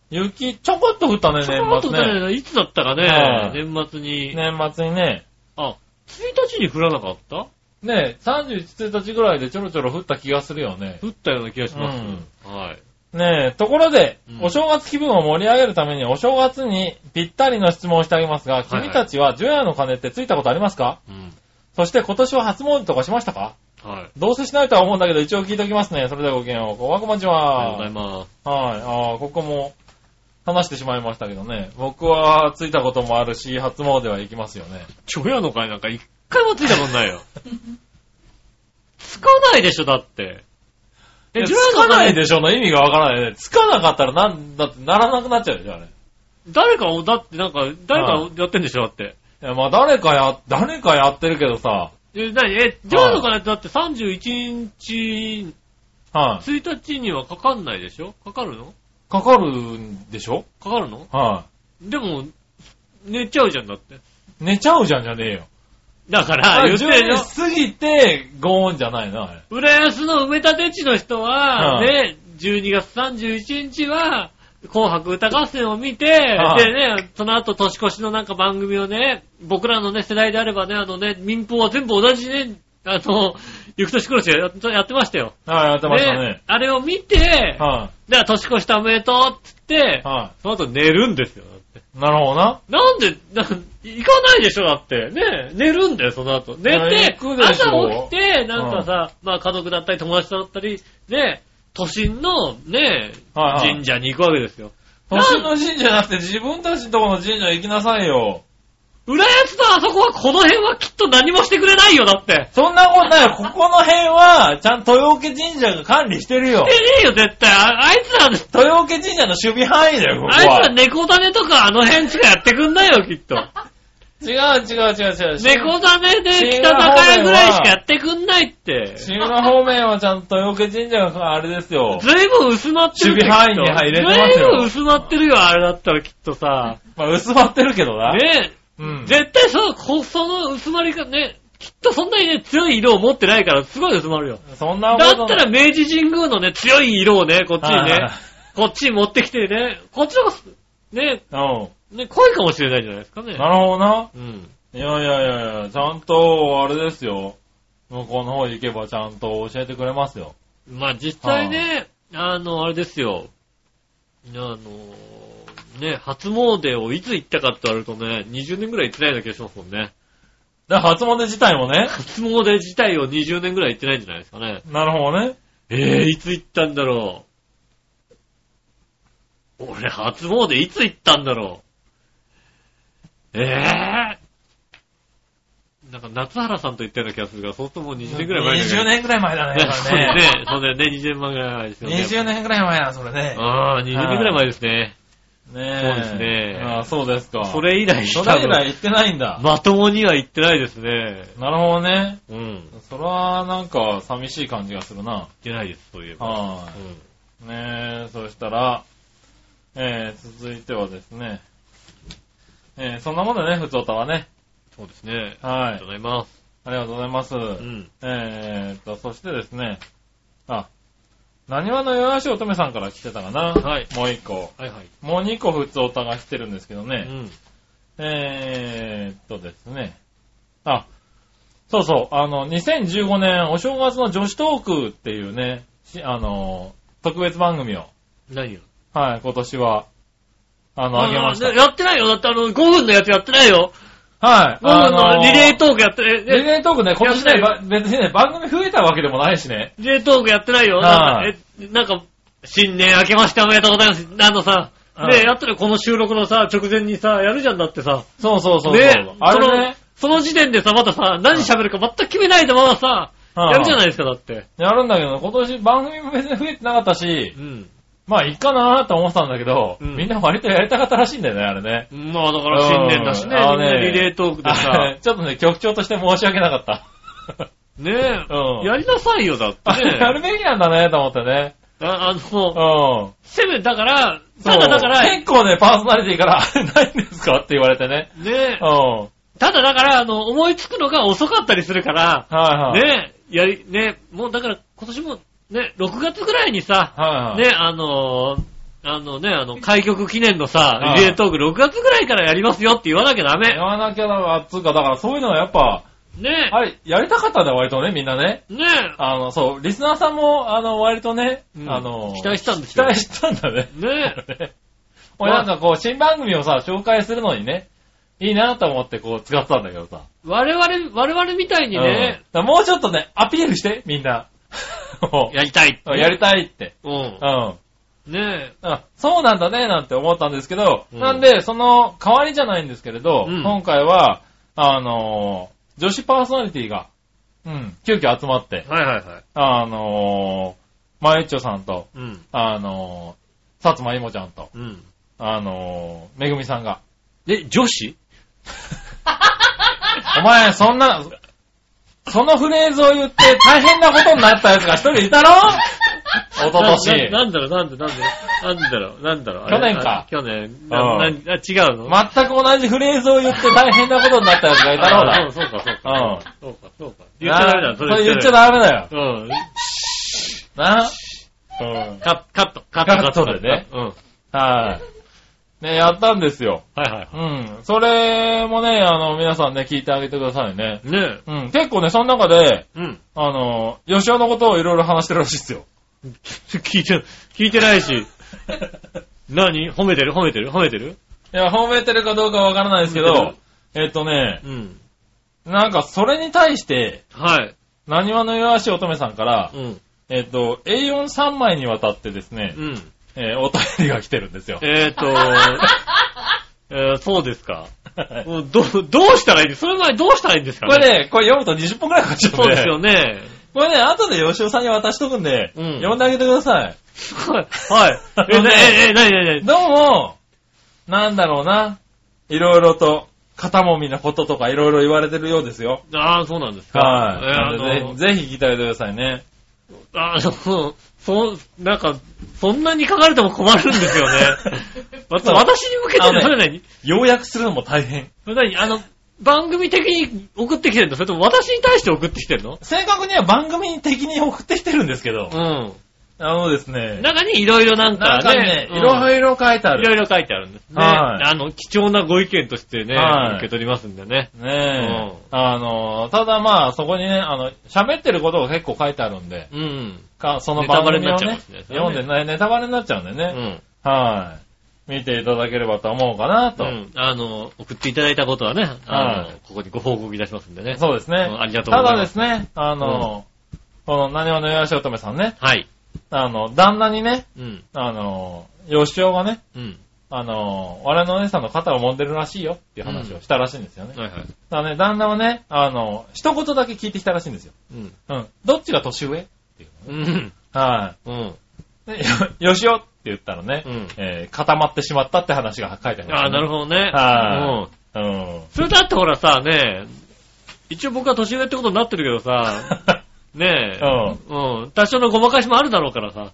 Speaker 4: 雪ちょこっと降ったね、
Speaker 3: ちょこ
Speaker 4: 年
Speaker 3: っと
Speaker 4: 末ね。
Speaker 3: ね、いつだったかね
Speaker 4: は、い
Speaker 3: 年末に。
Speaker 4: 年末にね。
Speaker 3: あ、1日に降らなかった
Speaker 4: ねえ、31日ぐらいでちょろちょろ降った気がするよね。
Speaker 3: 降ったような気がします。
Speaker 4: う
Speaker 3: はい。
Speaker 4: ねえ、ところで、
Speaker 3: うん
Speaker 4: お正月気分を盛り上げるためにお正月にぴったりの質問をしてあげますが、
Speaker 3: はい
Speaker 4: 君たちは除夜の鐘ってついたことありますか
Speaker 3: うん。
Speaker 4: そして今年は初詣とかしましたか
Speaker 3: はい。
Speaker 4: どうせしないとは思うんだけど、一応聞いておきますね。それではごきげんよう。こんばんち
Speaker 3: ありがとうござい
Speaker 4: は。
Speaker 3: ます。
Speaker 4: はい。ああ、ここも、話してしまいましたけどね。僕はついたこともあるし、初詣は行きますよね。
Speaker 3: ちょやの会なんか一回もついたこと [LAUGHS] ないよ。つかないでしょ、だって。え、
Speaker 4: いや
Speaker 3: 除
Speaker 4: つ
Speaker 3: 夜
Speaker 4: か
Speaker 3: の
Speaker 4: ない
Speaker 3: 会、
Speaker 4: でしょの意味がわからないね。つかなかったらなんだってならなくなっちゃうよ、あれ。い
Speaker 3: 誰かを、だってなんか、誰
Speaker 4: は
Speaker 3: かやってんでしょ、だって。
Speaker 4: や、まあ誰かや、誰かやってるけどさ、
Speaker 3: え、なに、え、除夜の会だって31日、
Speaker 4: はい、
Speaker 3: 1日にはかかんないでしょかかるの
Speaker 4: かかるんでしょ
Speaker 3: かかるの
Speaker 4: は
Speaker 3: でも、寝ちゃうじゃんだって。
Speaker 4: い、寝ちゃうじゃんじゃねえよ。
Speaker 3: だから、言ってる
Speaker 4: 10時過ぎて、ゴーンじゃないな、あれ。
Speaker 3: 浦安の埋め立て地の人は、
Speaker 4: はい
Speaker 3: ね、12月31日は、紅白歌合戦を見て、
Speaker 4: はい
Speaker 3: でね、その後年越しのなんか番組をね、僕らのね、世代であればね、あのね、民放は全部同じね、あの、ゆく年し黒しややってましたよ。
Speaker 4: はい、やってましたね。
Speaker 3: あれを見て、
Speaker 4: は
Speaker 3: で、年越したおめでとうって言って
Speaker 4: い、、は
Speaker 3: その後寝るんですよ。だって
Speaker 4: い、なるほどな。
Speaker 3: なんで、な行かないでしょ、だって。ね寝るんだよ、その後。寝て、
Speaker 4: 行くでし
Speaker 3: 朝
Speaker 4: ょ
Speaker 3: 起きて、なんかさ、まあ家族だったり友達だったり、ね都心のね、
Speaker 4: はいはい
Speaker 3: 神社に行くわけですよ。
Speaker 4: 都心の神社じゃなくて自分たちのところの神社行きなさいよ。
Speaker 3: 浦安のあそこは、この辺はきっと何もしてくれないよ、だって。
Speaker 4: そんなことないよ。ここの辺は、ちゃんと豊家神社が管理してる
Speaker 3: し
Speaker 4: よ
Speaker 3: て。ねえよ、絶対。ああいつら、
Speaker 4: 豊家神社の守備範囲だよ、ここ
Speaker 3: あいつら
Speaker 4: は。
Speaker 3: 猫種とかあの辺しかやってくんないよ、きっと。
Speaker 4: 違う違う違う違う。
Speaker 3: 猫種で北高屋ぐらいしかやってくんないって。
Speaker 4: 志村方面はちゃんと豊家神社があれですよ。
Speaker 3: ずいぶん薄まってる
Speaker 4: 守備範囲に入れてますよ
Speaker 3: ずいぶん薄まってるよ、あれだったらきっとさ。
Speaker 4: まあ、薄まってるけどな。
Speaker 3: ね
Speaker 4: うん。
Speaker 3: 絶対その、こその薄まりがね、きっとそんなにね、強い色を持ってないから、すごい薄まるよ。
Speaker 4: そんな
Speaker 3: だ
Speaker 4: こ
Speaker 3: っ
Speaker 4: と
Speaker 3: たら明治神宮のね、強い色をね、こっちに
Speaker 4: はい
Speaker 3: ね
Speaker 4: はい、
Speaker 3: こっちに持ってきてね、こっちの方が、ね、
Speaker 4: うん。
Speaker 3: ね、濃いかもしれないじゃないですかね。
Speaker 4: なるほどな。
Speaker 3: うん。
Speaker 4: いやいやいやいや、ちゃんと、あれですよ。向こうの方行けばちゃんと教えてくれますよ。
Speaker 3: まあ実際ね、あの、あれですよ。あの、ね、初詣をいつ行ったかって言われるとね、20年ぐらい行ってないような気がしますもんね。
Speaker 4: だから初詣自体も
Speaker 3: [LAUGHS]
Speaker 4: ね。
Speaker 3: 初詣自体を20年ぐらい行ってないんじゃないですかね。
Speaker 4: なるほどね。
Speaker 3: ええいつ行ったんだろう。俺、初詣いつ行ったんだろう。ええなんか夏原さんと言ったような気がするから、そうするともう20年ぐらい前だ
Speaker 4: 20
Speaker 3: ね。
Speaker 4: 年ぐらい前だね。だ
Speaker 3: そう
Speaker 4: か
Speaker 3: だよ
Speaker 4: ら
Speaker 3: ね。そうだよね。20年前ぐらいですよね。 [LAUGHS]
Speaker 4: 20年ぐらい前だ、それね。
Speaker 3: ああ、20年ぐらい前ですね。
Speaker 4: ね
Speaker 3: そうですね
Speaker 4: ああ、そうですか。
Speaker 3: そ、れ以来、
Speaker 4: それ以来行ってないんだ。
Speaker 3: まともには行ってないですね。
Speaker 4: なるほどね。
Speaker 3: うん。行
Speaker 4: それはなんか寂しい感じがするな。
Speaker 3: ってないです、そういえば。
Speaker 4: は
Speaker 3: うん
Speaker 4: い。ねえ、そしたら、えー、続いてはですね。えー、そんなもんだね、ふつおたはね。
Speaker 3: そうですね。あ
Speaker 4: は
Speaker 3: りがとう
Speaker 4: い。
Speaker 3: ございます。
Speaker 4: ありがとうございます。
Speaker 3: うん。
Speaker 4: えーっと、そしてですね、あ、何話のよし乙女さんから来てたかな。
Speaker 3: はい
Speaker 4: もう一個。
Speaker 3: はいはい。
Speaker 4: もう二個普通おたが来てるんですけど
Speaker 3: う
Speaker 4: ね。
Speaker 3: ん。
Speaker 4: えーっとですね。あ、そうそう、あの、2015年お正月の女子トークっていうね、しあの、特別番組を、
Speaker 3: 何よ。
Speaker 4: はい、今年は、あの、あげました。
Speaker 3: あやってないよ。だってあの、5分のやつやってないよ。
Speaker 4: は
Speaker 3: 5
Speaker 4: い、
Speaker 3: 分のリレー
Speaker 4: トーク。
Speaker 3: トークやってない。
Speaker 4: リ
Speaker 3: え
Speaker 4: レートークね、今年
Speaker 3: やって
Speaker 4: ね、
Speaker 3: な
Speaker 4: ば別にね、番組増えたわけでもないしね。
Speaker 3: リレートークやってないよ。な
Speaker 4: は
Speaker 3: ん
Speaker 4: い
Speaker 3: か、えなんか新年明けましておめでとうございます。あのさ、
Speaker 4: うん
Speaker 3: ねやったらこの収録のさ、直前にさ、やるじゃんだってさ。
Speaker 4: そうそうそうそう。
Speaker 3: ね
Speaker 4: あ
Speaker 3: そ
Speaker 4: れ
Speaker 3: の
Speaker 4: ね、、
Speaker 3: その時点でさ、またさ、何喋るか全く決めないでままさ、
Speaker 4: うん
Speaker 3: やるじゃないですか、だって。
Speaker 4: やるんだけど、今年番組も別に増えてなかったし
Speaker 3: う、ん。
Speaker 4: まあ、いっかなーって思ってたんだけど、
Speaker 3: うん
Speaker 4: みんな割とやりたかったらしいんだよね、あれね。
Speaker 3: まあだから新年だしね、
Speaker 4: うん
Speaker 3: み
Speaker 4: あの
Speaker 3: ん
Speaker 4: ね
Speaker 3: なリレートークで
Speaker 4: あ
Speaker 3: さ
Speaker 4: [LAUGHS] れ、ちょっとね、局長として申し訳なかった。
Speaker 3: ね
Speaker 4: うん
Speaker 3: やりなさいよ、だって
Speaker 4: あれ
Speaker 3: ね。
Speaker 4: [LAUGHS] やるべきなんだね、と思ってね。
Speaker 3: ああ
Speaker 4: う
Speaker 3: の、
Speaker 4: ん。
Speaker 3: せめ、だから、
Speaker 4: そ
Speaker 3: た
Speaker 4: う
Speaker 3: だだから、
Speaker 4: 結構ね、パーソナリティから、あ [LAUGHS] れないんですかって言われてね。
Speaker 3: ね
Speaker 4: うん。は
Speaker 3: ただだから、あの、思いつくのが遅かったりするから
Speaker 4: い、はい。
Speaker 3: ねやり、ねもうだから今年も、ね、6月ぐらいにさ、
Speaker 4: はいはい。
Speaker 3: ね、あのーあのね、あの、開局記念のさ、
Speaker 4: はい
Speaker 3: リレートーク6月ぐらいからやりますよって言わなきゃダメ
Speaker 4: 言。わなきゃだから、つうか、だからそういうのはやっぱ、
Speaker 3: ね
Speaker 4: あれ、やりたかったんだよ、割とね、みんなね。
Speaker 3: ね
Speaker 4: あの、そう、リスナーさんも、あの、割とね、
Speaker 3: うん
Speaker 4: あの、
Speaker 3: 期待したんです
Speaker 4: 期
Speaker 3: よ。
Speaker 4: 待したんだね。
Speaker 3: ね
Speaker 4: 俺なんかこう、新番組をさ、紹介するのにね、いいなと思ってこう、使ってたんだけどさ。
Speaker 3: 我々、我々みたいにね、
Speaker 4: うんだからもうちょっ [LAUGHS] とね、アピールして、みんな。もう
Speaker 3: やりたい。
Speaker 4: やりたいって。
Speaker 3: うん
Speaker 4: う。ん。
Speaker 3: ねえ。
Speaker 4: あそうなんだね、なんて思ったんですけど、
Speaker 3: うん
Speaker 4: なんで、その代わりじゃないんですけれど、
Speaker 3: うん
Speaker 4: 今回は、あのー女子パーソナリティが、うん、急遽集まって、
Speaker 3: はいはいはい。
Speaker 4: あのー、まゆっちょさんと、
Speaker 3: うん。
Speaker 4: あのー、さつまいもちゃんと、
Speaker 3: うん。
Speaker 4: あのー、めぐみさんが、
Speaker 3: え、女子
Speaker 4: [LAUGHS] お前、そんな、そのフレーズを言って大変なことになったやつが一人いたろおととし。
Speaker 3: ななんだろう、なんだろう、なんだろう、なんだろう、なんだろう。あれ
Speaker 4: 去年か
Speaker 3: あ去年。ななあ違うの
Speaker 4: 全く同じフレーズを言って大変なことになったやつがいたろうだ。
Speaker 3: あそうそうか、そう
Speaker 4: うん
Speaker 3: か。そうか、そうか。言っちゃダメ
Speaker 4: な
Speaker 3: だ、
Speaker 4: それ
Speaker 3: 言
Speaker 4: 言
Speaker 3: っ
Speaker 4: っ
Speaker 3: ち
Speaker 4: ち
Speaker 3: ゃ
Speaker 4: ゃ
Speaker 3: ダ
Speaker 4: ダメだよ。
Speaker 3: メ。うん。
Speaker 4: な。うん。
Speaker 3: カカット、カット、
Speaker 4: カットでね
Speaker 3: うん。
Speaker 4: はい。ね、やったんですよ。
Speaker 3: はいは
Speaker 4: うん。それもね、あの、皆さんね、聞いてあげてくださいね。
Speaker 3: い。ね
Speaker 4: うん。結構ね、その中で、
Speaker 3: え。うん。
Speaker 4: あの、吉尾のことをいろいろ話してるらしいで
Speaker 3: [LAUGHS]
Speaker 4: すよ。
Speaker 3: 聞いて、聞いてないし。何褒めてる褒めてる褒めてる
Speaker 4: いや、褒めてるかどうかわからないですけ
Speaker 3: 褒め
Speaker 4: ど
Speaker 3: て、
Speaker 4: えっとね、
Speaker 3: うん。
Speaker 4: なんかそれに対して、
Speaker 3: はい。
Speaker 4: 何話の岩橋乙女さんから、
Speaker 3: うん。
Speaker 4: えっと、A43 枚にわたってですね
Speaker 3: う、ん。
Speaker 4: えーお便りが来てるんです [LAUGHS] よ。
Speaker 3: えーと、えーそうですか。
Speaker 4: こ
Speaker 3: もうどう、どうしたらいいんですその前にどうしたらいいんですか
Speaker 4: れね、これ読むと20分くらいかかっちゃうん
Speaker 3: そうですよね。
Speaker 4: これね、後で吉尾さんに渡しとくんで、
Speaker 3: うん
Speaker 4: 読んであげてください。
Speaker 3: はい。はい。え、な、え、え、なになになに
Speaker 4: どうも、なんだろうな、いろいろと、肩もみのこととかいろいろ言われてるようですよ。
Speaker 3: ああ、そうなんですか。えーあ
Speaker 4: はい。
Speaker 3: の、
Speaker 4: ぜひぜひ聞いてあげてくださいね。
Speaker 3: あの、そう、なんか、そんなに書かれても困るんです
Speaker 4: [LAUGHS]
Speaker 3: よね。わた
Speaker 4: そう
Speaker 3: 私に向けて
Speaker 4: あの
Speaker 3: る
Speaker 4: ね
Speaker 3: それ何
Speaker 4: 要約するのも大変。
Speaker 3: それ何あの、番組的に送ってきてるのそれとも私に対して送ってきてるの
Speaker 4: 正確には番組的に送ってきてるんですけど、
Speaker 3: う
Speaker 4: あのです
Speaker 3: ん。
Speaker 4: ね、
Speaker 3: 中にいろいろなんか
Speaker 4: 中に
Speaker 3: ね
Speaker 4: ね、、いろ
Speaker 3: い
Speaker 4: いろ書いてあ
Speaker 3: ろい
Speaker 4: る。
Speaker 3: ろ書いてあるんですね。
Speaker 4: はい
Speaker 3: あの、貴重なご意見としてね、
Speaker 4: はい
Speaker 3: 受け取りますんでね。
Speaker 4: ねえ、あの、ただまあ、そこにね、あの、喋ってることが結構書いてあるんで、
Speaker 3: うん。
Speaker 4: かその番組
Speaker 3: ネタバレにな
Speaker 4: を
Speaker 3: っちゃい
Speaker 4: ね
Speaker 3: ますね、それは
Speaker 4: 読
Speaker 3: ね
Speaker 4: んでね、ネタバレになっちゃうんでね。
Speaker 3: うん。
Speaker 4: はい。見ていただければと思うかな
Speaker 3: う
Speaker 4: と。
Speaker 3: ん。あの、送っていただいたことはね、あ
Speaker 4: は
Speaker 3: の、ここにご報告いたしますんでね。
Speaker 4: そうですね、
Speaker 3: うんありがとうございます
Speaker 4: ただですね、あの、この、何をのよしおとめさんね、
Speaker 3: はい。
Speaker 4: あの、旦那にね、
Speaker 3: うん。
Speaker 4: あの、よしおがね、
Speaker 3: うん。
Speaker 4: あの、我のお姉さんの肩を揉んでるらしいよっていう話をしたらしいんですよね。
Speaker 3: はいはい。
Speaker 4: だからね、旦那はね、あの、一言だけ聞いてきたらしいんですよ。
Speaker 3: うん。
Speaker 4: うん。どっちが年上
Speaker 3: うん。
Speaker 4: は
Speaker 3: うん。
Speaker 4: い。でよよしおって言ったらね、
Speaker 3: うん
Speaker 4: えー固まってしまったって話が書いてありまし
Speaker 3: あ
Speaker 4: た、
Speaker 3: あ、なる
Speaker 4: ほ
Speaker 3: ほどね。
Speaker 4: はい
Speaker 3: うん。
Speaker 4: ど。うん。
Speaker 3: それだってほらさ、ね一応僕は年上ってことになってるけど
Speaker 4: [LAUGHS]
Speaker 3: さ、ねえ、うん。多少のごまかしもあるだろうからさ、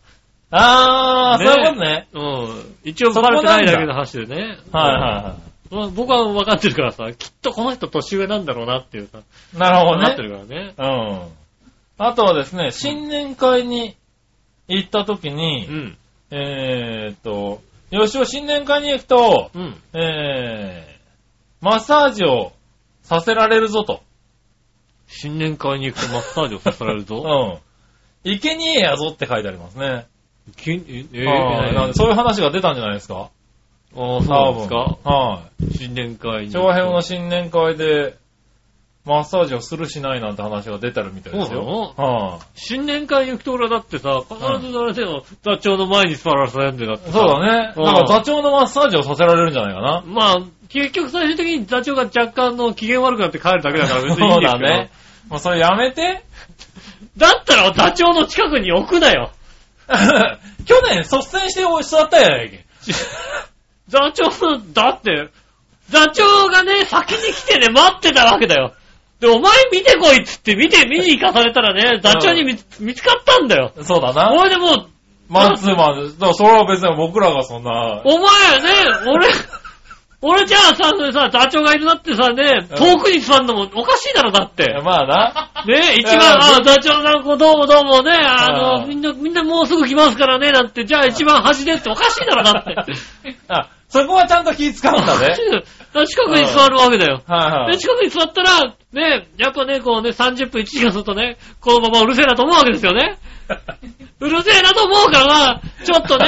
Speaker 4: あー、
Speaker 3: ね
Speaker 4: そういうことね。
Speaker 3: うん。一応バレてないだけの話でね。
Speaker 4: はいはいはい。
Speaker 3: うん僕は分かってるからさ、きっとこの人年上なんだろうなっていうさ、
Speaker 4: なるほど
Speaker 3: なって
Speaker 4: ね。
Speaker 3: るからね。
Speaker 4: うん。あとはですね、新年会に行った時に、
Speaker 3: うん。
Speaker 4: えーっと、よしお新年会に行くと、
Speaker 3: うん。
Speaker 4: えー、マッサージをさせられるぞと。
Speaker 3: 新年会に行くとマッサージをさせられる
Speaker 4: [LAUGHS]
Speaker 3: ぞ。
Speaker 4: うん。いけにえやぞって書いてありますね。
Speaker 3: きえ、えー、
Speaker 4: はいなんでそういう話が出たんじゃないですか
Speaker 3: ああ、そうなんです
Speaker 4: 多
Speaker 3: か
Speaker 4: 分は
Speaker 3: 新年会
Speaker 4: い。
Speaker 3: に。
Speaker 4: 長編の新年会で、マッサージをするしないなんて話が出てるみたいですよ。はい。
Speaker 3: 新年会に行くと俺はだってさ、必ずそれでも座長の前に座らされるんだよだってさ
Speaker 4: そうだね。
Speaker 3: うん
Speaker 4: なんか座長のマッサージをさせられるんじゃないかな。
Speaker 3: まあ、結局最終的に座長が若干の機嫌悪くなって帰るだけだから別にいい
Speaker 4: そ
Speaker 3: ん
Speaker 4: う
Speaker 3: です
Speaker 4: だ
Speaker 3: けど。
Speaker 4: ね。もうそれやめて。 [LAUGHS]
Speaker 3: だったら座長の近くに置くなよ。
Speaker 4: 去年率先して座ったやないけ。
Speaker 3: 座長の、だって、座長がね、先に来てね、待ってたわけだよ。で、お前見てこいっつって見て、見に行かされたらね、座長に見つ見つかったんだよ。
Speaker 4: そうだな。
Speaker 3: 俺でもう、
Speaker 4: マンツーマンで。だからそれは別に僕らがそんな。
Speaker 3: お前ね、俺、俺じゃあさ、それさ、座長がいるなってさ、ね、
Speaker 4: うん
Speaker 3: 遠くに座るのもおかしいだろ、だって。
Speaker 4: まあな。
Speaker 3: ね、一番、
Speaker 4: いや
Speaker 3: あ座長さん、こうどうもどうもね、あ
Speaker 4: う
Speaker 3: の、
Speaker 4: ん
Speaker 3: みんな、みんなもうすぐ来ますからね、なんて、じゃあ一番端でっておかしいだろ、だ
Speaker 4: [LAUGHS]
Speaker 3: って。
Speaker 4: あ、そこはちゃんと気使うんだね。
Speaker 3: [LAUGHS] 近くに座るわけだよ。
Speaker 4: はいは
Speaker 3: で、
Speaker 4: い。
Speaker 3: 近くに座ったら、ね、やっぱね、こうね、30分1時間するとね、このままうるせえなと思うわけですよね。うるせえなと思うから、ちょっ
Speaker 4: [LAUGHS]
Speaker 3: とね、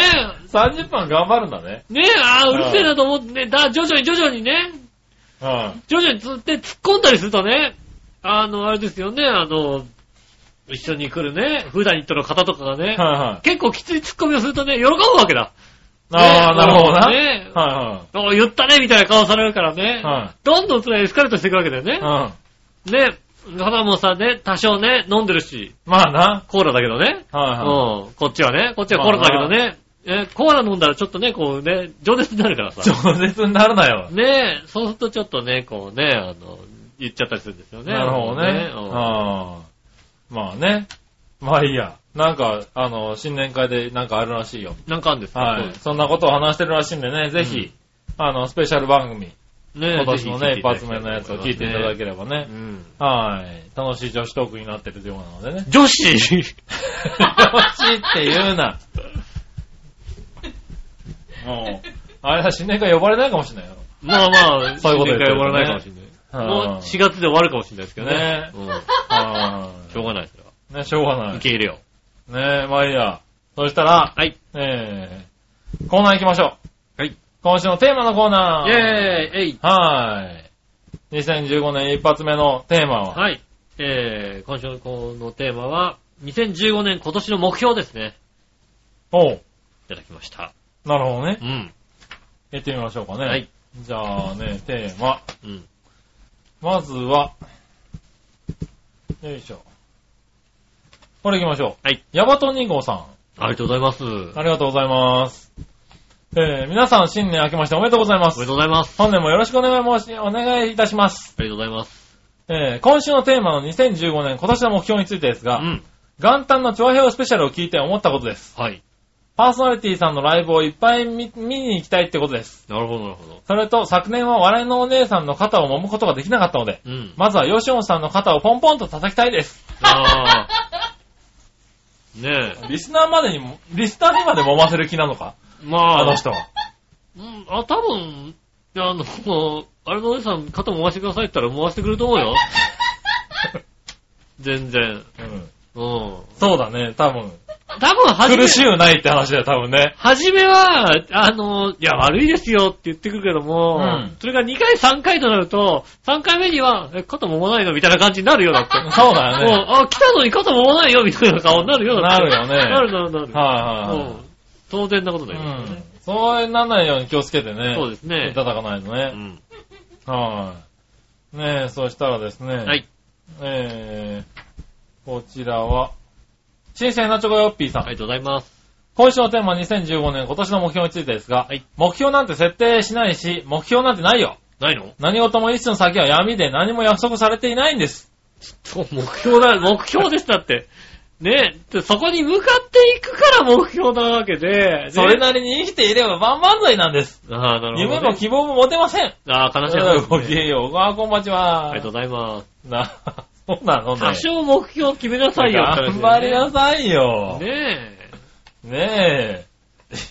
Speaker 4: 30分頑張るんだね。
Speaker 3: ね、あーうるせえなと思ってね、だ、徐々に徐々にね、
Speaker 4: うん。
Speaker 3: 徐々につって突っ込んだりするとね、あの、あれですよね、あの、一緒に来るね、普段行ってる方とかがね、
Speaker 4: はいはい。
Speaker 3: 結構きついツッコミをするとね、喜ぶわけだ。
Speaker 4: ああ、なるほどな。
Speaker 3: ね
Speaker 4: は
Speaker 3: お言ったねみたいな顔されるからね、
Speaker 4: は
Speaker 3: どんどんそれエスカレートしていくわけだよね
Speaker 4: い。はい。うん。
Speaker 3: ね、ただもうさ、ね、多少ね、飲んでるし、
Speaker 4: まあな。
Speaker 3: コーラだけどね。
Speaker 4: はいは
Speaker 3: うん、こっちはね、こっちはコーラだけどね、えコーラ飲んだらちょっとね、こうね、情熱になるから
Speaker 4: い。
Speaker 3: さ。
Speaker 4: 饒舌になるなよ。
Speaker 3: ねえ、そうするとちょっとね、こうね、あの、言っちゃったりするんですよね。
Speaker 4: なるほどね。
Speaker 3: うん
Speaker 4: ああまあね。まあいいや。なんか、あの、新年会でなんかあるらしいよ。
Speaker 3: なんかあるんですか
Speaker 4: はい。そんなことを話してるらしいんでね、ぜひ、あの、スペシャル番組、
Speaker 3: ねえ
Speaker 4: 今年の
Speaker 3: ぜ
Speaker 4: ね、
Speaker 3: ひ
Speaker 4: 一
Speaker 3: 聞い
Speaker 4: 発
Speaker 3: て
Speaker 4: 目のやつを聞いていただければ
Speaker 3: た
Speaker 4: ね
Speaker 3: い。うん。
Speaker 4: はい。楽しい女子トークになってるようなのでね
Speaker 3: 女子
Speaker 4: 楽しいって言うな。もう、あれだ、新年会呼ばれないかもしれないよ。
Speaker 3: まあまあ、
Speaker 4: [LAUGHS] そういうこと
Speaker 3: 新年
Speaker 4: ですよね
Speaker 3: 会終わらないかもしれない。もう4月で終わるかもしれないですけどね
Speaker 4: ね。
Speaker 3: うん
Speaker 4: は
Speaker 3: しょうがないですよ。
Speaker 4: いね、しょうがな
Speaker 3: 受
Speaker 4: い。ね
Speaker 3: け入れよ
Speaker 4: まあいいや。そしたら、
Speaker 3: う。はい。
Speaker 4: えー、コーナー行きましょう。
Speaker 3: はい。
Speaker 4: 今週のテーマのコーナー。
Speaker 3: イェーイえい
Speaker 4: はーい。2015年一発目のテーマは、
Speaker 3: はい。えー、今週のこのテーマは、2015年今年の目標ですね。
Speaker 4: おう
Speaker 3: いただきました。
Speaker 4: なるほどね。
Speaker 3: うん。
Speaker 4: 行ってみましょうかね。
Speaker 3: はい。
Speaker 4: じゃあね、テーマ。
Speaker 3: うん。
Speaker 4: まずは、よいしょ。これ行きましょう。
Speaker 3: はい。
Speaker 4: ヤバト2号さん。
Speaker 3: ありがとうございます。
Speaker 4: ありがとうございます。えー、皆さん新年明けましておめでとうございま。
Speaker 3: おめですとうございます。
Speaker 4: 本年もよろしくお願い申し、お願いいたします。
Speaker 3: ありがとうございます。
Speaker 4: えー、今週のテーマの2015年今年の目標についてです
Speaker 3: う
Speaker 4: が、
Speaker 3: ん。
Speaker 4: 元旦の長編スペシャルを聞いて思ったことです。
Speaker 3: はい。
Speaker 4: パーソナリティさんのライブをいっぱい見見に行きたいってことです。
Speaker 3: なるほど、なるほど。
Speaker 4: それと、昨年は笑いのお姉さんの肩を揉むことができなかったので、
Speaker 3: うん。
Speaker 4: まずはヨシオンさんの肩をポンポンと叩きたいです。
Speaker 3: あ
Speaker 4: [LAUGHS]
Speaker 3: ーね
Speaker 4: リスナーまでにも、リスナーにまで揉ませる気なのか
Speaker 3: え。まあ、
Speaker 4: あの人は。
Speaker 3: うん、あ、多分、いやあの、もうあれのおじさん、肩回してくださいって言ったら回してくると思う
Speaker 4: [LAUGHS]
Speaker 3: よ。全然。
Speaker 4: うん。
Speaker 3: うん。多
Speaker 4: そうだね、多分。
Speaker 3: 分、はじめ
Speaker 4: [LAUGHS] 苦、しゅうないって話だよ、多分ね。
Speaker 3: はじめは、あの、いや、悪いですよって言ってくるけども、
Speaker 4: うん
Speaker 3: それが2回、3回となると、3回目には、え、肩もまないのみたいな感じになるよ、だって。
Speaker 4: そうだよね。
Speaker 3: もう、あ、来たのに肩もまないよ、みたいな顔になるよ、だって
Speaker 4: なるよね
Speaker 3: なるなるなる。
Speaker 4: はい
Speaker 3: も
Speaker 4: は
Speaker 3: う、当然なことだ
Speaker 4: い
Speaker 3: よ、
Speaker 4: は
Speaker 3: ね
Speaker 4: い。うん。そうならないように気をつけてね。
Speaker 3: そうですね
Speaker 4: いただかないとね。
Speaker 3: うん。
Speaker 4: はい。ねえ、そしたらですね。
Speaker 3: はい。
Speaker 4: えー、こちらは、新鮮なチョコヨッピーさん。
Speaker 3: ありがとうございます。
Speaker 4: 今週のテーマ2015年今年の目標についてですが、
Speaker 3: はい
Speaker 4: 目標なんて設定しないし、目標なんてないよ。
Speaker 3: ないの
Speaker 4: 何事も一種の先は闇で何も約束されていないんです。
Speaker 3: そう、目標だ、目標です、だって。 [LAUGHS] ねでそこに向かっていくから目標なわけで。ね
Speaker 4: それなりに生きていれば万々歳なんです。
Speaker 3: ああ、なるほど、ね。
Speaker 4: 夢も希望も持てません。
Speaker 3: ああ、悲しい話
Speaker 4: ご
Speaker 3: で
Speaker 4: き
Speaker 3: すね、
Speaker 4: げんよう。あこんばんちは。
Speaker 3: ありがとうございます。
Speaker 4: [LAUGHS] な、そうなのね。
Speaker 3: 多少目標決めなさいよ、って話
Speaker 4: 頑
Speaker 3: だ
Speaker 4: 張
Speaker 3: よね
Speaker 4: りなさいよ。ね
Speaker 3: ねえ。
Speaker 4: え。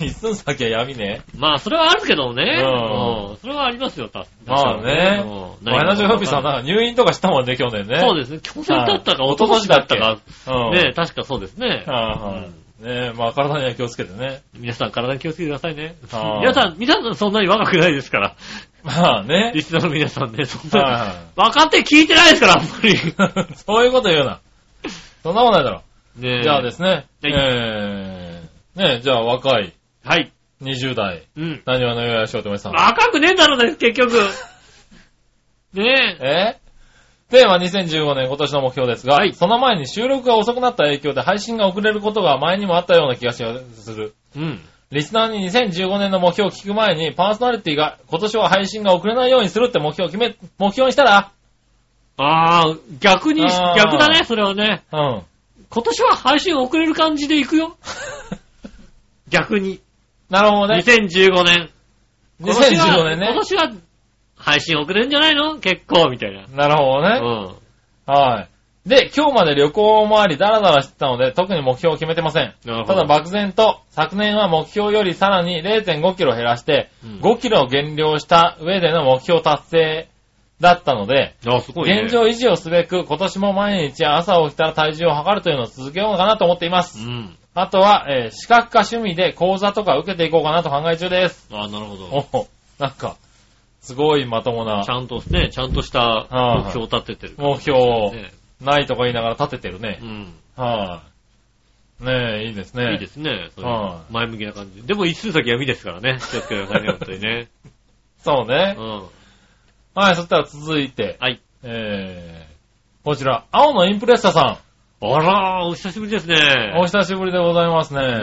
Speaker 4: 一寸先は闇ね。
Speaker 3: まあ、それはあるけどね。
Speaker 4: うん
Speaker 3: うんそれはありますよ、た
Speaker 4: まあね。マイナジョフピさんなんか入院とかしたもんね、去年ね。
Speaker 3: そうですね。去年だったか、
Speaker 4: はい
Speaker 3: 一昨年だったか。
Speaker 4: す。うん。
Speaker 3: ねえ、確かそうですね。
Speaker 4: はいはい。ねえ、まあ体には気をつけてね。
Speaker 3: 皆さん体に気をつけてくださいね。
Speaker 4: はい
Speaker 3: 皆さん、皆さんそんなに若くないですから。
Speaker 4: まあ
Speaker 3: [LAUGHS]
Speaker 4: ね
Speaker 3: リ。スナーの皆さんね、そん
Speaker 4: は
Speaker 3: な
Speaker 4: いは
Speaker 3: に。若手聞いてないですから、あんまり。
Speaker 4: い [LAUGHS] そういうこと言うな。そんなことないだろ。
Speaker 3: ねえ。
Speaker 4: じゃあですね。
Speaker 3: はい
Speaker 4: えー、ねえ、じゃあ若い
Speaker 3: はい。
Speaker 4: 20代、
Speaker 3: うん。
Speaker 4: 何わのよやしおとめさん。
Speaker 3: 若くねえんだろうね、結局。ねえ。
Speaker 4: えーテーマ2015年今年の目標ですが、
Speaker 3: はい
Speaker 4: その前に収録が遅くなった影響で配信が遅れることが前にもあったような気がしする。
Speaker 3: うん。
Speaker 4: リスナーに2015年の目標を聞く前に、パーソナリティが今年は配信が遅れないようにするって目標を決め、目標にしたら、
Speaker 3: ああ、逆に、
Speaker 4: あー
Speaker 3: 逆だね、それはね。
Speaker 4: うん。 [LAUGHS]
Speaker 3: 今年は配信遅れる感じでいくよ。逆に。
Speaker 4: なるほどね。
Speaker 3: 2015年。今年は
Speaker 4: 2015年
Speaker 3: 今
Speaker 4: ね。
Speaker 3: 年は配信遅れるんじゃないの結構、みたいな。
Speaker 4: なるほど
Speaker 3: う
Speaker 4: ね。
Speaker 3: ん。
Speaker 4: はい。で、今日まで旅行もあり、ダラダラしてたので、特に目標を決めてません。
Speaker 3: なるほ
Speaker 4: た
Speaker 3: ど
Speaker 4: だ漠然と、昨年は目標よりさらに0.5キロ減らして
Speaker 3: うん、
Speaker 4: 5キロ減量した上での目標達成だったので、
Speaker 3: あすごいね。
Speaker 4: 現状維持をすべく、今年も毎日朝起きたら体重を測るというのを続けようかなと思っています
Speaker 3: う。ん。
Speaker 4: あとは、えー資格か趣味で講座とか受けていこうかなと考え中です。
Speaker 3: あなるほど。
Speaker 4: おなんか、すごいまともな
Speaker 3: ちゃんとね、ちゃんとした目標を立ててる。
Speaker 4: 目標を
Speaker 3: ね
Speaker 4: ないとか言いながら立ててるね。
Speaker 3: うん。
Speaker 4: はい。ねえ、いいですね。
Speaker 3: いいですね。そういう
Speaker 4: はい
Speaker 3: 前向きな感じ。でも、一数先は闇ですからね。気をつけてください
Speaker 4: [LAUGHS]
Speaker 3: ね、本当にね。
Speaker 4: そうね
Speaker 3: う。ん。
Speaker 4: はい、そしたら続いて、
Speaker 3: はい。
Speaker 4: えー、こちら、青のインプレッサさ
Speaker 3: あらー、お久しぶりですね。
Speaker 4: ん。お久しぶりでございますね。
Speaker 3: ね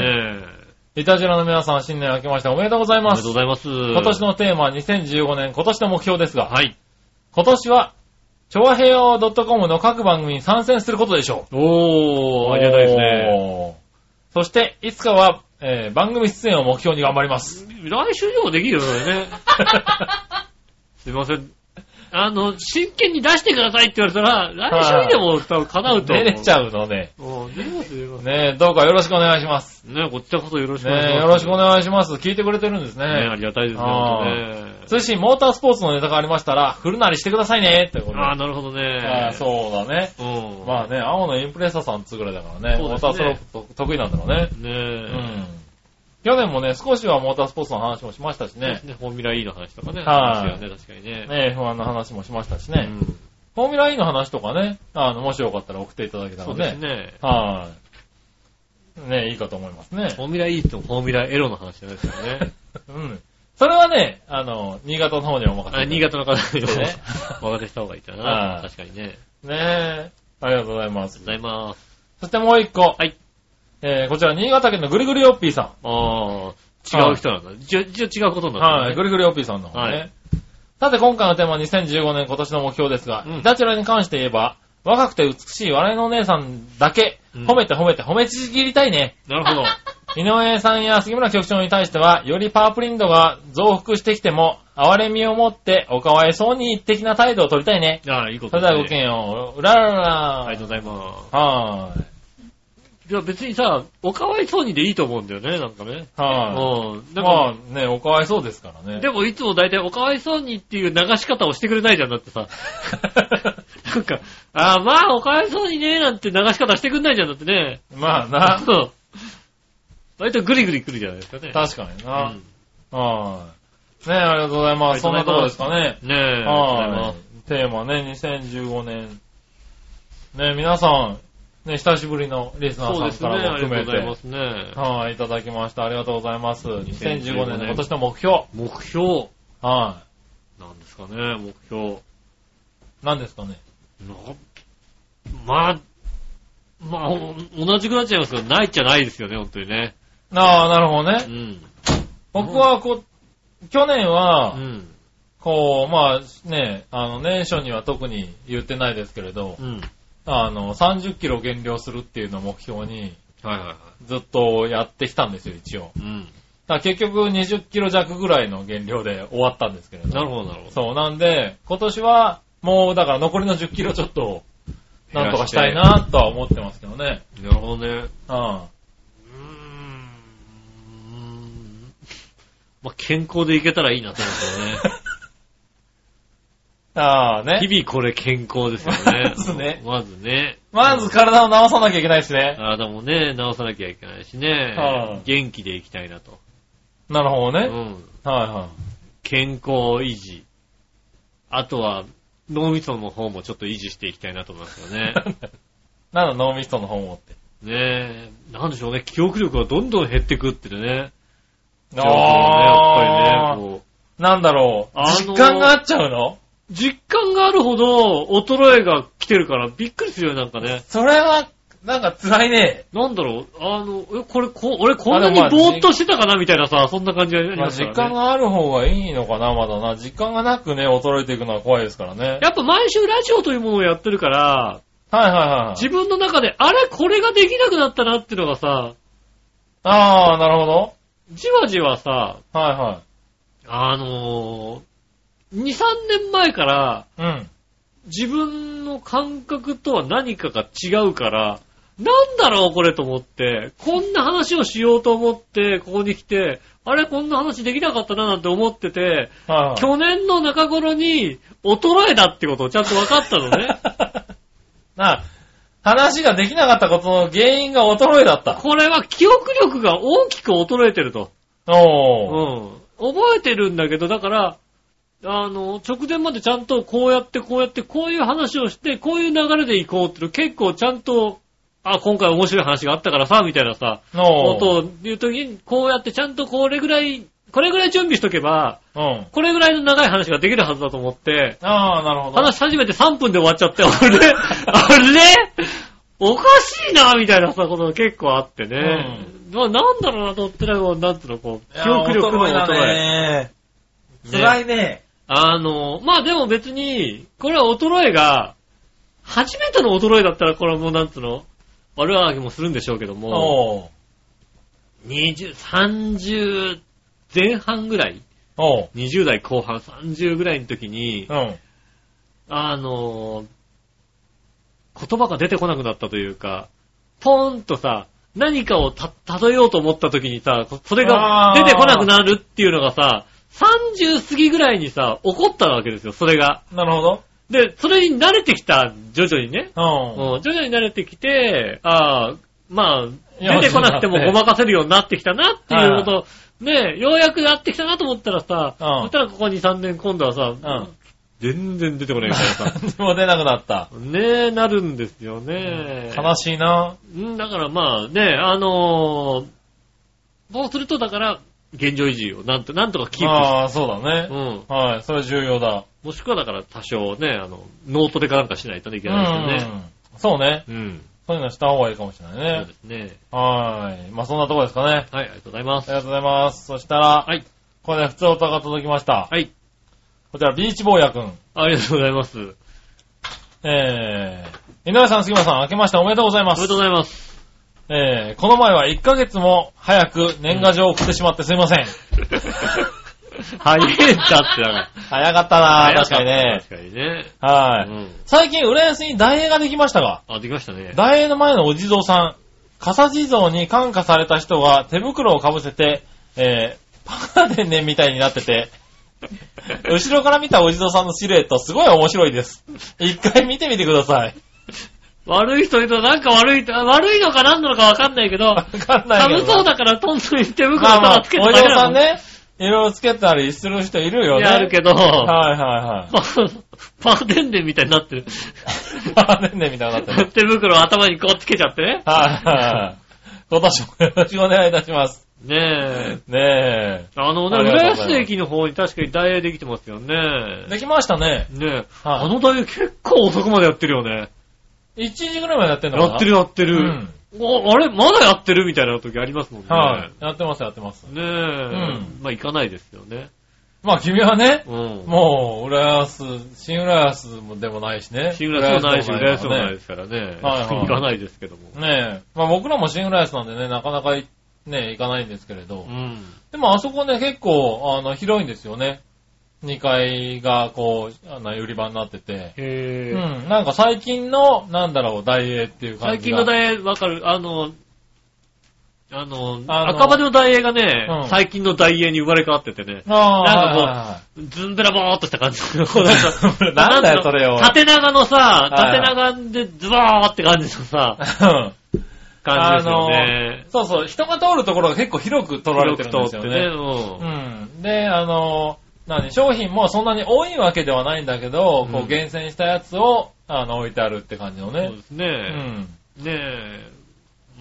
Speaker 3: え。
Speaker 4: いたじらの皆さん、新年明けましておめでとうござい
Speaker 3: おめ
Speaker 4: ま
Speaker 3: ですとうご。ざいます。
Speaker 4: 今
Speaker 3: 今
Speaker 4: 年。のテーマは2015年、今年の目標ですが、
Speaker 3: はい。
Speaker 4: 今年は、調和平和 .com の各番組に参戦することでしょう。
Speaker 3: おー、ありがたいですね。
Speaker 4: おー。そして、いつかは、えー番組出演を目標に頑張ります。
Speaker 3: 来週でもできるよ、それ
Speaker 4: [LAUGHS]
Speaker 3: ね。すいません。あの、真剣に出してくださいって言われたら、来週にでも多分叶うと思
Speaker 4: 出
Speaker 3: う。
Speaker 4: れちゃうので、
Speaker 3: うん。出れます、出れます。
Speaker 4: ねえ、どうかよろしくお願いします。
Speaker 3: ねこっちらこそよろしくお願いしま
Speaker 4: ね
Speaker 3: す。
Speaker 4: え、よろしくお願いします。聞いてくれてるんですね。
Speaker 3: ねありがたいですね、
Speaker 4: あ
Speaker 3: 本
Speaker 4: ー
Speaker 3: 当ね。
Speaker 4: 通信、モータースポーツのネタがありましたら、振るなりしてくださいね、ってことで。
Speaker 3: ああ、なるほど
Speaker 4: あ
Speaker 3: ね
Speaker 4: ー。そうだね。
Speaker 3: う。うん。
Speaker 4: まあね、青のインプレッサーさんっつうぐらいだからね、
Speaker 3: そうで
Speaker 4: モー
Speaker 3: すね
Speaker 4: タースポーツ得意なんだろうね。
Speaker 3: ね
Speaker 4: う
Speaker 3: え。
Speaker 4: ん。去年もね、少しはモータースポーツの話もしましたしね
Speaker 3: ね。フォーミュラ E の話とかね。
Speaker 4: はい
Speaker 3: 話がね、確かにね。
Speaker 4: ね、不安の話もしましたし
Speaker 3: う
Speaker 4: ね。
Speaker 3: ん。
Speaker 4: フォーミュラ E の話とかね、あの、もしよかったら送っていただけた
Speaker 3: そ
Speaker 4: ら
Speaker 3: うです
Speaker 4: ね。
Speaker 3: ね。
Speaker 4: はい。ね、いいかと思いますね
Speaker 3: フ。ォーミュラ E とフォーミュラエロの話じゃないですよ
Speaker 4: [LAUGHS]
Speaker 3: ね。
Speaker 4: うん。それはね、あの、新潟の方にお任せ。
Speaker 3: あ新潟の方にも
Speaker 4: そうね
Speaker 3: お任せした方がいいか
Speaker 4: は
Speaker 3: な。
Speaker 4: い
Speaker 3: 確かにね。
Speaker 4: ねえ。ありがとうございま
Speaker 3: あ
Speaker 4: す。
Speaker 3: りがとうございます。
Speaker 4: そしてもう一個。
Speaker 3: はい。
Speaker 4: えー、こちら、新潟県のぐりぐりよっぴーさ
Speaker 3: ああ、違う人なんだ。じゃ、じゃあ違うことに
Speaker 4: ん。
Speaker 3: なっ
Speaker 4: はい。
Speaker 3: て
Speaker 4: ぐ
Speaker 3: るね。
Speaker 4: りぐりよっぴーさんの方
Speaker 3: は
Speaker 4: ね。
Speaker 3: い
Speaker 4: さて、今回のテーマは2015年今年の目標ですが、
Speaker 3: うん
Speaker 4: イタチラに関して言えば、若くて美しい笑いのお姉さんだけ、
Speaker 3: うん
Speaker 4: 褒めて褒めて褒めちぎりたいね。
Speaker 3: なるほ
Speaker 4: [LAUGHS]
Speaker 3: ど。
Speaker 4: 井上さんや杉村局長に対しては、よりパワープリントが増幅してきても、哀れみを持っておかわいそうに的な態度を取りたいね。
Speaker 3: ああ、いいこ
Speaker 4: そ
Speaker 3: と
Speaker 4: れではごきげんよう。うららら。
Speaker 3: ありがとうございま
Speaker 4: はーい。
Speaker 3: す。じゃあ別にさ、おかわいそうにでいいと思うんだよね、なんかね。
Speaker 4: は
Speaker 3: うん。
Speaker 4: い。
Speaker 3: で
Speaker 4: ま
Speaker 3: も、
Speaker 4: あね、おかわいそうですからね。
Speaker 3: でもいつも大体おかわいそうにっていう流し方をしてくれないじゃん、だってさ。 [LAUGHS] なんか、ああ、まあ、おかわいそうにね、なんて流し方してくんないじゃん、だってね。
Speaker 4: まあな。
Speaker 3: そう。割とグリグリ来るじゃないですかね。
Speaker 4: 確かにな。
Speaker 3: うん
Speaker 4: はい。ねありがとうございま
Speaker 3: あり
Speaker 4: す。
Speaker 3: がと
Speaker 4: そ
Speaker 3: うんござ
Speaker 4: ない
Speaker 3: ます
Speaker 4: とこですか
Speaker 3: ねえ、
Speaker 4: ね。
Speaker 3: ありがとうございま
Speaker 4: は
Speaker 3: す。
Speaker 4: い。テーマね、2015年。ね皆さん、ね、久しぶりのリスナ
Speaker 3: そう
Speaker 4: ー
Speaker 3: で
Speaker 4: さん
Speaker 3: すね、
Speaker 4: か
Speaker 3: あ
Speaker 4: らも
Speaker 3: りが
Speaker 4: 含
Speaker 3: とうござ
Speaker 4: め
Speaker 3: いま
Speaker 4: て。
Speaker 3: すね。
Speaker 4: はい、いただきました。ありがとうございます。2015
Speaker 3: 2015
Speaker 4: 年の
Speaker 3: 年
Speaker 4: 今年の目標。
Speaker 3: 目標、
Speaker 4: は
Speaker 3: なんですかね、目標。
Speaker 4: い。何ですかね。
Speaker 3: なまあ、まあ、お同じくなっちゃいますけど、ないっちゃないですよね、本当にね。
Speaker 4: ああ、なるほど
Speaker 3: う
Speaker 4: ね。
Speaker 3: ん。
Speaker 4: 僕はこう、去年
Speaker 3: う
Speaker 4: は、
Speaker 3: ん。
Speaker 4: こう、まあね、あの、年初には特に言ってないですけれど
Speaker 3: う、ん。
Speaker 4: あの、30キロ減量するっていうのを目標に
Speaker 3: はいはいは
Speaker 4: ずっとやってきたんですよ、一応。
Speaker 3: い。うん。
Speaker 4: だから結局20キロ弱ぐらいの減量で終わったんですけれど。
Speaker 3: なるほど、なるほど。
Speaker 4: そう、なんで、今年はもうだから残りの10キロちょっと、なんとかしたいなとは思ってますけどね。
Speaker 3: なるほどね。
Speaker 4: うん。
Speaker 3: うーん。うーんまあ、健康でいけたらいいなと思うんで
Speaker 4: [LAUGHS]
Speaker 3: すよね。
Speaker 4: [LAUGHS] ああね。
Speaker 3: 日々これ健康ですよね。
Speaker 4: まずね
Speaker 3: まずね。
Speaker 4: まず体を治さなきゃいけないですね。
Speaker 3: 体もね、治さなきゃいけないしね。
Speaker 4: はい
Speaker 3: 元気でいきたいなと。
Speaker 4: なるほど
Speaker 3: う
Speaker 4: ね。
Speaker 3: ん。
Speaker 4: はいは
Speaker 3: 健康維持。あとは、脳みその方もちょっと維持していきたいなと思いますよ
Speaker 4: [LAUGHS]
Speaker 3: ね。
Speaker 4: い。なんだ脳みその本をって。
Speaker 3: ねえ、なんでしょうね、記憶力がどんどん減ってくってね。記憶
Speaker 4: あ
Speaker 3: 力ねやっ
Speaker 4: ー
Speaker 3: ぱりね、こ
Speaker 4: なんだろう。
Speaker 3: あのー
Speaker 4: 実感があっちゃうの
Speaker 3: う。実感があるほど衰えが来てるからびっくりするよ、なんかね。
Speaker 4: それは、なんか辛いね。
Speaker 3: なんだろう、あの、え、これ、こ俺こんなに
Speaker 4: あでもまあ
Speaker 3: ぼーっとしてたかなみたいなさ、そんな感じがあり
Speaker 4: まあ、
Speaker 3: ますか
Speaker 4: 実
Speaker 3: ら
Speaker 4: 感
Speaker 3: ね。
Speaker 4: がある方がいいのかな、まだな。実感がなくね、衰えていくのは怖いですからね。
Speaker 3: やっぱ毎週ラジオというものをやってるから、
Speaker 4: はいはいはいはい。
Speaker 3: 自分の中で、あれ、これができなくなったなっていうのがさ、
Speaker 4: ああ、なるほど。
Speaker 3: じわじわさ、
Speaker 4: は
Speaker 3: あのー、2、3年前から、
Speaker 4: いはい。うん。
Speaker 3: 自分の感覚とは何かが違うから、なんだろうこれと思って、こんな話をしようと思って、ここに来て、あれこんな話できなかったななんて思ってて、
Speaker 4: はいはい。
Speaker 3: 去年の中頃に衰えだってことをちゃんと分かったの
Speaker 4: [LAUGHS]
Speaker 3: ね。
Speaker 4: なあ、話ができなかったことの原因が衰えだった。
Speaker 3: これは記憶力が大きく衰えてると。う
Speaker 4: おー。
Speaker 3: ん。覚えてるんだけど、だから、あの、直前までちゃんとこうやってこうやってこういう話をして、こういう流れで行こうっていうの結構ちゃんとあ、今回面白い話があったからさ、みたいなさ、
Speaker 4: の
Speaker 3: ことを言うときに、こうやってちゃんとこれぐらい、これぐらい準備しとけば、
Speaker 4: うん。
Speaker 3: これぐらいの長い話ができるはずだと思って、
Speaker 4: ああ、なるほど。
Speaker 3: 話し始めて3分で終わっちゃって、あれあれおかしいな、みたいなさ、ことが結構あってね。まあ、なんだろうなと思ってたら、なんていうの、こう、
Speaker 4: いや
Speaker 3: 記憶力の
Speaker 4: 衰えだ
Speaker 3: 衰え。
Speaker 4: ね。
Speaker 3: ね
Speaker 4: 辛いね。
Speaker 3: あの、まあでも別に、これは衰えが、初めての衰えだったら、これはもうなんつうの、悪あがきもするんでしょうけども、
Speaker 4: おう
Speaker 3: 20、30前半ぐらい、
Speaker 4: おう
Speaker 3: 20代後半、30ぐらいの時に
Speaker 4: う、ん。
Speaker 3: あの、言葉が出てこなくなったというか、ポーンとさ、何かをた、例えようと思った時にさ、それが
Speaker 4: あ
Speaker 3: 出
Speaker 4: ー
Speaker 3: てこなくなるっていうのがさ、30過ぎぐらいにさ、起こったわけですよ、それが。
Speaker 4: なるほど。
Speaker 3: で、それに慣れてきた、徐々にね。
Speaker 4: [LAUGHS] うん。
Speaker 3: うん、徐々に慣れてきて、ああ、まあ、
Speaker 4: いや
Speaker 3: 出てこなくても
Speaker 4: そうだ
Speaker 3: ご
Speaker 4: ね
Speaker 3: まかせるようになってきたなっていうこと、ね、ようやくなってきたなと思ったらさ、
Speaker 4: うん
Speaker 3: そしたらここ2、3年今度はさ、
Speaker 4: うん
Speaker 3: 全然出てこないみたいなさ。
Speaker 4: でも出なくなった。
Speaker 3: ねえ、なるんですよね。
Speaker 4: [LAUGHS] 悲しいな。
Speaker 3: うんだからまあね、あのーそうするとだから、現状維持をなんと、なんとかキー
Speaker 4: ああ、そうだ
Speaker 3: プう
Speaker 4: ね。
Speaker 3: ん。
Speaker 4: はい、それ重要だ。
Speaker 3: もしくはだから多少ね、あの、ノートでかなんかしないといけ
Speaker 4: う
Speaker 3: ないですよね。
Speaker 4: ん。そうね。
Speaker 3: うん。
Speaker 4: そういうのした方がいいかもしれな
Speaker 3: そう
Speaker 4: い
Speaker 3: で
Speaker 4: ね。
Speaker 3: すね。
Speaker 4: はい。まあそんなとこですかね。
Speaker 3: はい、ありがとうございま
Speaker 4: あり
Speaker 3: す。
Speaker 4: がとうございます。そしたら、
Speaker 3: はい。
Speaker 4: これで普通歌が届きました。
Speaker 3: はい。
Speaker 4: こちら、ビーチ坊やくん。
Speaker 3: ありがとうございます。おめ
Speaker 4: えー、井上さん、杉村さん、明けましておめでとうございます
Speaker 3: で。とうございます。
Speaker 4: えー、この前は1ヶ月も早く年賀状を送ってしまってすい
Speaker 3: [LAUGHS]
Speaker 4: ません。
Speaker 3: [LAUGHS] 早いんだってだ [LAUGHS] から。
Speaker 4: 早かったなぁ、確かにね。
Speaker 3: 確かにね。
Speaker 4: はい、
Speaker 3: うん
Speaker 4: 最近、浦安に大映ができましたが、
Speaker 3: あ、できましたね。
Speaker 4: 大映の前のお地蔵さん、笠地蔵に感化された人が手袋をかぶせて、えー、パーデンネンみたいになってて、後ろから見たお地蔵さんのシルエット、すごい面白いです。一回見てみてください。
Speaker 3: [LAUGHS] 悪い人いたらなんか悪いと、悪いのか何なのかわかんないけど、
Speaker 4: わかんないけ
Speaker 3: 寒
Speaker 4: どな。
Speaker 3: そうだからトントン手袋
Speaker 4: まあ
Speaker 3: と
Speaker 4: ま
Speaker 3: か
Speaker 4: あ
Speaker 3: つけ、て
Speaker 4: お
Speaker 3: 食
Speaker 4: 嬢
Speaker 3: べな
Speaker 4: さ
Speaker 3: んい
Speaker 4: ね、いろいろつけたりする人いるよね。
Speaker 3: やるけど、
Speaker 4: はいはいはい。
Speaker 3: パーパーデンデンみたいになってる。
Speaker 4: パーデンデンみたいになってる。
Speaker 3: 手袋を頭にこうつけちゃってね。
Speaker 4: はいはいはい。今年もよろしくお願いいたします。
Speaker 3: ねえ。
Speaker 4: ね
Speaker 3: あのね、
Speaker 4: あり
Speaker 3: 浦
Speaker 4: がとうございます
Speaker 3: 安駅の方に確かに大英できてますよ
Speaker 4: え。
Speaker 3: ね。
Speaker 4: できましたね。
Speaker 3: ねえ。
Speaker 4: はい
Speaker 3: あの大英結構遅くまでやってるよね。
Speaker 4: 1時ぐらいまでやってんのかな
Speaker 3: やってるやってる。
Speaker 4: うん
Speaker 3: おあれまだやってるみたいな時ありますもんね。
Speaker 4: はい。やってますやってます。
Speaker 3: ねえ。
Speaker 4: ん
Speaker 3: まあ行かないですよね。
Speaker 4: まあ君はね、
Speaker 3: うん。
Speaker 4: もう、浦安、新浦安もでもないしね。
Speaker 3: 新浦安もないし、浦安もない
Speaker 4: ね
Speaker 3: で。すからね。
Speaker 4: はいはい
Speaker 3: [LAUGHS] 行かないですけども。
Speaker 4: ねえ。まあ僕らも新浦安なんでね、なかなかいね、行かないんですけれど
Speaker 3: う。ん。
Speaker 4: でもあそこね、結構、あの、広いんですよね。2階が、こう、あの、売り場になってて。
Speaker 3: へ
Speaker 4: う
Speaker 3: え。
Speaker 4: ん。なんか最近の、なんだろう、大英っていう感
Speaker 3: 最
Speaker 4: じ
Speaker 3: 近の
Speaker 4: が。
Speaker 3: 大映、わかるあの、あの、
Speaker 4: あの
Speaker 3: 赤羽の大映がね、
Speaker 4: うん
Speaker 3: 最近の大映に生まれ変わっててね、
Speaker 4: ああ、
Speaker 3: ずんべらぼーっとした
Speaker 4: [LAUGHS]
Speaker 3: 感じの、なんか
Speaker 4: なんだ
Speaker 3: てい
Speaker 4: よ
Speaker 3: うの
Speaker 4: それよ
Speaker 3: 縦長のさ、
Speaker 4: はい
Speaker 3: 縦長でズボーって感じのさ、
Speaker 4: はいはいはい。 [LAUGHS]
Speaker 3: 感じですよね。
Speaker 4: そうそう、人が通るところが結構広く取られてるんですよ
Speaker 3: 広
Speaker 4: ね。
Speaker 3: く通ってね、
Speaker 4: うん。で、あの、何、商品もそんなに多いわけではないんだけど、こ
Speaker 3: うん
Speaker 4: う厳選したやつを、あの、置いてあるって感じの
Speaker 3: うん。そう
Speaker 4: ね
Speaker 3: で。す
Speaker 4: う
Speaker 3: ね。
Speaker 4: ん。
Speaker 3: ねえ。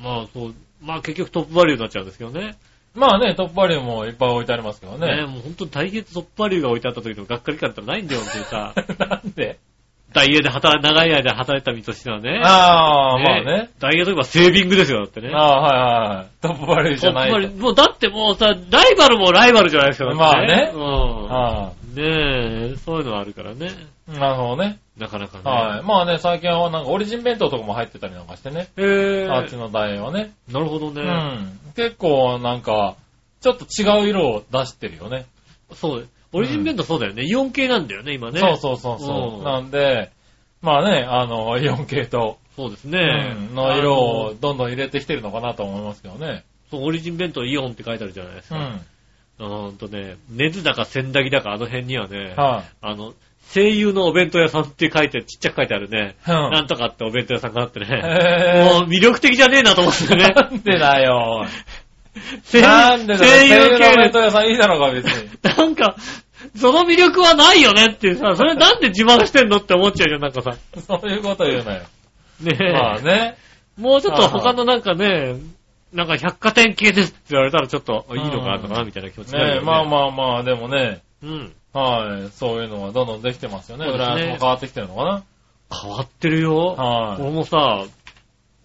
Speaker 3: まあそう、まあ結局トップバリューになっちゃうんですけどね。
Speaker 4: まあね、トップバリューもいっぱい置いてありますけど
Speaker 3: ねえ、
Speaker 4: ね。
Speaker 3: もう本当に大変トップバリューが置いてあった時のがっかり感ってないんだよっていうさ、
Speaker 4: [LAUGHS] なんで
Speaker 3: ダイエーで働い、長い間働いた身としてはね。
Speaker 4: ああ、まあね。
Speaker 3: ダイヤといえばセービングですよ、だってね。
Speaker 4: ああ、はいはいはい。トップバリューじゃない
Speaker 3: やっぱ
Speaker 4: と。
Speaker 3: りもうだってもうさ、ライバルもライバルじゃないですか、だって
Speaker 4: ああ
Speaker 3: うん。ねえ、そういうのはあるからね。
Speaker 4: なるほどね。
Speaker 3: なかなかね。
Speaker 4: はい。まあね、最近はなんかオリジン弁当とかも入ってたりなんかしてね。
Speaker 3: い。へえ。
Speaker 4: あっちの台はね。
Speaker 3: なるほど
Speaker 4: う
Speaker 3: ね。
Speaker 4: ん。結構なんか、ちょっと違う色を出してるよね。
Speaker 3: そう。オリジン弁当そうだよね。イオン系なんだよね、今ね。
Speaker 4: そう
Speaker 3: う。
Speaker 4: そうそうそう、
Speaker 3: うん
Speaker 4: なんで、まあね、あの、イオン系と、
Speaker 3: そうです
Speaker 4: う
Speaker 3: ね。
Speaker 4: んの色
Speaker 3: あ
Speaker 4: を
Speaker 3: の。
Speaker 4: どんどん入れてきてるのかなと思いますけどね。
Speaker 3: そう、オリジン弁当イオンって書いてあるじゃないです
Speaker 4: う
Speaker 3: か。
Speaker 4: ん。
Speaker 3: うーんとね、根津だか千駄木だかあの辺にはね、
Speaker 4: は
Speaker 3: あの、声優のお弁当屋さんって書いて、ちっちゃく書いてあるね。
Speaker 4: い、うん
Speaker 3: なんとかってお弁当屋さんがあってね。
Speaker 4: へー
Speaker 3: もう魅力的じゃねえなと思ってね。
Speaker 4: なんで
Speaker 3: [LAUGHS]
Speaker 4: だよ。
Speaker 3: 声優
Speaker 4: なんでだ
Speaker 3: 声優
Speaker 4: よ。の
Speaker 3: 系
Speaker 4: お弁当屋さんいいだろうが、別に。
Speaker 3: なんか、その魅力はないよねっていうさ、それなんで自慢してんのって思っちゃうじゃん、なんかさ。
Speaker 4: そういうこと言うなよ。
Speaker 3: ねえ。
Speaker 4: まあね。
Speaker 3: もうちょっと他のなんかね、なんか百貨店系ですって言われたらちょっと、あいいのかなとかな、みたいな気持ちになる
Speaker 4: ね
Speaker 3: よね。
Speaker 4: まあまあまあ、でもね、
Speaker 3: うん。
Speaker 4: はい、そういうのはどんどんできてますよね。
Speaker 3: そうですね
Speaker 4: 浦安も変わってきてるのか
Speaker 3: 変わってるよ。
Speaker 4: なはい。
Speaker 3: 俺もさ、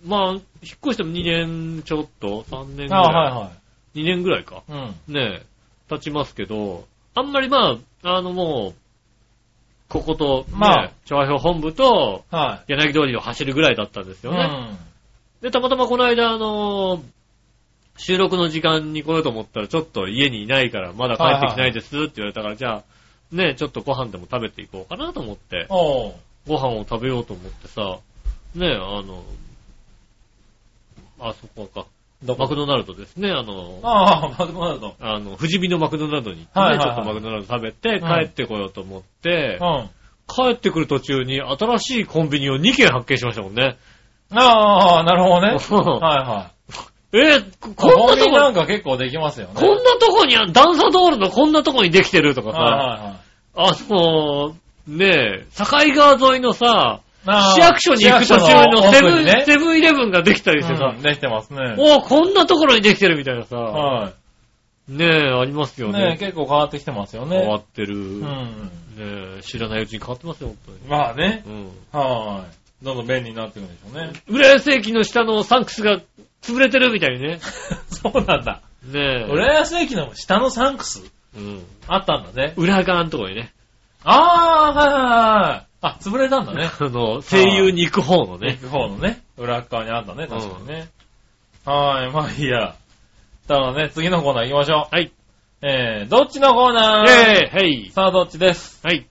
Speaker 3: まあ、引っ越しても2年ちょっと、3年ぐらい。
Speaker 4: あは
Speaker 3: 2年ぐらいか。
Speaker 4: いはい。
Speaker 3: ねえ、経ちますけど、あんまりまあ、あのもう、ここと、ね、
Speaker 4: まあ
Speaker 3: 調和票本部と、
Speaker 4: うん。はい。
Speaker 3: 柳通りを走るぐらいだったんです
Speaker 4: う
Speaker 3: よね。で、たまたまこの間、あのー収録の時間に来ようと思ったら、ちょっと家にいないから、まだ帰ってきないですって言われたから、じゃあ、ねえ、ちょっとご飯でも食べていこうかなと思って
Speaker 4: ん。、おう。
Speaker 3: ご飯を食べようと思ってさ、ねえ、あの、あそこか、
Speaker 4: ど
Speaker 3: マクドナルドですね、あの、
Speaker 4: ああ、マクドナルド。
Speaker 3: あの、富士見のマクドナルドに行ってね、
Speaker 4: はいはい
Speaker 3: ちょっ
Speaker 4: はい
Speaker 3: とマクドナルド食べて、
Speaker 4: うん
Speaker 3: 帰ってこようと思って、
Speaker 4: うん。
Speaker 3: 帰ってくる途中に新しいコンビニを2軒発見しましたもんね。
Speaker 4: ああ、なるほどね。
Speaker 3: そう
Speaker 4: はいはい。
Speaker 3: [LAUGHS] えーここん
Speaker 4: コ
Speaker 3: な
Speaker 4: ンビ
Speaker 3: と
Speaker 4: ニなん
Speaker 3: こ、
Speaker 4: か結構できますよね。
Speaker 3: こんなとこにあ、段差道路のこんなとこにできてるとかさ、
Speaker 4: はいはいはい
Speaker 3: あ、その、ねえ、境川沿いのさ、
Speaker 4: ああ。
Speaker 3: 市役所に行く途中のセ
Speaker 4: 市役所
Speaker 3: ブ
Speaker 4: 奥
Speaker 3: ン、
Speaker 4: にね
Speaker 3: セブンイレブンができたりしてさ、
Speaker 4: うんできてますね。
Speaker 3: おーこんなところにできてるみたいなさ、
Speaker 4: は
Speaker 3: ねえ、あります
Speaker 4: い。
Speaker 3: よ
Speaker 4: ね
Speaker 3: ね。
Speaker 4: 結構変わってきてますよね。
Speaker 3: 変わってる。ね
Speaker 4: うん。
Speaker 3: え、知らないうちに変わってますよ、本
Speaker 4: まあね
Speaker 3: 当。に。うん。
Speaker 4: はい。どんどん便利になっていくんでしょう
Speaker 3: [LAUGHS]
Speaker 4: ね。
Speaker 3: 浦安駅の下のサンクスが潰れてるみたいにね。
Speaker 4: そうなんだ。
Speaker 3: ねえ。
Speaker 4: 浦安駅の下のサンクス
Speaker 3: うん。
Speaker 4: あったんだね。
Speaker 3: 裏側のとこにね。
Speaker 4: ああ、はいはいはい。あ、潰れたんだね。
Speaker 3: あの、声優に行く方の
Speaker 4: 行
Speaker 3: ね。
Speaker 4: く方のね、裏っ側にあったね、確かにね。はーい、まあいいや。ただね、次のコーナー行きましょう。
Speaker 3: はい。
Speaker 4: えー、どっちのコ
Speaker 3: イ
Speaker 4: ー
Speaker 3: ェ
Speaker 4: ナー
Speaker 3: ーイヘイ
Speaker 4: さあ、どっちです。
Speaker 3: はい。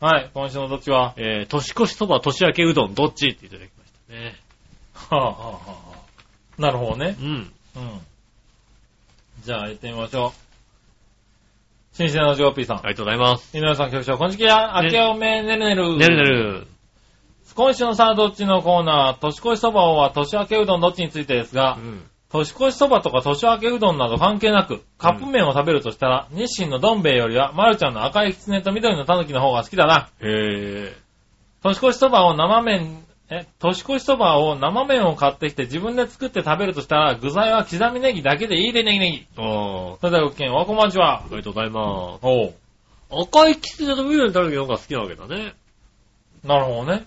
Speaker 4: はい、今週のどっちは
Speaker 3: えー、年越しそば、年明けうどん、どっちっていただきましたね。
Speaker 4: はあ、はあはあ、なるほどね。
Speaker 3: うん。
Speaker 4: うん。じゃあ、行ってみましょう。新鮮なジョーピーさん。
Speaker 3: ありがとうございます。
Speaker 4: 井上さん、局長、こんにちは。
Speaker 3: ね
Speaker 4: 明けおめ、ねるねる。
Speaker 3: ねるね。る。
Speaker 4: 今週のさあ、どっちのコーナー、年越しそばは年明けうどんどっちについてです
Speaker 3: う
Speaker 4: が、
Speaker 3: ん。
Speaker 4: 年越しそばとか年明けうどんなど関係なく、カップ麺を食べるとしたら、日清のどん兵衛よりは、まるちゃんの赤い狐と緑の狸の方が好きだな。
Speaker 3: へ
Speaker 4: 年越しそばを生麺、え、年越しそばを生麺を買ってきて自分で作って食べるとしたら、具材は刻みネギだけでいいでネギネギ。
Speaker 3: ー。あー。
Speaker 4: それではごきげんよう、おはこまんち
Speaker 3: あ。
Speaker 4: は
Speaker 3: りがとうございます。
Speaker 4: おう。
Speaker 3: 赤いキツネと緑のタヌキの方が好きなわけだね。
Speaker 4: なるほどね。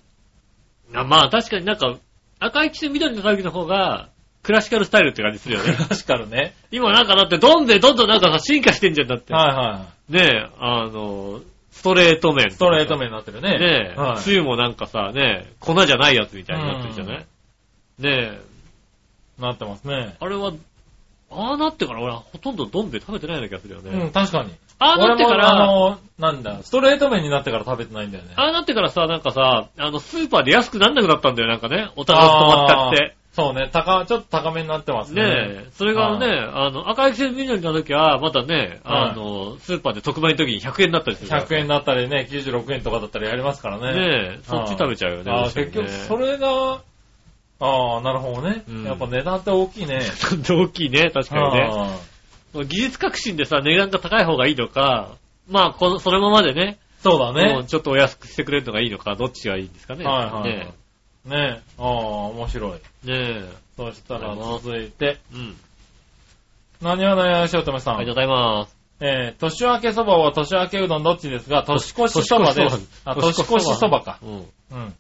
Speaker 3: あまあ確かになんか、赤いキツネ緑のタヌキの方が、クラシカルスタイルって感じするよ [LAUGHS] ね。
Speaker 4: 確かにね。
Speaker 3: 今なんかだって、どんでどんどんなんかさ進化してんじゃんだって。
Speaker 4: はいはいはい。
Speaker 3: ねえ、あの、ストレート麺。
Speaker 4: ストレート麺になってるね。
Speaker 3: ねえ、
Speaker 4: はい
Speaker 3: つゆもなんかさ、ねえ、粉じゃないやつみたいになってるじゃない、ねえ、
Speaker 4: なってますね。
Speaker 3: あれは、ああなってから俺はほとんどどん兵衛食べてないような気がするよね。
Speaker 4: うん、確かに。
Speaker 3: ああなってか
Speaker 4: 俺もあ
Speaker 3: ら、
Speaker 4: の、なんだ、ストレート麺になってから食べてないんだよね。
Speaker 3: ああなってからさ、なんかさ、あの、スーパーで安くなんなくなったんだよ、なんかね。お互い止まっちゃって。
Speaker 4: そうね、高、ちょっと高めになってますね。
Speaker 3: ねえ、それがね、あの、赤い季節緑の時は、またね、
Speaker 4: はい
Speaker 3: あの、スーパーで特売の時に100円だったりするから。
Speaker 4: 100円だったりね、96円とかだったりやりますからね。
Speaker 3: ねえ、そっち食べちゃうよね。
Speaker 4: あ
Speaker 3: どう
Speaker 4: あ、
Speaker 3: しても
Speaker 4: 結
Speaker 3: ね
Speaker 4: 局それが、ああ、なるほどね、
Speaker 3: うん
Speaker 4: やっぱ値段って大きいね。
Speaker 3: [LAUGHS] 大きいね、確かにね。
Speaker 4: ああ
Speaker 3: 技術革新でさ、値段が高い方がいいのか、まあ、この、そのままでね、
Speaker 4: そう
Speaker 3: も
Speaker 4: だ
Speaker 3: う
Speaker 4: ね。
Speaker 3: ちょっとお安くしてくれるのがいいのか、どっちがいいんですかね。
Speaker 4: はいはいはい
Speaker 3: ね
Speaker 4: ねえ。ああ、面白い。
Speaker 3: え。ね
Speaker 4: そした
Speaker 3: あ
Speaker 4: ら
Speaker 3: りがとうご
Speaker 4: 続いて、
Speaker 3: え。うん。
Speaker 4: 何は何はしおとめさん。
Speaker 3: ありがとうございます。
Speaker 4: えー、年明けそばは年明けうどんどっちですが、年越しそばです。あ、年越しそばか。
Speaker 3: うん。
Speaker 4: うん。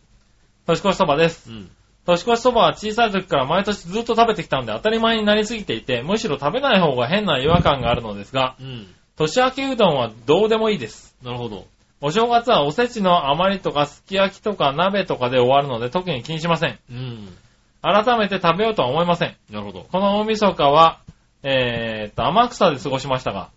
Speaker 4: 年越しそばです。
Speaker 3: うん。
Speaker 4: 年越しそばは小さい時から毎年ずっと食べてきたので当たり前になりすぎていて、むしろ食べない方が変な違和感があるのですが、
Speaker 3: うん。
Speaker 4: 年明けうどんはどうでもいいです。
Speaker 3: なるほど。
Speaker 4: お正月はおせちの余りとかすき焼きとか鍋とかで終わるので特に気にしません。
Speaker 3: うん。
Speaker 4: 改めて食べようとは思いません。
Speaker 3: なるほど。
Speaker 4: この大晦日は、えーっと、天草で過ごしましたが、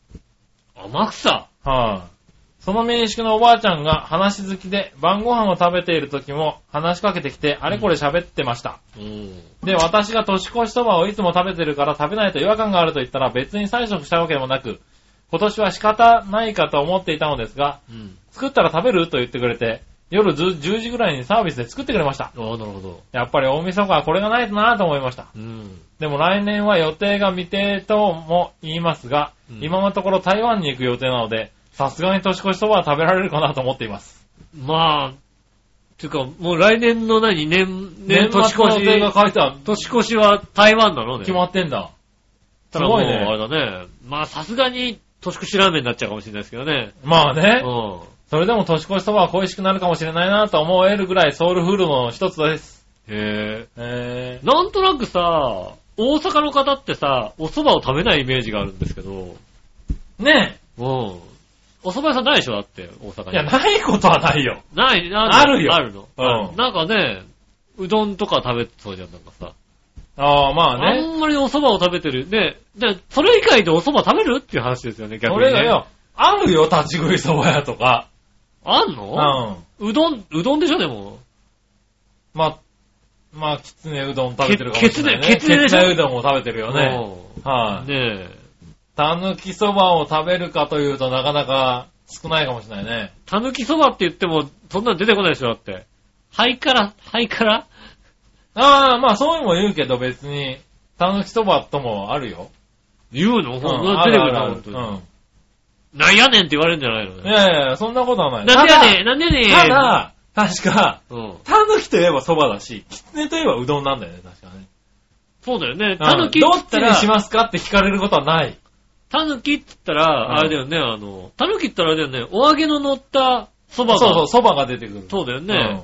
Speaker 3: 天草
Speaker 4: はい、その民宿のおばあちゃんが話好きで晩ご飯を食べている時も話しかけてきてあれこれ喋ってました。
Speaker 3: うん。
Speaker 4: で、私が年越しそばをいつも食べてるから食べないと違和感があると言ったら別に催促したわけでもなく、今年は仕方ないかと思っていたのですが、
Speaker 3: うん。
Speaker 4: 作ったら食べると言ってくれて、夜10 10時ぐらいにサービスで作ってくれました。
Speaker 3: ああ、なるほど。
Speaker 4: やっぱり大晦日はこれがないとなぁと思いました。
Speaker 3: うん。
Speaker 4: でも来年は予定が未定とも言いますが、
Speaker 3: うん
Speaker 4: 今のところ台湾に行く予定なので、さすがに年越しそばは食べられるかなと思っています。
Speaker 3: まあ、ていうか、もう来年の何年、年
Speaker 4: 年
Speaker 3: 年越
Speaker 4: 末の予定が
Speaker 3: し、
Speaker 4: 書いてある。
Speaker 3: 年越しは台湾なのね。
Speaker 4: 決まってんだ。
Speaker 3: す
Speaker 4: す
Speaker 3: ご
Speaker 4: ご
Speaker 3: い
Speaker 4: い
Speaker 3: ね。
Speaker 4: ね
Speaker 3: あれだね。まあさすがに年越しラーメンになっちゃうかもしれないですけどね。
Speaker 4: まあね、
Speaker 3: うん。
Speaker 4: それでも年越しそばは恋しくなるかもしれないなと思えるぐらいソウルフードの一つです。
Speaker 3: へえ。
Speaker 4: え
Speaker 3: なんとなくさ、大阪の方ってさ、お蕎麦を食べないイメージがあるんですけど、うん。
Speaker 4: ー、ね
Speaker 3: お蕎麦屋さんないでしょだって、大阪に。
Speaker 4: え。いや、ないことはないよ。
Speaker 3: ない、な
Speaker 4: あるよ
Speaker 3: あるの。
Speaker 4: うん
Speaker 3: なんかね、うどんとか食べてそうじゃん、なんかさ。
Speaker 4: ああ、まあ
Speaker 3: あ
Speaker 4: ね。
Speaker 3: んまりお蕎麦を食べてる。で、で、それ以外でお蕎麦食べるっていう話ですよね、逆
Speaker 4: そ
Speaker 3: に、ね。
Speaker 4: れがよ、あるよ、立ち食いそば屋とか。
Speaker 3: あん
Speaker 4: うん。
Speaker 3: の、うどん、うどんでしょ、でも。
Speaker 4: まあ、まあ、きつねうどん食べてるかもしれない、ね。
Speaker 3: けきつねきつねでしょ
Speaker 4: きつねうどんも食べてるよね。はい、
Speaker 3: うんねえ。
Speaker 4: たぬきそばを食べるかというとなかなか少ないかもしれないね。
Speaker 3: たぬきそばって言っても、そんなの出てこないでしょ、だって。肺から、肺から
Speaker 4: ああ、まあそういうのも言うけど別に、たぬきそばともあるよ。
Speaker 3: 言うのそん
Speaker 4: うん
Speaker 3: なの
Speaker 4: あ
Speaker 3: 出
Speaker 4: る
Speaker 3: てこ
Speaker 4: ある
Speaker 3: な
Speaker 4: あ
Speaker 3: い、
Speaker 4: る
Speaker 3: 本当
Speaker 4: う
Speaker 3: に。
Speaker 4: ん。
Speaker 3: なんやねんって言われるんじゃないの
Speaker 4: い
Speaker 3: ね。
Speaker 4: やいやいや、そんなことはない。
Speaker 3: なんでやねん、なんでやねん。
Speaker 4: ただ、ただ確か、
Speaker 3: うん。
Speaker 4: たぬきといえばそばだし、きつねといえばうどんなんだよね、確かね。
Speaker 3: そうだよね。
Speaker 4: うん
Speaker 3: たぬきっ
Speaker 4: ど
Speaker 3: つっ
Speaker 4: っち
Speaker 3: た
Speaker 4: にし
Speaker 3: ら、
Speaker 4: ますかって聞かれることはない。
Speaker 3: たぬきって言ったら、あれだよね、あの、たぬきって言ったらあれだよね、お揚げの乗ったそば
Speaker 4: そう
Speaker 3: が。
Speaker 4: そう、そばが出てくる。
Speaker 3: そうだよね。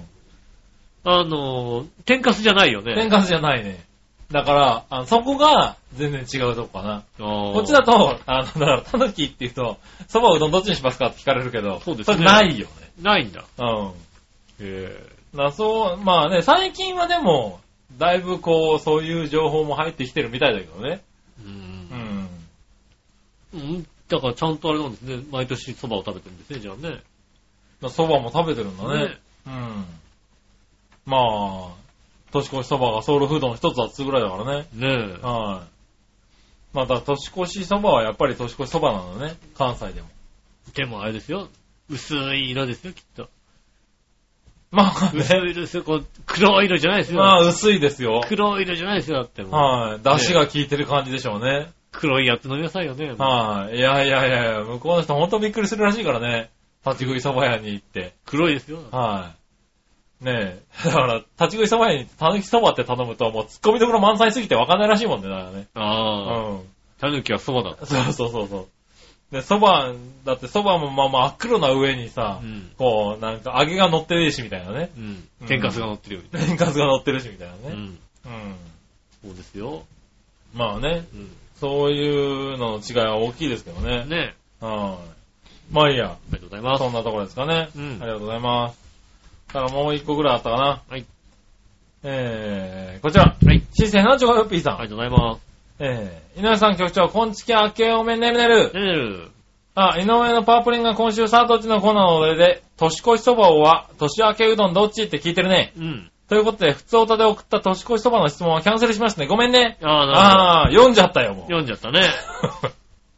Speaker 3: あの、天かすじゃないよ
Speaker 4: う
Speaker 3: ね。
Speaker 4: ん。天かすじゃないね。だから、あのそこが全然違うとこかな。
Speaker 3: こ
Speaker 4: こっちだと、あの、だから、たぬきって言うと、そばうどんどっちにしますかって聞かれるけど、
Speaker 3: そうですね
Speaker 4: れないよね。
Speaker 3: ないんだ。
Speaker 4: うん。
Speaker 3: へ
Speaker 4: な、そう、まあね、最近はでも、だいぶこう、そういう情報も入ってきてるみたいだけどね。
Speaker 3: え。うん
Speaker 4: う。ん。
Speaker 3: うん。だからちゃんとあれなんですね。毎年蕎麦を食べてるんですね、じゃあね。
Speaker 4: そばも食べてるんだね。うん。まあ、年越しそばがソウルフードの一つだっつうぐらいだからね。
Speaker 3: ねえ。
Speaker 4: はい。また、年越しそばはやっぱり年越しそばなのね。関西でも。
Speaker 3: でもあれですよ。薄い色ですよ、きっと。
Speaker 4: まあ、
Speaker 3: 薄
Speaker 4: [LAUGHS] ね、
Speaker 3: い色ですよ。こう黒い色じゃないですよ。
Speaker 4: まあ、薄いですよ。
Speaker 3: 黒い色じゃないですよ、だってもう。
Speaker 4: はい。出汁が効いてる感じでしょうね。
Speaker 3: 黒いやつ飲みなさいよね。
Speaker 4: はい。いやいやいやいや、向こうの人ほんとびっくりするらしいからね。立ち食いそば屋に行って。
Speaker 3: 黒いですよ。
Speaker 4: はい。ねえ。だ [LAUGHS] から、立ち食いそば屋にたぬきそばって頼むと、もう突っ込みどころ満載すぎてわかんないらしいもんね、だからね。う
Speaker 3: ああ。
Speaker 4: ん。
Speaker 3: たぬきは蕎麦だ。
Speaker 4: そうそうそうそう。で、そば、だってそばもまあまあ真っ黒な上にさ、
Speaker 3: うん
Speaker 4: こう、なんか揚げが乗ってるしみたいなね。
Speaker 3: うん
Speaker 4: う。ん
Speaker 3: 天かすが乗ってるよう
Speaker 4: 天かすが乗ってるしみたいな
Speaker 3: に。う
Speaker 4: ね。
Speaker 3: ん。
Speaker 4: うん。
Speaker 3: そうですよ。
Speaker 4: まあね、
Speaker 3: うん。
Speaker 4: そういうのの違いは大きいですけどね。
Speaker 3: ねえ。
Speaker 4: はい。まあいいや。
Speaker 3: ありがとうございます
Speaker 4: そ。んなところですかね。
Speaker 3: うん
Speaker 4: ありがとうございます。ただもう一個ぐらいあったかな。
Speaker 3: はい。
Speaker 4: えー、こちら。
Speaker 3: はい。
Speaker 4: 新鮮なチョコヨッピーさん。
Speaker 3: ありがとうございま
Speaker 4: えー、井上さん局長、こんちきあけおめねるねる
Speaker 3: す。。ねる。
Speaker 4: あ、井上のパープリンが今週さあどっちのコーナーのお題で、年越しそばは年明けうどんどっちって聞いてるね。
Speaker 3: うん。
Speaker 4: ということで、普通おたで送った年越しそばの質問はキャンセルしましたね。ごめんね。
Speaker 3: ああ、なる
Speaker 4: ああー、読んじゃったよ、
Speaker 3: ほ
Speaker 4: もう。
Speaker 3: ど。読んじゃったね。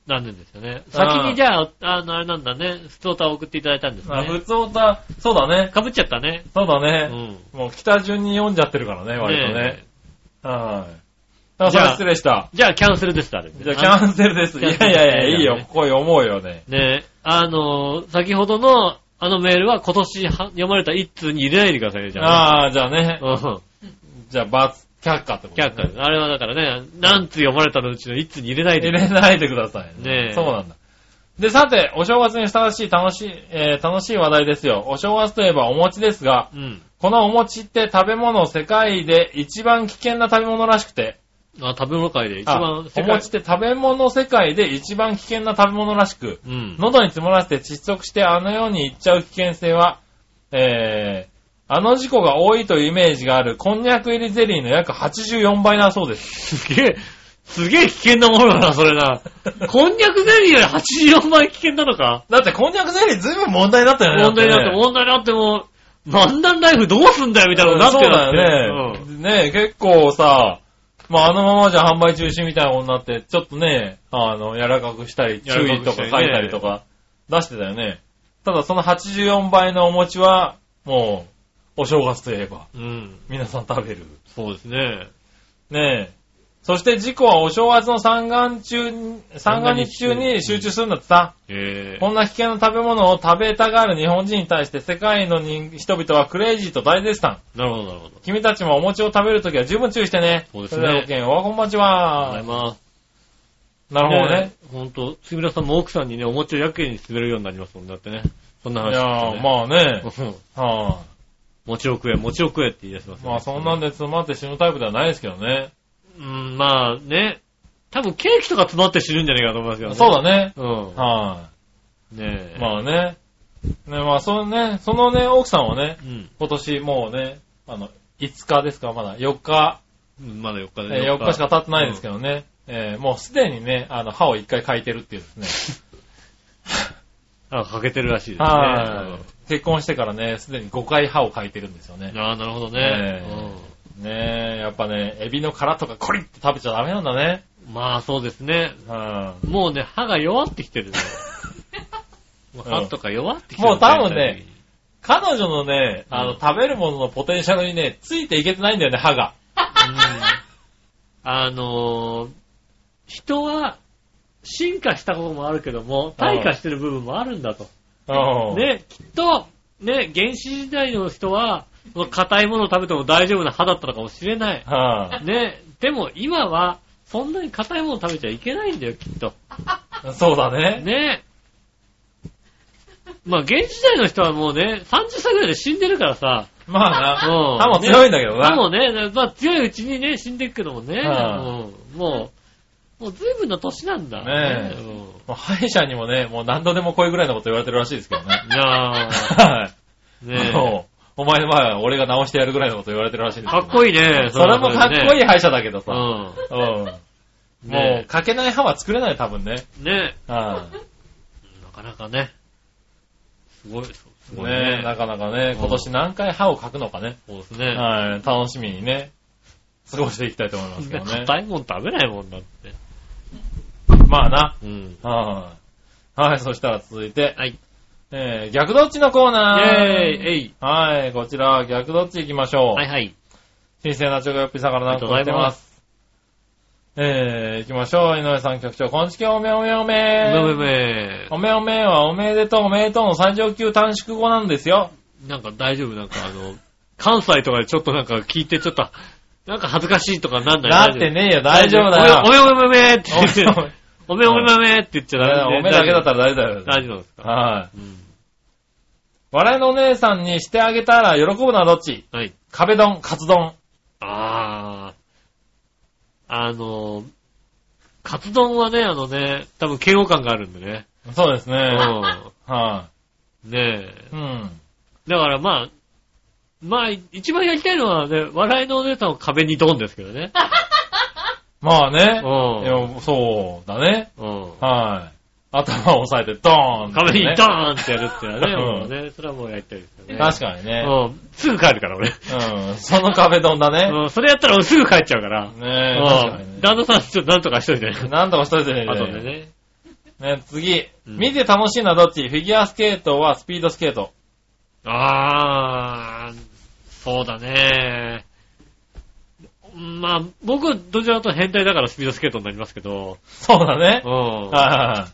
Speaker 3: 残念ですよね。先
Speaker 4: あー
Speaker 3: にじゃあ、あの、あれなんだね。ストーターを送っていただいたんです
Speaker 4: [LAUGHS] あ普
Speaker 3: ね。
Speaker 4: 通おた、そうだね。
Speaker 3: かぶっちゃったね。
Speaker 4: そうだ
Speaker 3: う
Speaker 4: ね。
Speaker 3: ん。
Speaker 4: もう北順に読んじゃってるからね、割と
Speaker 3: ね
Speaker 4: ね。はい。あ、それ失礼した。
Speaker 3: じゃあ、キャンセルです、あれ。
Speaker 4: じゃあ、キャンセルです。い
Speaker 3: キャン
Speaker 4: やい
Speaker 3: セル
Speaker 4: やいや、いい
Speaker 3: いい
Speaker 4: よ
Speaker 3: よ。
Speaker 4: こういう思うよね。
Speaker 3: ねえ、あのー先ほどの、あのメールは今年は読まれた一通に入れないでくださいね、じゃあ、ね。
Speaker 4: ああ、じゃあね。
Speaker 3: うん。
Speaker 4: じゃあ、バツ、却下ってこと、ね。
Speaker 3: 却下です。あれはだからね、何通読まれたのうちの一通に入れないで
Speaker 4: 入れないでください
Speaker 3: ねえ
Speaker 4: そうなんだ。で、さて、お正月にふさわしい楽しい、えー楽しい話題ですよ。お正月といえばお餅ですが、
Speaker 3: うん。
Speaker 4: このお餅って食べ物世界で一番危険な食べ物らしくて、
Speaker 3: あ、食べ物界で一
Speaker 4: あ
Speaker 3: 番
Speaker 4: お餅って食べ物世界で一番危険な食べ物らしく、
Speaker 3: うん。
Speaker 4: 喉に詰まらせて窒息してあのように行っちゃう危険性は、えー、あの事故が多いというイメージがあるこんにゃく入りゼリーの約84倍だそうです。
Speaker 3: すげえ、すげえ危険なものだな、それな。こんにゃくゼリーより84倍危険なのか
Speaker 4: だってこんにゃくゼリーずいぶん問題になったよね。
Speaker 3: 問題だって、
Speaker 4: ね。
Speaker 3: 問題だってもう、漫談ライフどうすんだよ、みたいなこと
Speaker 4: そう
Speaker 3: になっ
Speaker 4: だ
Speaker 3: てる
Speaker 4: よ
Speaker 3: って
Speaker 4: ね。ねえ、結構さ、まああのままじゃ販売中止みたいなことになって、ちょっとね、あの、柔らかくしたり、注意とか書いたりとか出してたよね。ただその84倍のお餅は、もう、お正月といえば、
Speaker 3: うん。うん。
Speaker 4: 皆さん食べる。
Speaker 3: そうですね。
Speaker 4: ねえ。そして事故はお正月の三眼中に、三眼日中に集中するんだってさ。
Speaker 3: え
Speaker 4: こんな危険な食べ物を食べたがる日本人に対して世界の人人々はクレイジーと大絶賛。
Speaker 3: ー、なるほど、なるほど。
Speaker 4: 君たちもお餅を食べるときは十分注意してね。
Speaker 3: そうですね
Speaker 4: れではごきげんよう、おはこんばんち
Speaker 3: ありがとう。
Speaker 4: は
Speaker 3: ございます。
Speaker 4: なるほどね。。
Speaker 3: ほんと、杉村さんも奥さんにね、お餅をやけにするようになりますもんねだってね。そんない話
Speaker 4: や
Speaker 3: 聞くとね
Speaker 4: ー、まあ
Speaker 3: [LAUGHS] う
Speaker 4: ね。
Speaker 3: ん
Speaker 4: は
Speaker 3: 餅を食え、餅を食えって言い出します
Speaker 4: い。
Speaker 3: よね
Speaker 4: まあそんなんで詰まって死ぬタイプではないですけどね。
Speaker 3: うん、まあね。多分ケーキとか詰まって死ぬんじゃないかと思いますけどね。
Speaker 4: そうだね。
Speaker 3: うん。
Speaker 4: は
Speaker 3: ねえ。
Speaker 4: い。まあね。ね、まあそうね、そのね、奥さんはね、
Speaker 3: うん。
Speaker 4: 今年もうね、あの、5日ですか、まだ4日、
Speaker 3: うんまだ4日で、
Speaker 4: えー4日しか経ってないですけどね、えーもうすでにね、あの、歯を1回欠いてるっていうですね。
Speaker 3: うんあ、欠けてるらしいです [LAUGHS] ね。
Speaker 4: はい。結婚してからね、すでに5回歯を欠いてるんですよ
Speaker 3: う
Speaker 4: ね
Speaker 3: ん。ああ、なるほどね
Speaker 4: え。ねえ、やっぱね、エビの殻とかコリって食べちゃダメなんだね。
Speaker 3: うんまあそうですね。
Speaker 4: は
Speaker 3: もうね、歯が弱ってきてる
Speaker 4: [LAUGHS]
Speaker 3: ね。もう歯とか弱ってきてる、
Speaker 4: もう多分ね彼女のね、あの、食べるもののポテンシャルにね、ついていけてないんだよね、歯が。
Speaker 3: うん。あのー人は進化した方もあるけども、退化してる部分もあるんだと。
Speaker 4: うん。
Speaker 3: ね、きっと、ね、原始時代の人は、その硬いものを食べても大丈夫な歯だったのかもしれない。
Speaker 4: は
Speaker 3: ね、でも今は、そんなに硬いものを食べちゃいけないんだよ、きっと。
Speaker 4: い。そうだね。
Speaker 3: ね。まあ、原始時代の人はもうね、30歳ぐらいで死んでるからさ、
Speaker 4: まあな、
Speaker 3: うん
Speaker 4: 歯も強いんだけど
Speaker 3: 歯
Speaker 4: な。
Speaker 3: もね、まあ強いうちにね、死んでいくけどもね、
Speaker 4: は
Speaker 3: うんもう、もう随分な年なんだ。
Speaker 4: ねえ
Speaker 3: うん
Speaker 4: もう歯医者にもね、もう何度でもこういうぐらいのこと言われてるらしいですけどね。
Speaker 3: いや
Speaker 4: は
Speaker 3: ー、[LAUGHS]
Speaker 4: い。
Speaker 3: ねえ
Speaker 4: もうお前の前は俺が直してやるぐらいのこと言われてるらしいですけ
Speaker 3: か
Speaker 4: ど
Speaker 3: っこいいね。
Speaker 4: それもかっこい
Speaker 3: い。
Speaker 4: い歯医者だけどさ。
Speaker 3: うん。
Speaker 4: うん。も
Speaker 3: ね
Speaker 4: う、かけない歯は作れない、多分ね。
Speaker 3: えね
Speaker 4: は
Speaker 3: えなかなかね、すごい、す
Speaker 4: い。
Speaker 3: ごい
Speaker 4: ね
Speaker 3: ね。
Speaker 4: え、なかなかね
Speaker 3: う、ん
Speaker 4: 今年何回歯をかくのかね。
Speaker 3: そうですね。
Speaker 4: はい。楽しみにね、過ごしていきたいと思いま
Speaker 3: そん
Speaker 4: すけ
Speaker 3: な
Speaker 4: どね。
Speaker 3: 硬いもん食べないもんだって。
Speaker 4: [LAUGHS] まあな。
Speaker 3: うん。
Speaker 4: はい。はい、そしたら続いて、
Speaker 3: はい。
Speaker 4: えー、逆どっちの
Speaker 3: イ
Speaker 4: コー
Speaker 3: ェー
Speaker 4: ナー。
Speaker 3: イえい。
Speaker 4: はい、こちら、逆どっち行きましょう。
Speaker 3: はいはい。
Speaker 4: 新鮮なチョコヨッピーさんから
Speaker 3: ありがと
Speaker 4: 何個
Speaker 3: うござ
Speaker 4: 来
Speaker 3: い
Speaker 4: て
Speaker 3: ま
Speaker 4: ます。
Speaker 3: す。
Speaker 4: えー、行きましょう。井上さん局長、こんちきおめおめお
Speaker 3: う
Speaker 4: め。
Speaker 3: めうめ
Speaker 4: おめおめはおめでとうおめでとうの最上級短縮語なんですよ。
Speaker 3: なんか大丈夫なんかあの、関西とかでちょっとなんか聞いてちょっと、なんか恥ずかしいとかなんない
Speaker 4: なってねえよ、大丈夫だよ。
Speaker 3: おめおめおめおめって言ってお
Speaker 4: おめ、
Speaker 3: めおめおめおめって言っちゃダメ
Speaker 4: おめだけだったら大丈夫だ
Speaker 3: 大丈
Speaker 4: よ。
Speaker 3: 夫なんですか
Speaker 4: はい。
Speaker 3: うん。
Speaker 4: 笑いのお姉さんにしてあげたら喜ぶのはどっち
Speaker 3: はい。
Speaker 4: 壁丼、カツ丼。
Speaker 3: あー。あの、カツ丼はね、あのね、多分嫌悪感があるんでね。
Speaker 4: そうですね。
Speaker 3: う
Speaker 4: は
Speaker 3: ん。
Speaker 4: い。
Speaker 3: ねえ。
Speaker 4: うん。
Speaker 3: だからまあ、まあ、一番やりたいのはね、笑いのお姉さんを壁にドンですけどね。
Speaker 4: まあね。い
Speaker 3: うん。
Speaker 4: やそうだね。
Speaker 3: うん。
Speaker 4: はい。頭を押さえてドーンってね、
Speaker 3: 壁にドーンってやるってのはね、
Speaker 4: うん
Speaker 3: もうね、それはもうやりたいですよね。
Speaker 4: 確かにね。
Speaker 3: うん。すぐ帰るから、俺。
Speaker 4: うん。その壁丼だね。
Speaker 3: うん。それやったら俺すぐ帰っちゃうから。
Speaker 4: ねえ、確か
Speaker 3: うん。
Speaker 4: にね。
Speaker 3: 旦那さん、ちょっとなんとかしといてね。
Speaker 4: なんとかしといてね。
Speaker 3: 後でね。
Speaker 4: ね、次。
Speaker 3: うん
Speaker 4: 見て楽しいのはどっちフィギュアスケートはスピードスケート。
Speaker 3: あー、そうだね。まあ、僕はどちらかというと変態だからスピードスケートになりますけど。
Speaker 4: そうだね
Speaker 3: う。ん。あ
Speaker 4: はいはいはい。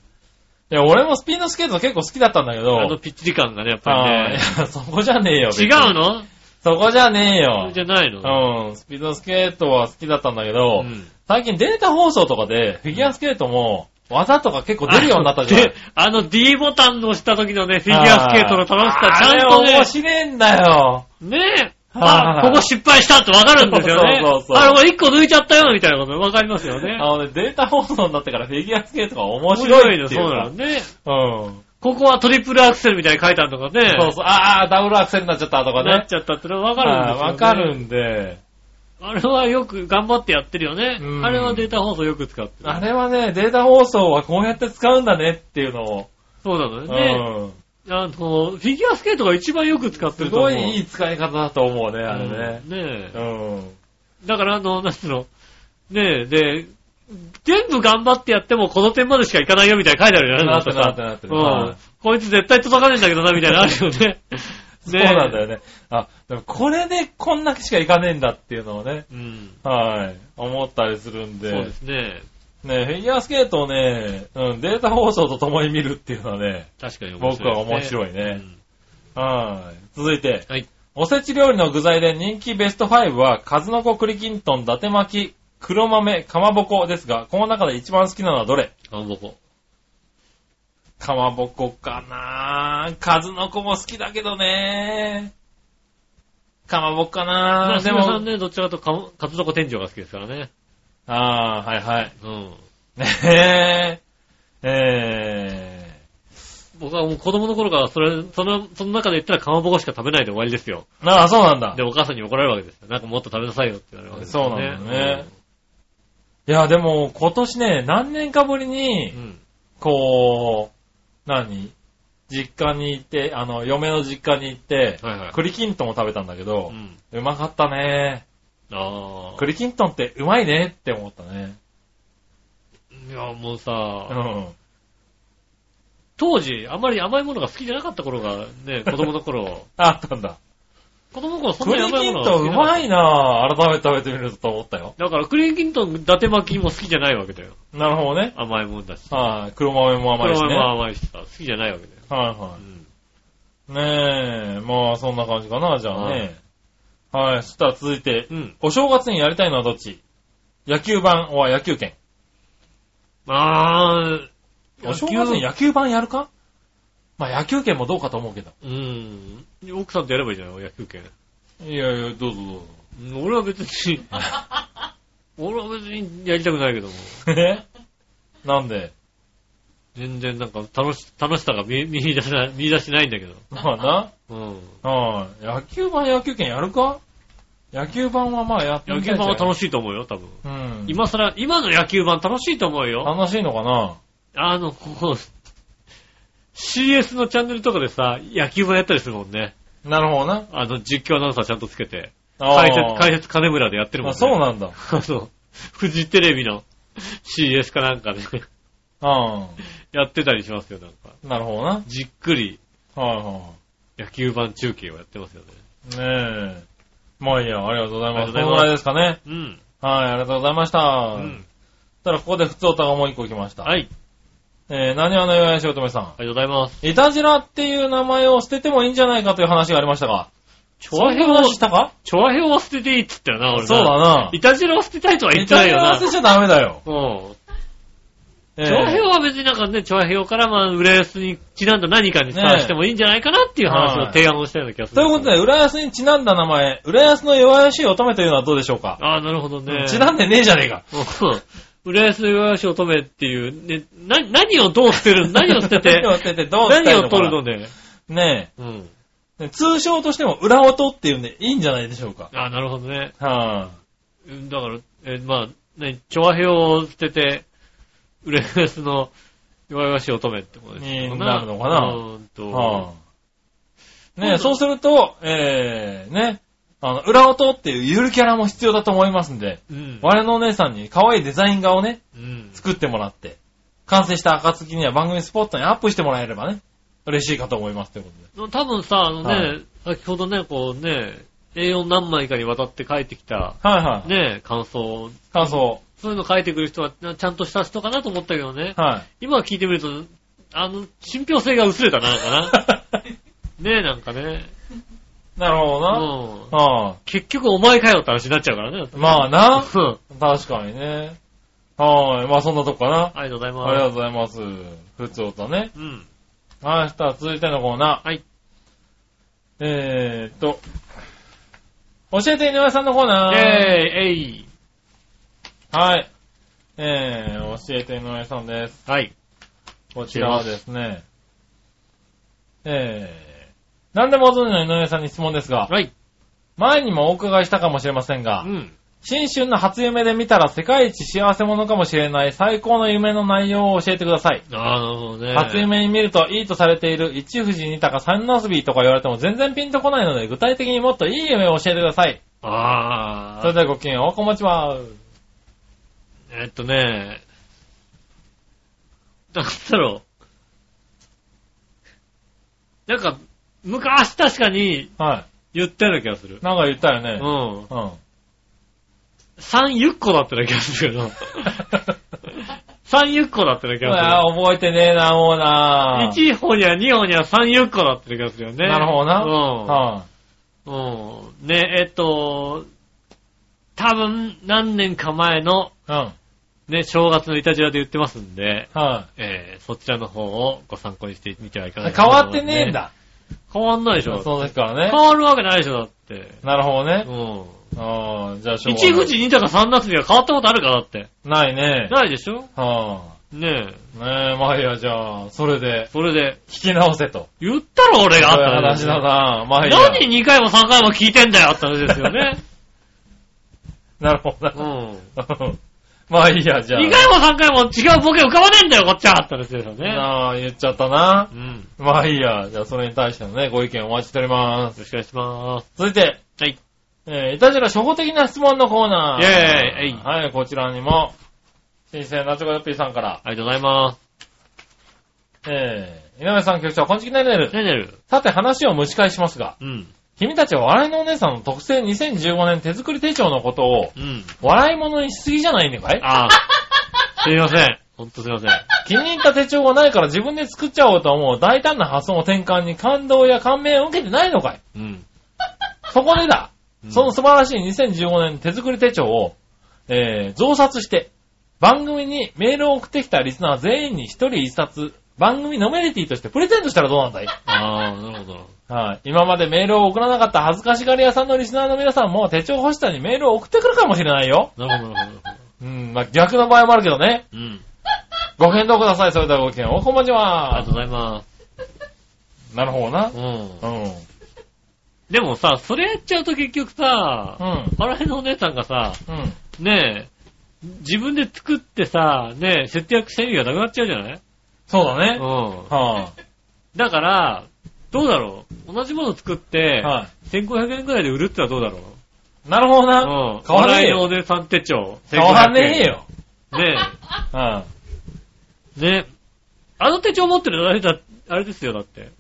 Speaker 4: いや、俺もスピードスケート結構好きだったんだけど。
Speaker 3: のピッチリ感がね、やっぱ
Speaker 4: あ
Speaker 3: りね。
Speaker 4: ーいや、そこじゃねえよ。別
Speaker 3: 違
Speaker 4: に
Speaker 3: うの
Speaker 4: そこじゃねえ
Speaker 3: それ
Speaker 4: よ
Speaker 3: じ。ゃないの
Speaker 4: うん、スピードスケートは好きだったんだけど、
Speaker 3: うん
Speaker 4: 最近データ放送とかでフィギュアスケートも技とか結構出るようになったじゃん。
Speaker 3: であの D ボタンを押した時のね、フィギュアスケートの楽しさ、ちゃんと
Speaker 4: あれ
Speaker 3: ね
Speaker 4: 面、白えんだよ。
Speaker 3: ねえ、
Speaker 4: はい
Speaker 3: あ、ここ失敗したってわかるんですよね。
Speaker 4: そうそうそう
Speaker 3: あれ、これ一個抜いちゃったよみたいなことわかりますよね
Speaker 4: あ。のね、データ放送になってからフィギュアスケートが面白い
Speaker 3: 面
Speaker 4: って
Speaker 3: 白
Speaker 4: い
Speaker 3: の
Speaker 4: う
Speaker 3: そうなの
Speaker 4: か。
Speaker 3: ね。
Speaker 4: うん。
Speaker 3: ここはトリプルアクセルみたいに書いてあるとかね。
Speaker 4: そうそう。ああ、ダブルアクセルになっちゃったとか
Speaker 3: なっ
Speaker 4: ね。
Speaker 3: ちゃったってのはわかるんです
Speaker 4: あ
Speaker 3: よ、
Speaker 4: ー
Speaker 3: ね。
Speaker 4: わかるんで。
Speaker 3: あれはよく頑張ってやってるよね。
Speaker 4: うん
Speaker 3: あれはデータ放送よく使ってる。
Speaker 4: あれはね、データ放送はこうやって使うんだねっていうのを。
Speaker 3: そうなの
Speaker 4: う
Speaker 3: よね。
Speaker 4: ん。
Speaker 3: あの、フィギュアスケートが一番よく使って
Speaker 4: す
Speaker 3: ると思う。
Speaker 4: ごいい
Speaker 3: い、
Speaker 4: い使い方だと思うね、あれね。
Speaker 3: ねえ。
Speaker 4: うん。
Speaker 3: だから、あの、なんつうの、ねえ、で、全部頑張ってやってもこの点までしかいかないよみたいな書いてあるじゃない
Speaker 4: なってる
Speaker 3: んかさ
Speaker 4: なってるなってる
Speaker 3: うん
Speaker 4: はい
Speaker 3: こいつ絶対届かねえんだけどな、みたいなのあるよね。
Speaker 4: [LAUGHS] そうなんだよね。あ、でもこれでこんだけしかいかねえんだっていうのをね、
Speaker 3: うん。
Speaker 4: はい、思ったりするん
Speaker 3: そう
Speaker 4: で、
Speaker 3: ですね。
Speaker 4: ね、フィギュアスケートをね、うん、データ放送と共に見るっていうのはね、
Speaker 3: 確かに面白い、
Speaker 4: 僕は面白いね。
Speaker 3: うん
Speaker 4: はい。続いて、
Speaker 3: はい。
Speaker 4: おせち料理の具材で人気ベスト5は、数の子栗きんとん、伊達巻き、黒豆、かまぼこですが、この中で一番好きなのはどれ
Speaker 3: かまぼこ。
Speaker 4: かまぼこかなぁ。数の子も好きだけどねかまぼこか
Speaker 3: ま
Speaker 4: な
Speaker 3: あ、
Speaker 4: ぁ。で
Speaker 3: でもさ
Speaker 4: も
Speaker 3: ん、ね、どっちかというとかも、カツドコ天井が好きですからね。
Speaker 4: ああ、はいはい。
Speaker 3: うん。
Speaker 4: ねえ。え
Speaker 3: 僕はもう子供の頃から、それ、その、その中で言ったらかまぼこしか食べないで終わりですよ。
Speaker 4: ー。ああ、そうなんだ
Speaker 3: で、。お母さんに怒られるわけですよ。なんかもっと食べなさいよって言われるわけですよ、ね。
Speaker 4: そうなんだよねいや、でも、今年ね、何年かぶり
Speaker 3: う
Speaker 4: に
Speaker 3: ん。、うん
Speaker 4: こう、何実家に行って、あの、嫁の実家に行って、
Speaker 3: はいはい。
Speaker 4: 栗きんとんを食べたんだけど
Speaker 3: う、ん。
Speaker 4: うまかったね。
Speaker 3: ああ。
Speaker 4: 栗きんとんってうまいねって思ったね。
Speaker 3: いや、もう
Speaker 4: う
Speaker 3: さ、
Speaker 4: ん。
Speaker 3: 当時、あんまり甘いものが好きじゃなかった頃が、
Speaker 4: [LAUGHS]
Speaker 3: ね、子供の頃、
Speaker 4: あったんだ。
Speaker 3: 子供の頃そんなに
Speaker 4: 栗
Speaker 3: 甘
Speaker 4: き
Speaker 3: い
Speaker 4: ん
Speaker 3: ものが
Speaker 4: と
Speaker 3: 好
Speaker 4: ん
Speaker 3: き
Speaker 4: う
Speaker 3: じゃなか
Speaker 4: ま
Speaker 3: っ
Speaker 4: いなぁ。改めて食べてみると思ったよ。
Speaker 3: た。だから、クリーンキントン、伊達巻きも好きじゃないわけだよ。
Speaker 4: なるほどね。
Speaker 3: 甘いもんだし。
Speaker 4: はい。黒豆も甘いし
Speaker 3: こ
Speaker 4: ね。
Speaker 3: れは
Speaker 4: は
Speaker 3: 甘いしさ、好きじゃないわけだよ。
Speaker 4: いは
Speaker 3: うん。
Speaker 4: い。ねえ。まあ、そんな感じかな、じゃあね。はい。そしたら続いて、
Speaker 3: うん。
Speaker 4: お正月にやりたいのはどっち野球版は野球券。
Speaker 3: あー、
Speaker 4: お正月に野球版やるかまあ野球券もどうかと思うけど。
Speaker 3: うん。奥さんとやればいいじゃない野球券。
Speaker 4: いやいや、どうぞどうぞ。
Speaker 3: うん俺は別
Speaker 4: [LAUGHS]
Speaker 3: に、俺は別にやりたくないけども。
Speaker 4: えなんで
Speaker 3: 全然なんか楽し、楽しさが見見出せない、見出してないんだけど。
Speaker 4: まあ
Speaker 3: うん。
Speaker 4: な。はい。野球版野球券やるか野球版はまあやって
Speaker 3: 野
Speaker 4: みた
Speaker 3: 球
Speaker 4: い
Speaker 3: 版は楽
Speaker 4: しい。
Speaker 3: しいと思うよ、多分。
Speaker 4: うん。
Speaker 3: 今更、今の野球版楽しいと思うよ。
Speaker 4: 楽しいのかな
Speaker 3: あの、ここ、CS のチャンネルとかでさ、野球版やったりするもんね。
Speaker 4: なるほどな。
Speaker 3: あの、実況アナウンサーちゃんとつけて。
Speaker 4: あ
Speaker 3: 解
Speaker 4: ー
Speaker 3: 説、解説金村でやってるもん
Speaker 4: あ
Speaker 3: ね。
Speaker 4: そうなんだ。
Speaker 3: [LAUGHS] あの、フジテレビの CS かなんかで [LAUGHS]
Speaker 4: う
Speaker 3: やってたりしますよ、なんか。
Speaker 4: ん。なるほどな。
Speaker 3: じっくり
Speaker 4: はいは
Speaker 3: 野球版中継をやってますよね。
Speaker 4: い。ねえ。まあいいや、ありがとうございます。
Speaker 3: ありがとう
Speaker 4: この
Speaker 3: ご
Speaker 4: ぐ
Speaker 3: ざ
Speaker 4: ら
Speaker 3: い
Speaker 4: いですかね。
Speaker 3: うん。
Speaker 4: はい、ありがとうございました。
Speaker 3: うん。
Speaker 4: ただここで普通歌がもう一個来ました。。
Speaker 3: はいい。
Speaker 4: えー、何話の岩井しおとめさん。
Speaker 3: ありがとうございます。
Speaker 4: いたじらっていう名前を捨ててもいいんじゃないかという話がありましたが。
Speaker 3: 調和表
Speaker 4: そんな
Speaker 3: を
Speaker 4: 話、したか
Speaker 3: 調和表を捨てていいっつったよな、俺な
Speaker 4: そうだない
Speaker 3: たじらを捨てたいとは言
Speaker 4: イ
Speaker 3: ってな
Speaker 4: タ
Speaker 3: い
Speaker 4: ジ
Speaker 3: よ
Speaker 4: ラ
Speaker 3: な。
Speaker 4: は捨てちゃダメだよ。
Speaker 3: うん。
Speaker 4: えー
Speaker 3: 調和表は別になんかね、調和表からまあ、浦安にちなんだ何かにさ、
Speaker 4: ねえ
Speaker 3: してもいいんじゃないかなっていう話の提案をしたような気がす
Speaker 4: と
Speaker 3: る。
Speaker 4: いうことで、浦安にちなんだ名前、浦安の弱々しい乙女というのはどうでしょうか、
Speaker 3: ああ、なるほどね。
Speaker 4: ちなんでねえじゃねえか。
Speaker 3: うん浦安岩橋乙女っていう、ね、な、何をどう捨てる何を捨てて、
Speaker 4: [LAUGHS] 何を捨ててどうしたい
Speaker 3: 何
Speaker 4: の
Speaker 3: を
Speaker 4: か
Speaker 3: 取る
Speaker 4: な
Speaker 3: のね。
Speaker 4: ね
Speaker 3: うん。
Speaker 4: え。通称としても、裏音っていうんでいいんじゃないでしょうか。
Speaker 3: あなるほどね。
Speaker 4: は
Speaker 3: うんだから、えーまあ、ね、調和表を捨てて、浦安の岩橋乙女ってことですよ
Speaker 4: になるのかな
Speaker 3: うーん
Speaker 4: ぁ、
Speaker 3: と。
Speaker 4: はぁ、ね
Speaker 3: 今
Speaker 4: え、
Speaker 3: 度
Speaker 4: そうすると、えー、ね、あの、裏音っていうゆるキャラも必要だと思いますんで、
Speaker 3: うん。
Speaker 4: 我のお姉さんに可愛いデザイン画をね、
Speaker 3: うん。
Speaker 4: 作ってもらって、完成した暁には番組スポットにアップしてもらえればね、嬉しいかと思いますということで。
Speaker 3: 多分さ、あのね、
Speaker 4: はい
Speaker 3: 先ほどね、こうね、A4 何枚かにわたって書いてきた、
Speaker 4: はいはい。
Speaker 3: ね、感想、
Speaker 4: 感想。
Speaker 3: そういうの書いてくる人は、なちゃんとした人かなと思ったけどね。 [LAUGHS]
Speaker 4: はい。
Speaker 3: 今聞いてみると、あの、信憑性が薄れたな、なん
Speaker 4: [LAUGHS]
Speaker 3: かな。ねえ、なんかね。
Speaker 4: なるほ
Speaker 3: う
Speaker 4: ど
Speaker 3: ん。
Speaker 4: な。は
Speaker 3: 結局お前かよって話になっちゃうからね。
Speaker 4: あ、
Speaker 3: [LAUGHS]
Speaker 4: まあな。
Speaker 3: うん。
Speaker 4: 確かにね。はい。まあそんなとこかな。
Speaker 3: ありがとうございます。
Speaker 4: ありがとうございます。普通音ね。
Speaker 3: うん。
Speaker 4: はい。そしたら続いてのコーナー。
Speaker 3: はい。
Speaker 4: えーっと。教えて井上さんのコーナー。
Speaker 3: えい、えい。
Speaker 4: はい。えー、教えて井上さんです。
Speaker 3: はい。
Speaker 4: こちらはですね、えー、何でもご存知の井上さんに質問ですが、
Speaker 3: はい。
Speaker 4: 前にもお伺いしたかもしれません
Speaker 3: う
Speaker 4: が、
Speaker 3: ん。
Speaker 4: 新春の初夢で見たら世界一幸せ者かもしれない最高の夢の内容を教えてください。
Speaker 3: ああ、なるほどね。
Speaker 4: 初夢に見るといいとされている一富士二鷹三のびとか言われても全然ピンとこないので具体的にもっといい夢を教えてください。
Speaker 3: あ
Speaker 4: それ
Speaker 3: あ。
Speaker 4: ではごきげんよう、こんばんちは。
Speaker 3: えっとね、なんだろう。なんか、昔確かに
Speaker 4: は
Speaker 3: 言ったような気がする
Speaker 4: い。。なんか言ったよ
Speaker 3: う
Speaker 4: ね。
Speaker 3: ん。
Speaker 4: うん。 [LAUGHS]
Speaker 3: 三ゆっこだったような気がするけ
Speaker 4: [LAUGHS]
Speaker 3: ど。三ゆっこだったような気
Speaker 4: うわ
Speaker 3: が
Speaker 4: 覚えてねえな、もうな。
Speaker 3: する。一歩には二歩には三ゆっこだったような気がするよね。
Speaker 4: なるほどな。
Speaker 3: うん。
Speaker 4: は
Speaker 3: うん。ね、えっと、多分何年か前の、
Speaker 4: い。うん。はい。
Speaker 3: ね、正月のいたじらで言ってますんで、えー、そちらの方をご参考にしてみてはいかが
Speaker 4: 変
Speaker 3: かなと
Speaker 4: わっ
Speaker 3: 思い
Speaker 4: て
Speaker 3: ます
Speaker 4: ねえん。だ。
Speaker 3: 変わんないでし
Speaker 4: そ
Speaker 3: ょ。
Speaker 4: の時からね
Speaker 3: 変。わるわけないでしょ、だって。
Speaker 4: なるほど
Speaker 3: う
Speaker 4: ね。
Speaker 3: ん。
Speaker 4: ああ、じゃあしょうがない
Speaker 3: 一富士二鷹三夏には変わったことあるかだって。
Speaker 4: ないね。
Speaker 3: ないでしょ
Speaker 4: は
Speaker 3: ねえ。
Speaker 4: あ。ねえ、まあいいや、じゃあ、それで、
Speaker 3: それで、
Speaker 4: 聞き直せと。
Speaker 3: 言ったろ、俺が。
Speaker 4: そういう話だな。まあいいや。
Speaker 3: 何2回も3回も聞いてんだよって話ですよ
Speaker 4: [LAUGHS]
Speaker 3: ね。
Speaker 4: なるほどな
Speaker 3: う。ん。
Speaker 4: [LAUGHS] まあいいや、じゃあ。
Speaker 3: 2回も3回も違うボケ浮かばねえんだよ、こっちはって話ですよね。
Speaker 4: なあ、言っちゃったな
Speaker 3: う。ん。
Speaker 4: まあいいや。じゃあ、それに対してのね、ご意見お待ちしておりま
Speaker 3: よ
Speaker 4: す。
Speaker 3: ろしくお願いします。
Speaker 4: 続いて、
Speaker 3: はい。
Speaker 4: えー、いたじら初歩的な質問のコーナー。
Speaker 3: イェーイえい
Speaker 4: はい、こちらにも、新鮮なチョコヨッピーさんから、
Speaker 3: ありがとうございます。
Speaker 4: えー、井上さん局長、こんちきねるねる。
Speaker 3: ねねる。
Speaker 4: さて話を蒸し返しますが、
Speaker 3: うん。
Speaker 4: 君たちは笑いのお姉さんの特製2015年手作り手帳のことを、
Speaker 3: うん。
Speaker 4: 笑い物にしすぎじゃないのかい
Speaker 3: ああ。
Speaker 4: [LAUGHS]
Speaker 3: すいません。ほんとすいません。
Speaker 4: 気に入った手帳がないから自分で作っちゃおうと思う大胆な発想の転換に感動や感銘を受けてないのかい
Speaker 3: うん。
Speaker 4: そこでだ、
Speaker 3: うん
Speaker 4: その素晴らしい2015年手作り手帳を、えー、増刷して、番組にメールを送ってきたリスナー全員に一人一冊、番組ノメリティとしてプレゼントしたらどうなんだい
Speaker 3: ああ、なるほど。
Speaker 4: はい。今までメールを送らなかった恥ずかしがり屋さんのリスナーの皆さんも手帳欲しさにメールを送ってくるかもしれないよ。
Speaker 3: なるほど、なるほど。
Speaker 4: うん、まあ、逆の場合もあるけどね。
Speaker 3: うん。
Speaker 4: ご検討ください。それではごきげんよう。おこまじ
Speaker 3: ありが
Speaker 4: は
Speaker 3: とうございま
Speaker 4: なるほどな
Speaker 3: す。。うん
Speaker 4: う。ん。
Speaker 3: でもさ、それやっちゃうと結局さ、
Speaker 4: うん。
Speaker 3: 笑いのお姉さんがさ、
Speaker 4: うん。
Speaker 3: ねえ、自分で作ってさ、ねえ、節約した意味がなくなっちゃうじゃない
Speaker 4: そうだ
Speaker 3: う
Speaker 4: ね。
Speaker 3: ん。
Speaker 4: は
Speaker 3: だから、どうだろう同じもの作っ
Speaker 4: い。
Speaker 3: て、
Speaker 4: は
Speaker 3: 1500円くらいで売るってのはどうだろう
Speaker 4: い。なるほど
Speaker 3: う
Speaker 4: な。
Speaker 3: ん。
Speaker 4: 変わらね
Speaker 3: 笑
Speaker 4: え
Speaker 3: い
Speaker 4: よ
Speaker 3: のお姉さん手帳。
Speaker 4: 変わらねえよ。
Speaker 3: 1500円。ね
Speaker 4: うん。
Speaker 3: え、ねえ。あの手帳持ってるのあれだ、あれですよ、だって。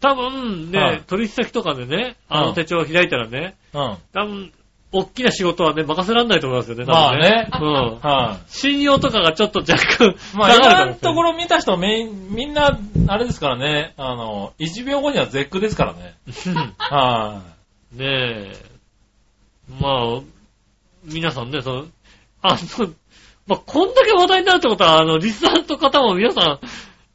Speaker 3: 多分ね、
Speaker 4: はい
Speaker 3: 取引先とかでね、あの手帳を開いたらね、
Speaker 4: うん。
Speaker 3: 多分、大きな仕事はね、任せられないと思いますよね、
Speaker 4: まあね
Speaker 3: 多分うん。
Speaker 4: は
Speaker 3: 信用とかがちょっと若干、
Speaker 4: い。まあ、
Speaker 3: 下がるかも
Speaker 4: 今の
Speaker 3: しれ
Speaker 4: とこ
Speaker 3: ない
Speaker 4: ろ見た人めい、みんな、あれですからね、あの、1秒後には絶句ですからね。は
Speaker 3: [LAUGHS] ねえ。まあ、皆さんね、その、あの、まあ、こんだけ話題になるってことは、あの、リスナーの方も皆さん、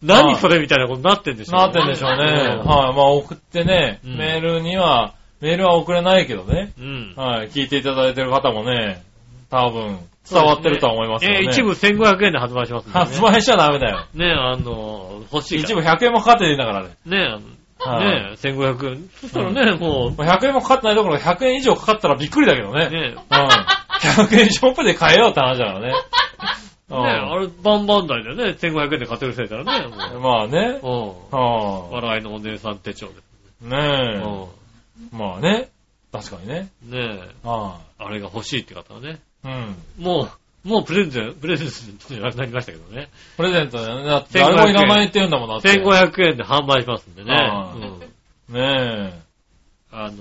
Speaker 3: 何それみたいなことになってんで
Speaker 4: い。
Speaker 3: しょう
Speaker 4: なってんでしょうね。はい。まあ、送ってね、
Speaker 3: うん
Speaker 4: メールには、メールは送れないけどね。
Speaker 3: うん。
Speaker 4: はい。聞いていただいてる方もね、多分、伝わってるとは思いますよね。
Speaker 3: えー一部1500円で発売しますんでね
Speaker 4: 発売しちゃダメだよ。
Speaker 3: ねえ、あの、欲しいか
Speaker 4: 一部100円もかかってるんだからね。
Speaker 3: ら。ねえ、
Speaker 4: はい
Speaker 3: ねえ、1500円。そしたらね、も
Speaker 4: まあ100円もかかってないところが100円以上かかったらびっくりだけど
Speaker 3: う、ね
Speaker 4: ね。
Speaker 3: え、ね
Speaker 4: うん。100円ショップで買えようって話だからね。
Speaker 3: え、あれ、バンバン台だよね、1500円で買ってる人いたらね、
Speaker 4: うんまあね。
Speaker 3: もう、うん。
Speaker 4: はあ。
Speaker 3: 笑いのお姉さん手帳で。う
Speaker 4: ね
Speaker 3: ん。
Speaker 4: え。まあね。確かにね。
Speaker 3: ねえ、
Speaker 4: は
Speaker 3: あれが欲しいって方はね。
Speaker 4: あ。うん。
Speaker 3: もう、もうプレゼント、プレゼントじゃなくなりましたけどね。
Speaker 4: プレゼントだよね。だって
Speaker 3: 1500
Speaker 4: 誰もいらないって言うんだもんなって。
Speaker 3: 1500円で販売しますんでね。
Speaker 4: ああ
Speaker 3: うん
Speaker 4: ね
Speaker 3: あの、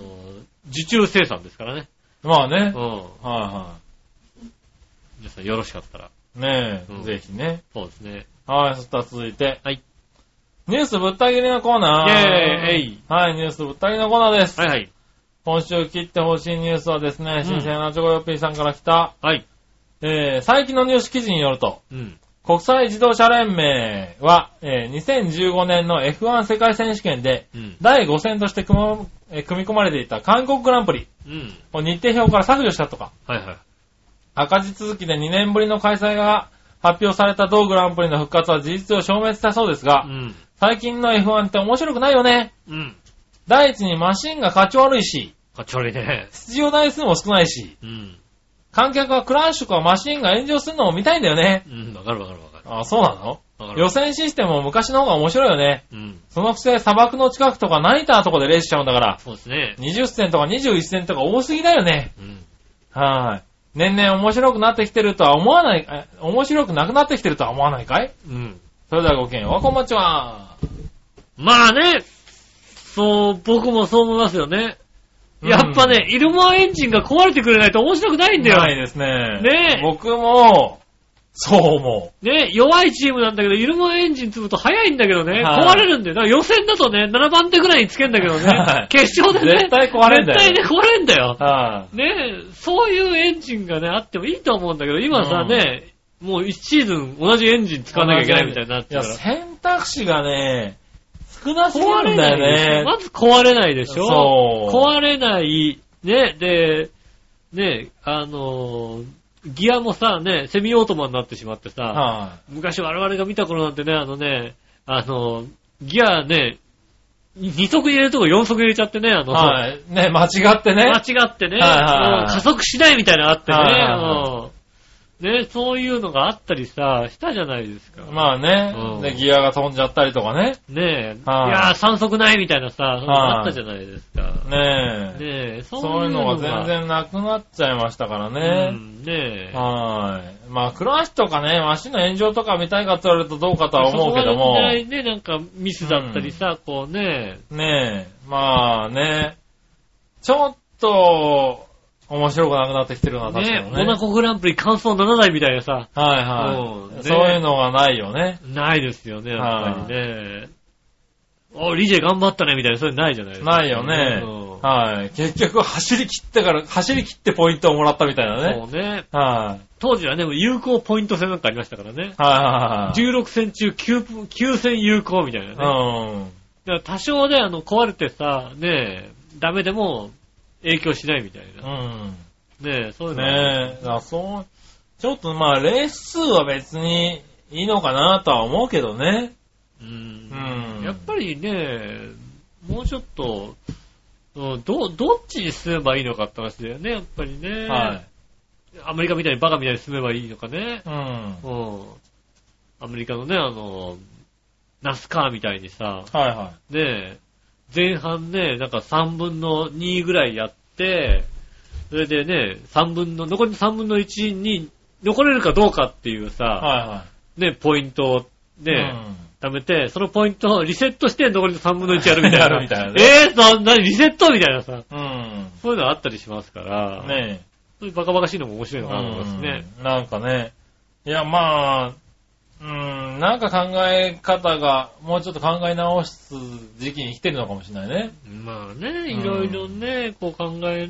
Speaker 3: 受注生産ですからね。
Speaker 4: え。まあね。は
Speaker 3: う
Speaker 4: い
Speaker 3: ん。
Speaker 4: は
Speaker 3: 皆さんよろしかったら。
Speaker 4: い。ね
Speaker 3: うん
Speaker 4: え。ぜひね。
Speaker 3: そうですね。
Speaker 4: はい。そしたら続いて。
Speaker 3: はい。
Speaker 4: ニュースぶった切りのコーナー。
Speaker 3: イェーイえい
Speaker 4: はい。ニュースぶった切りのコーナーです。
Speaker 3: はいはい。
Speaker 4: 今週切ってほしいニュースはですね、
Speaker 3: ん
Speaker 4: 新鮮なチョコヨッピーさんから来た、
Speaker 3: はい。
Speaker 4: えー、最近のニュース記事によると、
Speaker 3: うん。
Speaker 4: 国際自動車連盟は、えー2015年の F1 世界選手権で、
Speaker 3: うん。
Speaker 4: 第5戦として組,、えー組み込まれていた韓国グランプリ
Speaker 3: うん。
Speaker 4: を日程表から削除したとか、
Speaker 3: はいはい。
Speaker 4: 赤字続きで2年ぶりの開催が発表された同グランプリの復活は事実を消滅したそうですが、
Speaker 3: うん。
Speaker 4: 最近の F1 って面白くないよね。
Speaker 3: うん。
Speaker 4: 第一にマシンが勝ち悪いし、
Speaker 3: かっちょ悪いね。
Speaker 4: 出場台数も少ないし、
Speaker 3: うん。
Speaker 4: 観客はクラッシュとかマシンが炎上するのも見たいんだよね。
Speaker 3: うん。わかるわかるわかる。
Speaker 4: あ、そうなの
Speaker 3: わかる
Speaker 4: 予。選システムも昔の方が面白いよね。
Speaker 3: うん。
Speaker 4: そのくせ砂漠の近くとか成田のとこでレースしちゃうんだから、
Speaker 3: そうですね。
Speaker 4: 20戦とか21戦とか多すぎだよね。
Speaker 3: うん。
Speaker 4: はい。年々面白くなってきてるとは思わない、え面白くなくなってきてるとは思わないかい
Speaker 3: うん。
Speaker 4: それではごきげんよう、こんばんちは。
Speaker 3: まあね、そう、僕もそう思いますよね。
Speaker 4: うん
Speaker 3: やっぱね、イルマエンジンが壊れてくれないと面白くないんだ
Speaker 4: ない
Speaker 3: よ。
Speaker 4: ですね。
Speaker 3: ねえ
Speaker 4: 僕も、そう思
Speaker 3: ね、弱いチームなんだけど、イルマエンジン積むと早いんだけどね、
Speaker 4: はい
Speaker 3: 壊れるんだよ。だから予選だとね、7番手ぐらいにつけんだけど
Speaker 4: は
Speaker 3: ね
Speaker 4: い、
Speaker 3: 決勝でね、
Speaker 4: 絶対壊れんだよ
Speaker 3: 絶対ね、壊れんだよ
Speaker 4: う。。は
Speaker 3: ねえ、そういうエンジンがね、あってもいいと思うんだけど、今さ
Speaker 4: うん
Speaker 3: ね、もう1シーズン同じエンジン
Speaker 4: い。
Speaker 3: 使わなきゃいけないみたいになって
Speaker 4: い
Speaker 3: る
Speaker 4: や、
Speaker 3: から。
Speaker 4: 選択肢がね、少なすぎ
Speaker 3: 壊
Speaker 4: る
Speaker 3: れ
Speaker 4: ん
Speaker 3: な
Speaker 4: だ
Speaker 3: いでしょ
Speaker 4: よね。
Speaker 3: まず壊れないでしょ
Speaker 4: そう
Speaker 3: 壊れない。ね、で、ね、あのーギアもさ、ね、セミオートマになってしまってさ、
Speaker 4: は
Speaker 3: 昔我々が見た頃なんてね、あのね、あのーギアね、2足入れるとこ4足入れちゃってね、あ
Speaker 4: い。
Speaker 3: の、
Speaker 4: はい。ね、間違ってね。
Speaker 3: 間違ってね、
Speaker 4: はいはいはい
Speaker 3: うん加速しないみたいなのあってね、
Speaker 4: はいはい
Speaker 3: うんね、そういうのがあったりさ、したじゃないですか。
Speaker 4: まあ
Speaker 3: うん
Speaker 4: ね、でギアが飛んじゃったりとかね。
Speaker 3: ねえ、
Speaker 4: はい
Speaker 3: い、やー、3足ないみたいなさ、そういうの
Speaker 4: はい
Speaker 3: あったじゃないですか。
Speaker 4: ねえ。
Speaker 3: ねえ、
Speaker 4: そういうのが全然なくなっちゃいましたから
Speaker 3: う
Speaker 4: ね。
Speaker 3: ん、ねえ。
Speaker 4: はい。まあ、クラッシュとかね、マシンの炎上とか見たいかって言われるとどうかとは思うけど
Speaker 3: そこ
Speaker 4: も
Speaker 3: ま、でね、なんかミスだったりさ、こうね、
Speaker 4: ねえ、まあね、ちょっと、面白くなくなってきてるな、確かに
Speaker 3: ね
Speaker 4: ね。
Speaker 3: モナコグランプリ完走7台みたいなさ、
Speaker 4: はい
Speaker 3: うん
Speaker 4: は
Speaker 3: ね
Speaker 4: い。そういうのがないよね。
Speaker 3: ないですよね、やっぱりね。お、リジェ頑張ったね、みたいな、それないじゃないですか。
Speaker 4: ないよね
Speaker 3: うん。
Speaker 4: はい。結局、走り切ってから、走り切ってポイントをもらったみたいなね。
Speaker 3: そうね。
Speaker 4: はい。
Speaker 3: 当時はね、もう有効ポイント制なんかありましたからね。
Speaker 4: はいはいはい
Speaker 3: 16戦中 9, 9戦有効みたいなね。だか
Speaker 4: はい。うん。
Speaker 3: ら多少ね、あの、壊れてさ、ねえ、ダメでも影響しないみたいな。
Speaker 4: うん。
Speaker 3: ねえ、そういうの。
Speaker 4: ねえ、だからそう、ちょっとまあ、レース数は別にいいのかなとは思うけどね。
Speaker 3: うん
Speaker 4: うん
Speaker 3: やっぱりね、もうちょっと、うんど、どっちに進めばいいのかって話だよね、やっぱりね。
Speaker 4: はい。
Speaker 3: アメリカみたいにバカみたいに進めばいいのかね。
Speaker 4: うん。
Speaker 3: うん。アメリカのね、あの、ナスカーみたいにさ、
Speaker 4: はいは
Speaker 3: ねえ、前半ね、なんか3分の2ぐらいやって、それでね、3分の、残りの3分の1に残れるかどうかっていうさ、
Speaker 4: い。はいは
Speaker 3: ね、ポイントを
Speaker 4: い。
Speaker 3: ね、貯めて、そのポイントをリセットして残りの3分の1やるみたいな。
Speaker 4: やるみたいな
Speaker 3: えー、そんなにリセットみたいなさ。
Speaker 4: うん。うん。
Speaker 3: そういうのあったりしますから。。
Speaker 4: ね
Speaker 3: そういうバカバカしいのも面白
Speaker 4: え。
Speaker 3: いのかなと思いますね。
Speaker 4: うんなんかね、いやまあ、うん、なんか考え方が、もうちょっと考え直す時期に来てるのかもしれないね。
Speaker 3: まあね、いろいろね、こう考え、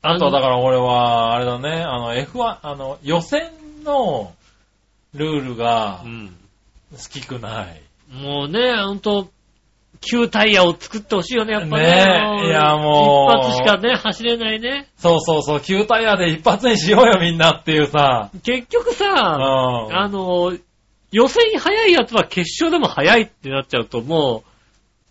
Speaker 4: あとだ
Speaker 3: ら、
Speaker 4: から俺は、あれだね、あの F1、あの、予選のルールが
Speaker 3: うん。
Speaker 4: 好きくない。
Speaker 3: もうね、ほんと、旧タイヤを作ってほしいよね、やっぱね。
Speaker 4: ねえいやもう
Speaker 3: 一発しかね、走れないね。
Speaker 4: そうそうそう、旧タイヤで一発にしようよみんなっていうさ。
Speaker 3: 結局
Speaker 4: うん。
Speaker 3: さ、あの、予選早いやつは決勝でも早いってなっちゃうと、も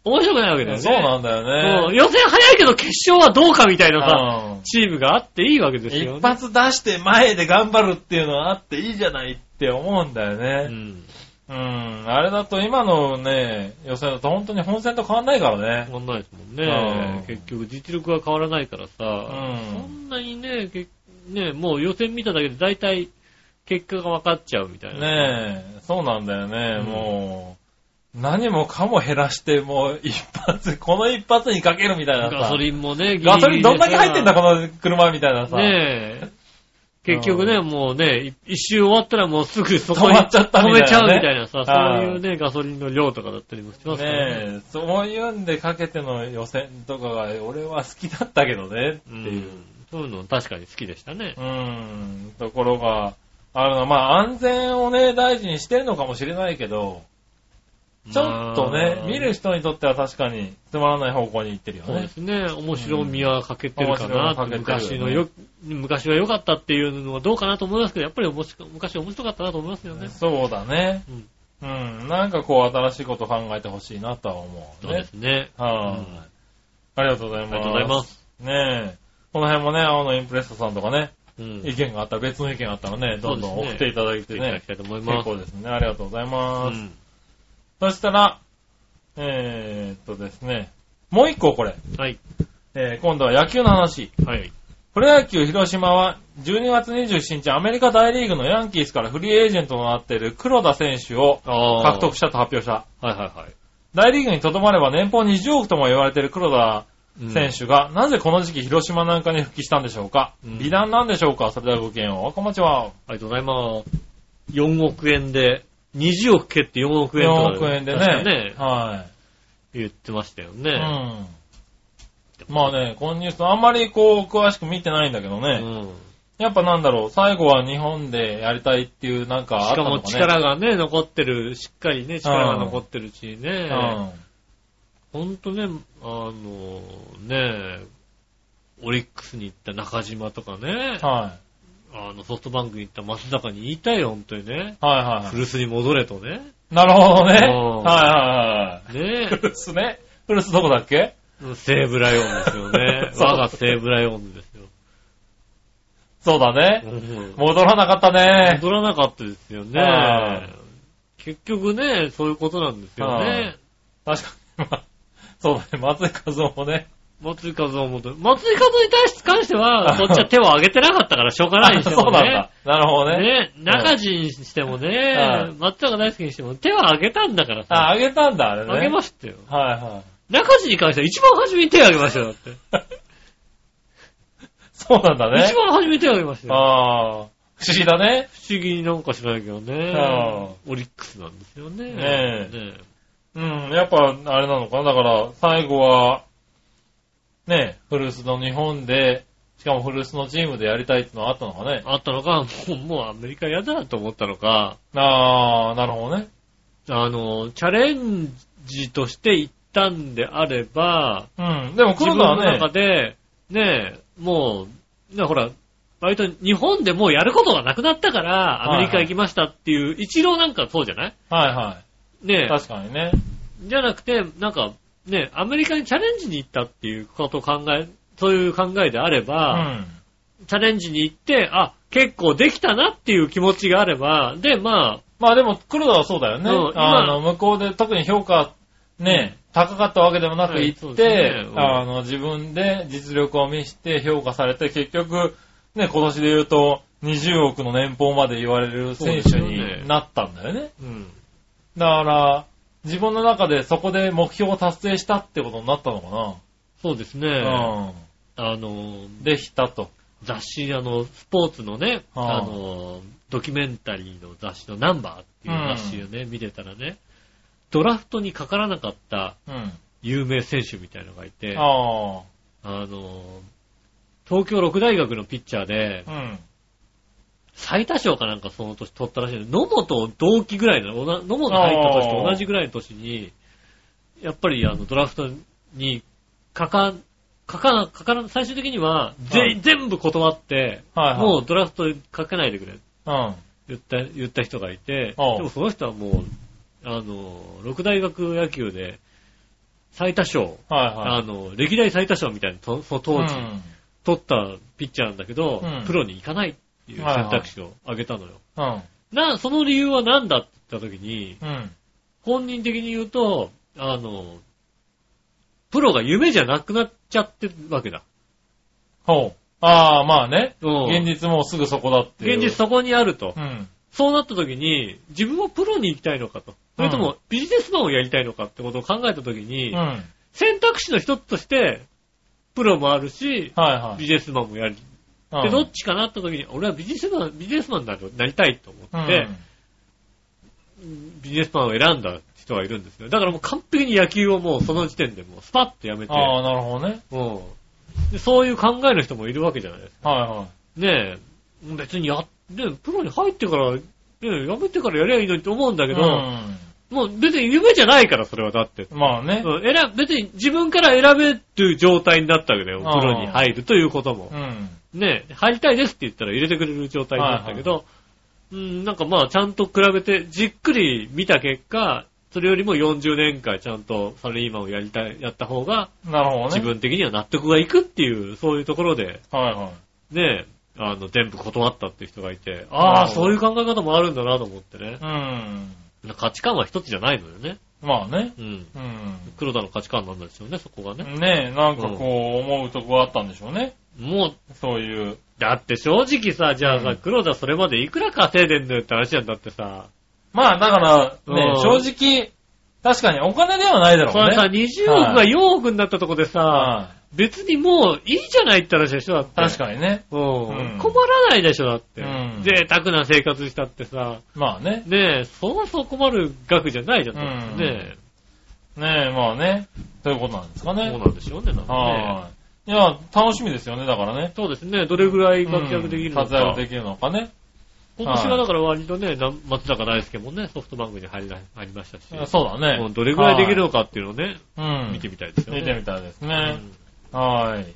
Speaker 3: う、面白くないわけだよね。
Speaker 4: そうなんだ
Speaker 3: も
Speaker 4: よ
Speaker 3: う
Speaker 4: ね。
Speaker 3: 予選早いけど決勝はどうかみたいなさ、
Speaker 4: うん
Speaker 3: チームがあっていいわけですよね。
Speaker 4: 一発出して前で頑張るっていうのはあっていいじゃないって思うんだよ
Speaker 3: う
Speaker 4: ね。
Speaker 3: ん。
Speaker 4: うん。あれだと今のね、予選だと本当に本戦と変わんないからね。
Speaker 3: そんないですもんね。
Speaker 4: うん
Speaker 3: 結局実力は変わらないからさ、
Speaker 4: うん
Speaker 3: そんなにね、けね、もう予選見ただけで大体結果が分かっちゃうみたいな。
Speaker 4: ねえ、そうなんだよね。
Speaker 3: うん
Speaker 4: もう、何もかも減らして、もう一発、この一発にかけるみたいなさ。
Speaker 3: ガソリンもね、ギリギリでさ
Speaker 4: ガソリンどんだけ入ってんだ、この車みたいなさ。
Speaker 3: ねえ。結局ね、もうね、い一周終わったらもうすぐそこ
Speaker 4: 止
Speaker 3: に
Speaker 4: まっちゃった
Speaker 3: 止
Speaker 4: みたいなね
Speaker 3: めちゃうみたいなさ、そう
Speaker 4: はい
Speaker 3: いうね、ガソリンの量とかだったりもしますからね。
Speaker 4: ねえ、そういうんでかけての予選とかが俺は好きだったけどねって
Speaker 3: うん
Speaker 4: いう、
Speaker 3: そういうの確かに好きでしたね。
Speaker 4: うん、ところが、あるの、まあ安全をね、大事にしてるのかもしれないけど、ちょっとね
Speaker 3: ま、あ
Speaker 4: 見る人にとっては確かにつまらない方向に行ってるよ
Speaker 3: そうで
Speaker 4: ね。
Speaker 3: すね。面白みは欠けてるかなって、
Speaker 4: うん面白みは欠け
Speaker 3: 昔
Speaker 4: てる
Speaker 3: の
Speaker 4: よね
Speaker 3: よ、昔は良かったっていうのはどうかなと思いますけど、やっぱりおもし昔は面白かったなと思いますよね。
Speaker 4: そうだね。うん、なんかこう新しいこと考えてほしいなとは思う
Speaker 3: そうで
Speaker 4: ね
Speaker 3: す。ね。
Speaker 4: はい、
Speaker 3: うん
Speaker 4: ありがとうござい
Speaker 3: あ
Speaker 4: ま
Speaker 3: りが
Speaker 4: す。
Speaker 3: とうございます。
Speaker 4: ねえ。この辺もね、青のインプレッサさんとかね、
Speaker 3: うん。
Speaker 4: 意見があったら、別の意見があったらね、どんどん送っていただいて
Speaker 3: いただ
Speaker 4: ね
Speaker 3: き。たいと思いま
Speaker 4: 結
Speaker 3: す。
Speaker 4: 構ですね。ありがとうございうます。
Speaker 3: ん。
Speaker 4: そしたら、えー、っとですね、もう一個これ、
Speaker 3: はい。
Speaker 4: えー、今度は野球の話。
Speaker 3: はい。
Speaker 4: プロ野球広島は12月27日アメリカ大リーグのヤンキースからフリーエージェントとなっている黒田選手を
Speaker 3: あ
Speaker 4: 獲得したと発表した。
Speaker 3: はいはいはい。
Speaker 4: 大リーグにとどまれば年俸20億とも言われている黒田選手が、なぜこの時期広島なんかに復帰したんでしょうか、
Speaker 3: うん
Speaker 4: 美談なんでしょうかそれではごきげんよう。こんばんちは。
Speaker 3: ありがとうございます。4億円で、20億蹴って4億円とか
Speaker 4: 4億円で
Speaker 3: 確か
Speaker 4: ね。
Speaker 3: ね、
Speaker 4: は
Speaker 3: 言ってましたよ
Speaker 4: い。う
Speaker 3: ね。
Speaker 4: ん。まあね、このニュースあんまりこう、詳しく見てないんだけど
Speaker 3: う
Speaker 4: ね。
Speaker 3: ん。
Speaker 4: やっぱなんだろう、最後は日本でやりたいっていうなんかあ
Speaker 3: し
Speaker 4: った
Speaker 3: か
Speaker 4: のか
Speaker 3: も
Speaker 4: ね。
Speaker 3: 力がね、残ってる、しっかりね、力が残ってるうちにね、ほんとね、あの、ね、オリックスに行った中島とかね
Speaker 4: うん。、はい。
Speaker 3: あの、ソフトバンクに行った松坂に言いたいよ、ほんとにね。
Speaker 4: はいはいは
Speaker 3: 古巣に戻れとね。
Speaker 4: い。なるほどね。
Speaker 3: うん
Speaker 4: は
Speaker 3: ね
Speaker 4: [LAUGHS] いはいはい。フルスね。フルスどこだっけ。
Speaker 3: 西武ライオンですよね
Speaker 4: そう
Speaker 3: 我が西武ライオンですよ。
Speaker 4: そうだね。
Speaker 3: うん
Speaker 4: 戻らなかったね。
Speaker 3: 戻らなかったですよ
Speaker 4: は
Speaker 3: ね。結局ね、そういうことなんですよね。
Speaker 4: 確かに。まあそうだね。松井和夫もね。
Speaker 3: 松井和夫もと、松井和夫に対して関しては、こっちは手を挙げてなかったからしょうがないにして
Speaker 4: [LAUGHS] そう
Speaker 3: も
Speaker 4: なん
Speaker 3: ね
Speaker 4: だ。。なるほどね。
Speaker 3: ね、中地にしても
Speaker 4: は
Speaker 3: ね
Speaker 4: い、
Speaker 3: 松坂大輔にしても手は挙げたんだから
Speaker 4: あ、
Speaker 3: さ、
Speaker 4: あげたんだ、あれね。
Speaker 3: 挙げましたよ。
Speaker 4: はいはい。
Speaker 3: 中地に関しては一番初めに手を挙げましたよ、だって。
Speaker 4: そうなんだね
Speaker 3: 一。番初めに手を挙げましたよ。
Speaker 4: ああ。不思議だね。
Speaker 3: 不思議になんかしないけど
Speaker 4: ああ
Speaker 3: ね。オリックスなんですよね。
Speaker 4: ねえ
Speaker 3: ね
Speaker 4: うん。やっぱ、あれなのかな。だから、最後は、ね、古巣の日本で、しかも古巣のチームでやりたいってのはあったのかね。
Speaker 3: あったのか、もう、もうアメリカ嫌だと思ったのか、
Speaker 4: ああ、なるほどね。
Speaker 3: あの、チャレンジとして行ったんであれば、
Speaker 4: うん。でも
Speaker 3: 自
Speaker 4: 黒
Speaker 3: 分
Speaker 4: 田
Speaker 3: の
Speaker 4: はね
Speaker 3: 中、で、ねえ、もう、ね、ほら、割と日本でもうやることがなくなったから、アメリカ行きましたっていう、一郎なんかそうじゃない
Speaker 4: はいは
Speaker 3: ね
Speaker 4: い。確かにね。
Speaker 3: え、じゃなくて、なんか、ねえ、アメリカにチャレンジに行ったっていうことを考え、そういう考えであれ
Speaker 4: う
Speaker 3: ば、
Speaker 4: ん。
Speaker 3: チャレンジに行って、あ、結構できたなっていう気持ちがあれば、で、まあ、
Speaker 4: まあでも黒田はそうだよね。
Speaker 3: うん今
Speaker 4: あの、向こうで特に評価、ね、高かったわけでもなく
Speaker 3: はい
Speaker 4: 行
Speaker 3: そう
Speaker 4: っ
Speaker 3: で
Speaker 4: て
Speaker 3: すね、うん
Speaker 4: あの、自分で実力を見せて評価されて、結局、ね、今年で言うと、20億の年俸まで言われる選手
Speaker 3: そうですよ
Speaker 4: に
Speaker 3: ね
Speaker 4: なったんだよね。
Speaker 3: うん。
Speaker 4: だから、自分の中でそこで目標を達成したってことになったのか
Speaker 3: そうですね。
Speaker 4: な。
Speaker 3: あの、
Speaker 4: うん。できたと。
Speaker 3: 雑誌、あの、スポーツのね、
Speaker 4: はあ
Speaker 3: あの、ドキュメンタリーの雑誌のナンバーっていう雑誌をね、見てたらね、ドラフトにかからなかった
Speaker 4: うん。
Speaker 3: 有名選手みたいのがいて、あ
Speaker 4: あ
Speaker 3: の、東京六大学のピッチャーで
Speaker 4: あ。う、ん。
Speaker 3: 最多賞かなんかその年取ったらしいの。野本同期ぐらいの、おな野本入った年と同じぐらいの年に、やっぱりあのドラフトにかか、かか、かから、最終的には
Speaker 4: は
Speaker 3: 全
Speaker 4: い
Speaker 3: 員、全部断って、
Speaker 4: はいはい
Speaker 3: もうドラフトかけないでくれって
Speaker 4: うん。
Speaker 3: 言った、言った人がいて、で
Speaker 4: ああ
Speaker 3: もその人はもう、あの、六大学野球で最多賞、
Speaker 4: はいはい。
Speaker 3: あの、歴代最多賞みたいな、とその当時、
Speaker 4: うん
Speaker 3: 取ったピッチャーなんだけど、
Speaker 4: うん
Speaker 3: プロに行かないっていう選択肢を挙げたのよ。
Speaker 4: うん。
Speaker 3: な、その理由は何だって言った時に、
Speaker 4: うん。
Speaker 3: 本人的に言うと、あの、プロが夢じゃなくなっちゃってるわけだ。
Speaker 4: ほう。ああ、まあね。
Speaker 3: うん
Speaker 4: 現実もうすぐそこだっていう。
Speaker 3: 現実そこにあると。
Speaker 4: うん。
Speaker 3: そうなった時に、自分はプロに行きたいのかと。それともビジネスマンをやりたいのかってことを考えた時に、
Speaker 4: うん。はい
Speaker 3: 選択肢の一つとして、プロもあるし、
Speaker 4: はい。
Speaker 3: ビジネスマンもやり、
Speaker 4: うん
Speaker 3: で、どっちかなって時に、俺はビジネスマン、ビジネスマンになるなりたいと
Speaker 4: う
Speaker 3: 思
Speaker 4: ん
Speaker 3: って、ビジネスマンを選んだ人がいるんですよ。だからもう完璧に野球をもうその時点でもうスパッとやめて、
Speaker 4: ああ、なるほどね。
Speaker 3: うんでそういう考えの人もいるわけじゃないですか。
Speaker 4: はいはい。
Speaker 3: ねえ、別にやっ、ねプロに入ってから、ねえ、やめてからやりゃいいのにと思うんだけど、
Speaker 4: う
Speaker 3: もう別に夢じゃないから、それはだって。
Speaker 4: ん。まあね。
Speaker 3: うん、選別に自分から選べっていう状態になったわけだよ。プ
Speaker 4: あー
Speaker 3: ロに入るということも
Speaker 4: う。ん。
Speaker 3: ねえ、入りたいですって言ったら入れてくれる状態になったけど、うん、なんかまあちゃんと比べて、じっくり見た結果、それよりも40年間ちゃんとサラリーマンをやりたい、やった方が、
Speaker 4: なるほどね。
Speaker 3: 自。分的には納得がいくっていう、そういうところで、
Speaker 4: はいはい。
Speaker 3: ねえ、あの、全部断ったっていう人がいて、ああ、
Speaker 4: うん
Speaker 3: そういう考え方もあるんだなと思ってね。
Speaker 4: うん。
Speaker 3: 価値観は一つじゃないのよね。
Speaker 4: まあね。
Speaker 3: うん。
Speaker 4: う
Speaker 3: 黒田の価値観なんですよね、そこがね。
Speaker 4: ん。ねえ、なんかこう思うとこあったんでしょうね。
Speaker 3: もう、
Speaker 4: そういう。
Speaker 3: だって正直さ、じゃあ
Speaker 4: う
Speaker 3: さ
Speaker 4: ん、
Speaker 3: 黒田それまでいくら稼いでんのよって話なんだってさ。
Speaker 4: まあだから、ね
Speaker 3: うん
Speaker 4: 正直、確かにお金ではないだろ
Speaker 3: そうれ
Speaker 4: ね。
Speaker 3: さ、20億が4億になったとこでさ、
Speaker 4: は
Speaker 3: 別にもういいじゃないって話でしょ、だって。
Speaker 4: い確かにね。
Speaker 3: うん
Speaker 4: うん
Speaker 3: 困らないでしょ、だって。
Speaker 4: うん
Speaker 3: 贅沢な生活したってさ。
Speaker 4: まあね。
Speaker 3: ねえ、そうそう困る額じゃないじゃん。
Speaker 4: うん
Speaker 3: ね
Speaker 4: ねえ、まあね。ということなんですか
Speaker 3: え、そう
Speaker 4: ね。
Speaker 3: なんでしょうね、なんかね。
Speaker 4: はい。いや、楽しみですよね、だからね。
Speaker 3: そうですね、どれぐらい活躍できるのか。
Speaker 4: 活躍できるのかね。
Speaker 3: 今年はだから割とね、な松坂大輔もね、ソフトバンクに入りな入りましたし。
Speaker 4: そうだね。
Speaker 3: もうどれぐらいできるのかっていうのをね、
Speaker 4: はいうん。
Speaker 3: 見てみたいですよね。
Speaker 4: 見てみたいです
Speaker 3: うん
Speaker 4: ね。はい。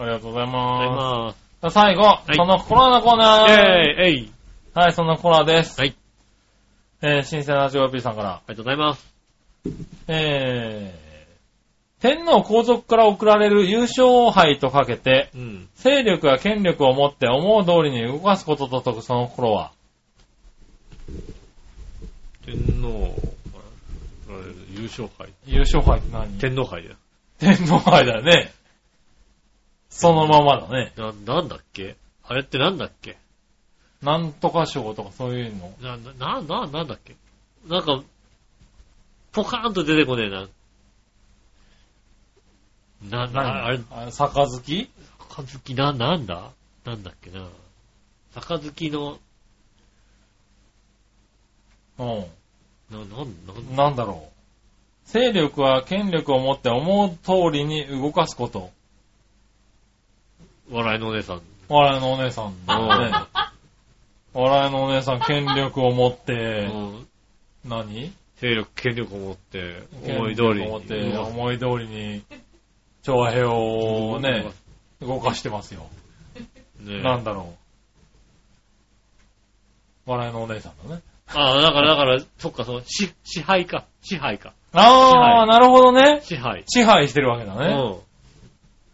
Speaker 4: あ
Speaker 3: あ
Speaker 4: りがとうござい
Speaker 3: りがとうござい
Speaker 4: ま
Speaker 3: ます。
Speaker 4: す。最後、
Speaker 3: い
Speaker 4: その心のコーナー。
Speaker 3: えい、えい。
Speaker 4: はい、そのコーナーです。
Speaker 3: はい。
Speaker 4: えー、新鮮な 85P さんから。
Speaker 3: ありがとうございます。
Speaker 4: えー、天皇皇族から贈られる優勝杯とかけて、
Speaker 3: うん。
Speaker 4: 勢力や権力を持って思う通りに動かすことと解くその頃は、
Speaker 3: 天皇、あれ優勝杯。
Speaker 4: 優勝杯って何
Speaker 3: 天皇杯だよ。
Speaker 4: 天皇杯だよね。そのままだね。
Speaker 3: な、なんだっけあれってなんだっけ
Speaker 4: なんとか賞とかそういうの。
Speaker 3: な、な、な、ななんだっけなんか、ポカーンと出てこねえな。な、な、あれ、
Speaker 4: あ杯
Speaker 3: 杯な、なんだなんだっけな。杯の、
Speaker 4: うん。
Speaker 3: な、なん、なん、
Speaker 4: なんだろう。勢力は権力を持って思う通りに動かすこと。
Speaker 3: 笑いのお姉さん。
Speaker 4: 笑いのお姉さんのね。笑いのお姉さん、権力を持っ
Speaker 3: う
Speaker 4: て、
Speaker 3: ん。
Speaker 4: 何
Speaker 3: 勢力、権力を持って、思い通りに。
Speaker 4: 思って、
Speaker 3: うん
Speaker 4: 思い通りに、長平をね、動かしてますよ。
Speaker 3: ねえ
Speaker 4: なんだろう。笑いのお姉さんだね。
Speaker 3: ああ、だから、だから、そっか、その、支、支配か。支配か。
Speaker 4: あ
Speaker 3: は
Speaker 4: ー、なるほどね。
Speaker 3: 支配。
Speaker 4: 支配してるわけだね。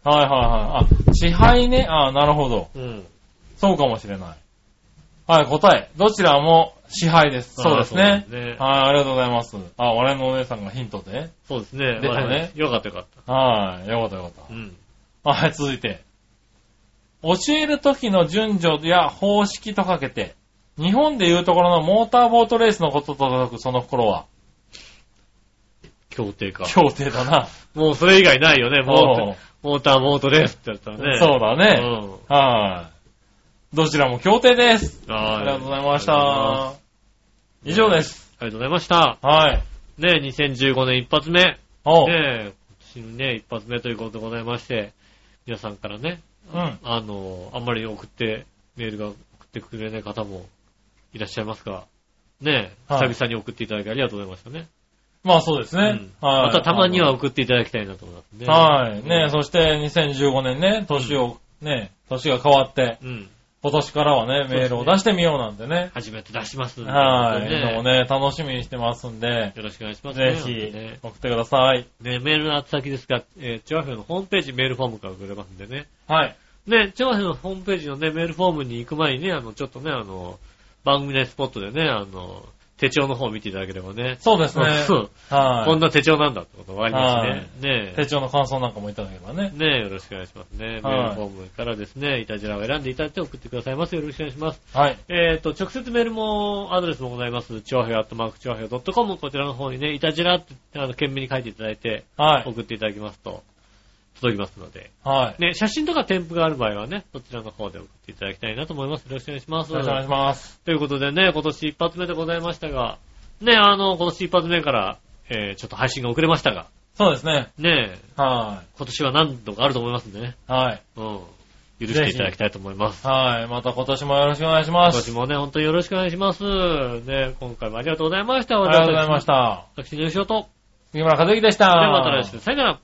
Speaker 4: はいはいはい。あ、支配ね。あー、なるほど。
Speaker 3: うん。うん。
Speaker 4: そうかもしれない。はい、答え。どちらも支配です。そうですね。
Speaker 3: そうですね
Speaker 4: はい、ありがとうございます。あ、我々のお姉さんがヒントで。
Speaker 3: そうですね。
Speaker 4: 出たね
Speaker 3: まあよかったよかっ
Speaker 4: はい、よかったよかった
Speaker 3: た。うん。
Speaker 4: あはい、続いて。教える時の順序や方式とかけて、日本でいうところのモーターボートレースのことと解くその頃は、
Speaker 3: 協定か。
Speaker 4: 協定だな。
Speaker 3: もうそれ以外ないよね。
Speaker 4: お
Speaker 3: モ
Speaker 4: う
Speaker 3: ーモーター、モートレースってやったらね。
Speaker 4: そうだ
Speaker 3: う
Speaker 4: ね。はい。どちらも協定です。
Speaker 3: ん。はい
Speaker 4: ありがとうございまし
Speaker 3: あ
Speaker 4: た。以上です。
Speaker 3: りがとうございました。
Speaker 4: はい。
Speaker 3: ね2015年一発目。ね
Speaker 4: おう。
Speaker 3: 今年ね、一発目ということでございまして、皆さんからね、
Speaker 4: うん。
Speaker 3: あの、あんまり送って、メールが送ってくれない方もいらっしゃいますが、ね
Speaker 4: はい
Speaker 3: 久々に送っていただきありがとうございましたね。
Speaker 4: まあそうですね。
Speaker 3: うん
Speaker 4: はい。
Speaker 3: またたまには送っていただきたいなと思いますね。
Speaker 4: はい。ねそして2015年ね、年を、ね、年が変わって、
Speaker 3: うん。
Speaker 4: 今年からはね、メールを出してみようなんてね。
Speaker 3: 初めて出しますんで。
Speaker 4: はい。
Speaker 3: ね
Speaker 4: もうね、楽しみにしてますんで、
Speaker 3: よろしくお願いしますね、
Speaker 4: ぜひ
Speaker 3: ね、
Speaker 4: 送ってください。
Speaker 3: ねメールの宛先ですが、えー、チョアヘのホームページメールフォームから送れますんでね。
Speaker 4: はい。
Speaker 3: ね、チョアヘのホームページのね、メールフォームに行く前にね、あの、ちょっとね、あの、番組のスポットでね、あの、手帳の方を見ていただければね。
Speaker 4: そうですね。
Speaker 3: [LAUGHS] そうこん
Speaker 4: は
Speaker 3: な手帳なんだってことがわかりますね。
Speaker 4: い。
Speaker 3: ね
Speaker 4: 手帳の感想なんかもいただければね。
Speaker 3: ねよろしくお願いしますね。メールフォームからですね、いたじらを選んでいただいて送ってくださいます。よろしくお願いします。
Speaker 4: はい。
Speaker 3: えっ、と、直接メールも、アドレスもございます。ちょうへアットマークちょうへ .com、こちらの方にね、いたじらって、あの、懸命に書いていただいて、
Speaker 4: はい。
Speaker 3: 送っていただきますと、届きますので。
Speaker 4: はい。
Speaker 3: ね、写真とか添付がある場合はね、そちらの方で送っていただきたいなと思います。よろしくお願いします。
Speaker 4: よろしくお願いします。
Speaker 3: ということでね、今年一発目でございましたが、ね、あの、今年一発目から、えー、ちょっと配信が遅れましたが、
Speaker 4: そうですね。
Speaker 3: ね、
Speaker 4: は
Speaker 3: 今年は何度かあると思いますんでね、
Speaker 4: い。はい。
Speaker 3: うん、許していただきたいと思います。
Speaker 4: はい。また今年もよろしくお願いしま
Speaker 3: 今年
Speaker 4: す。
Speaker 3: もね、本当によろしくお願いします。ね、今回もありがとうございました。
Speaker 4: ありがとうございました。
Speaker 3: 私の吉尾と、
Speaker 4: 杉村和之でした。
Speaker 3: ではまた来週、さよなら。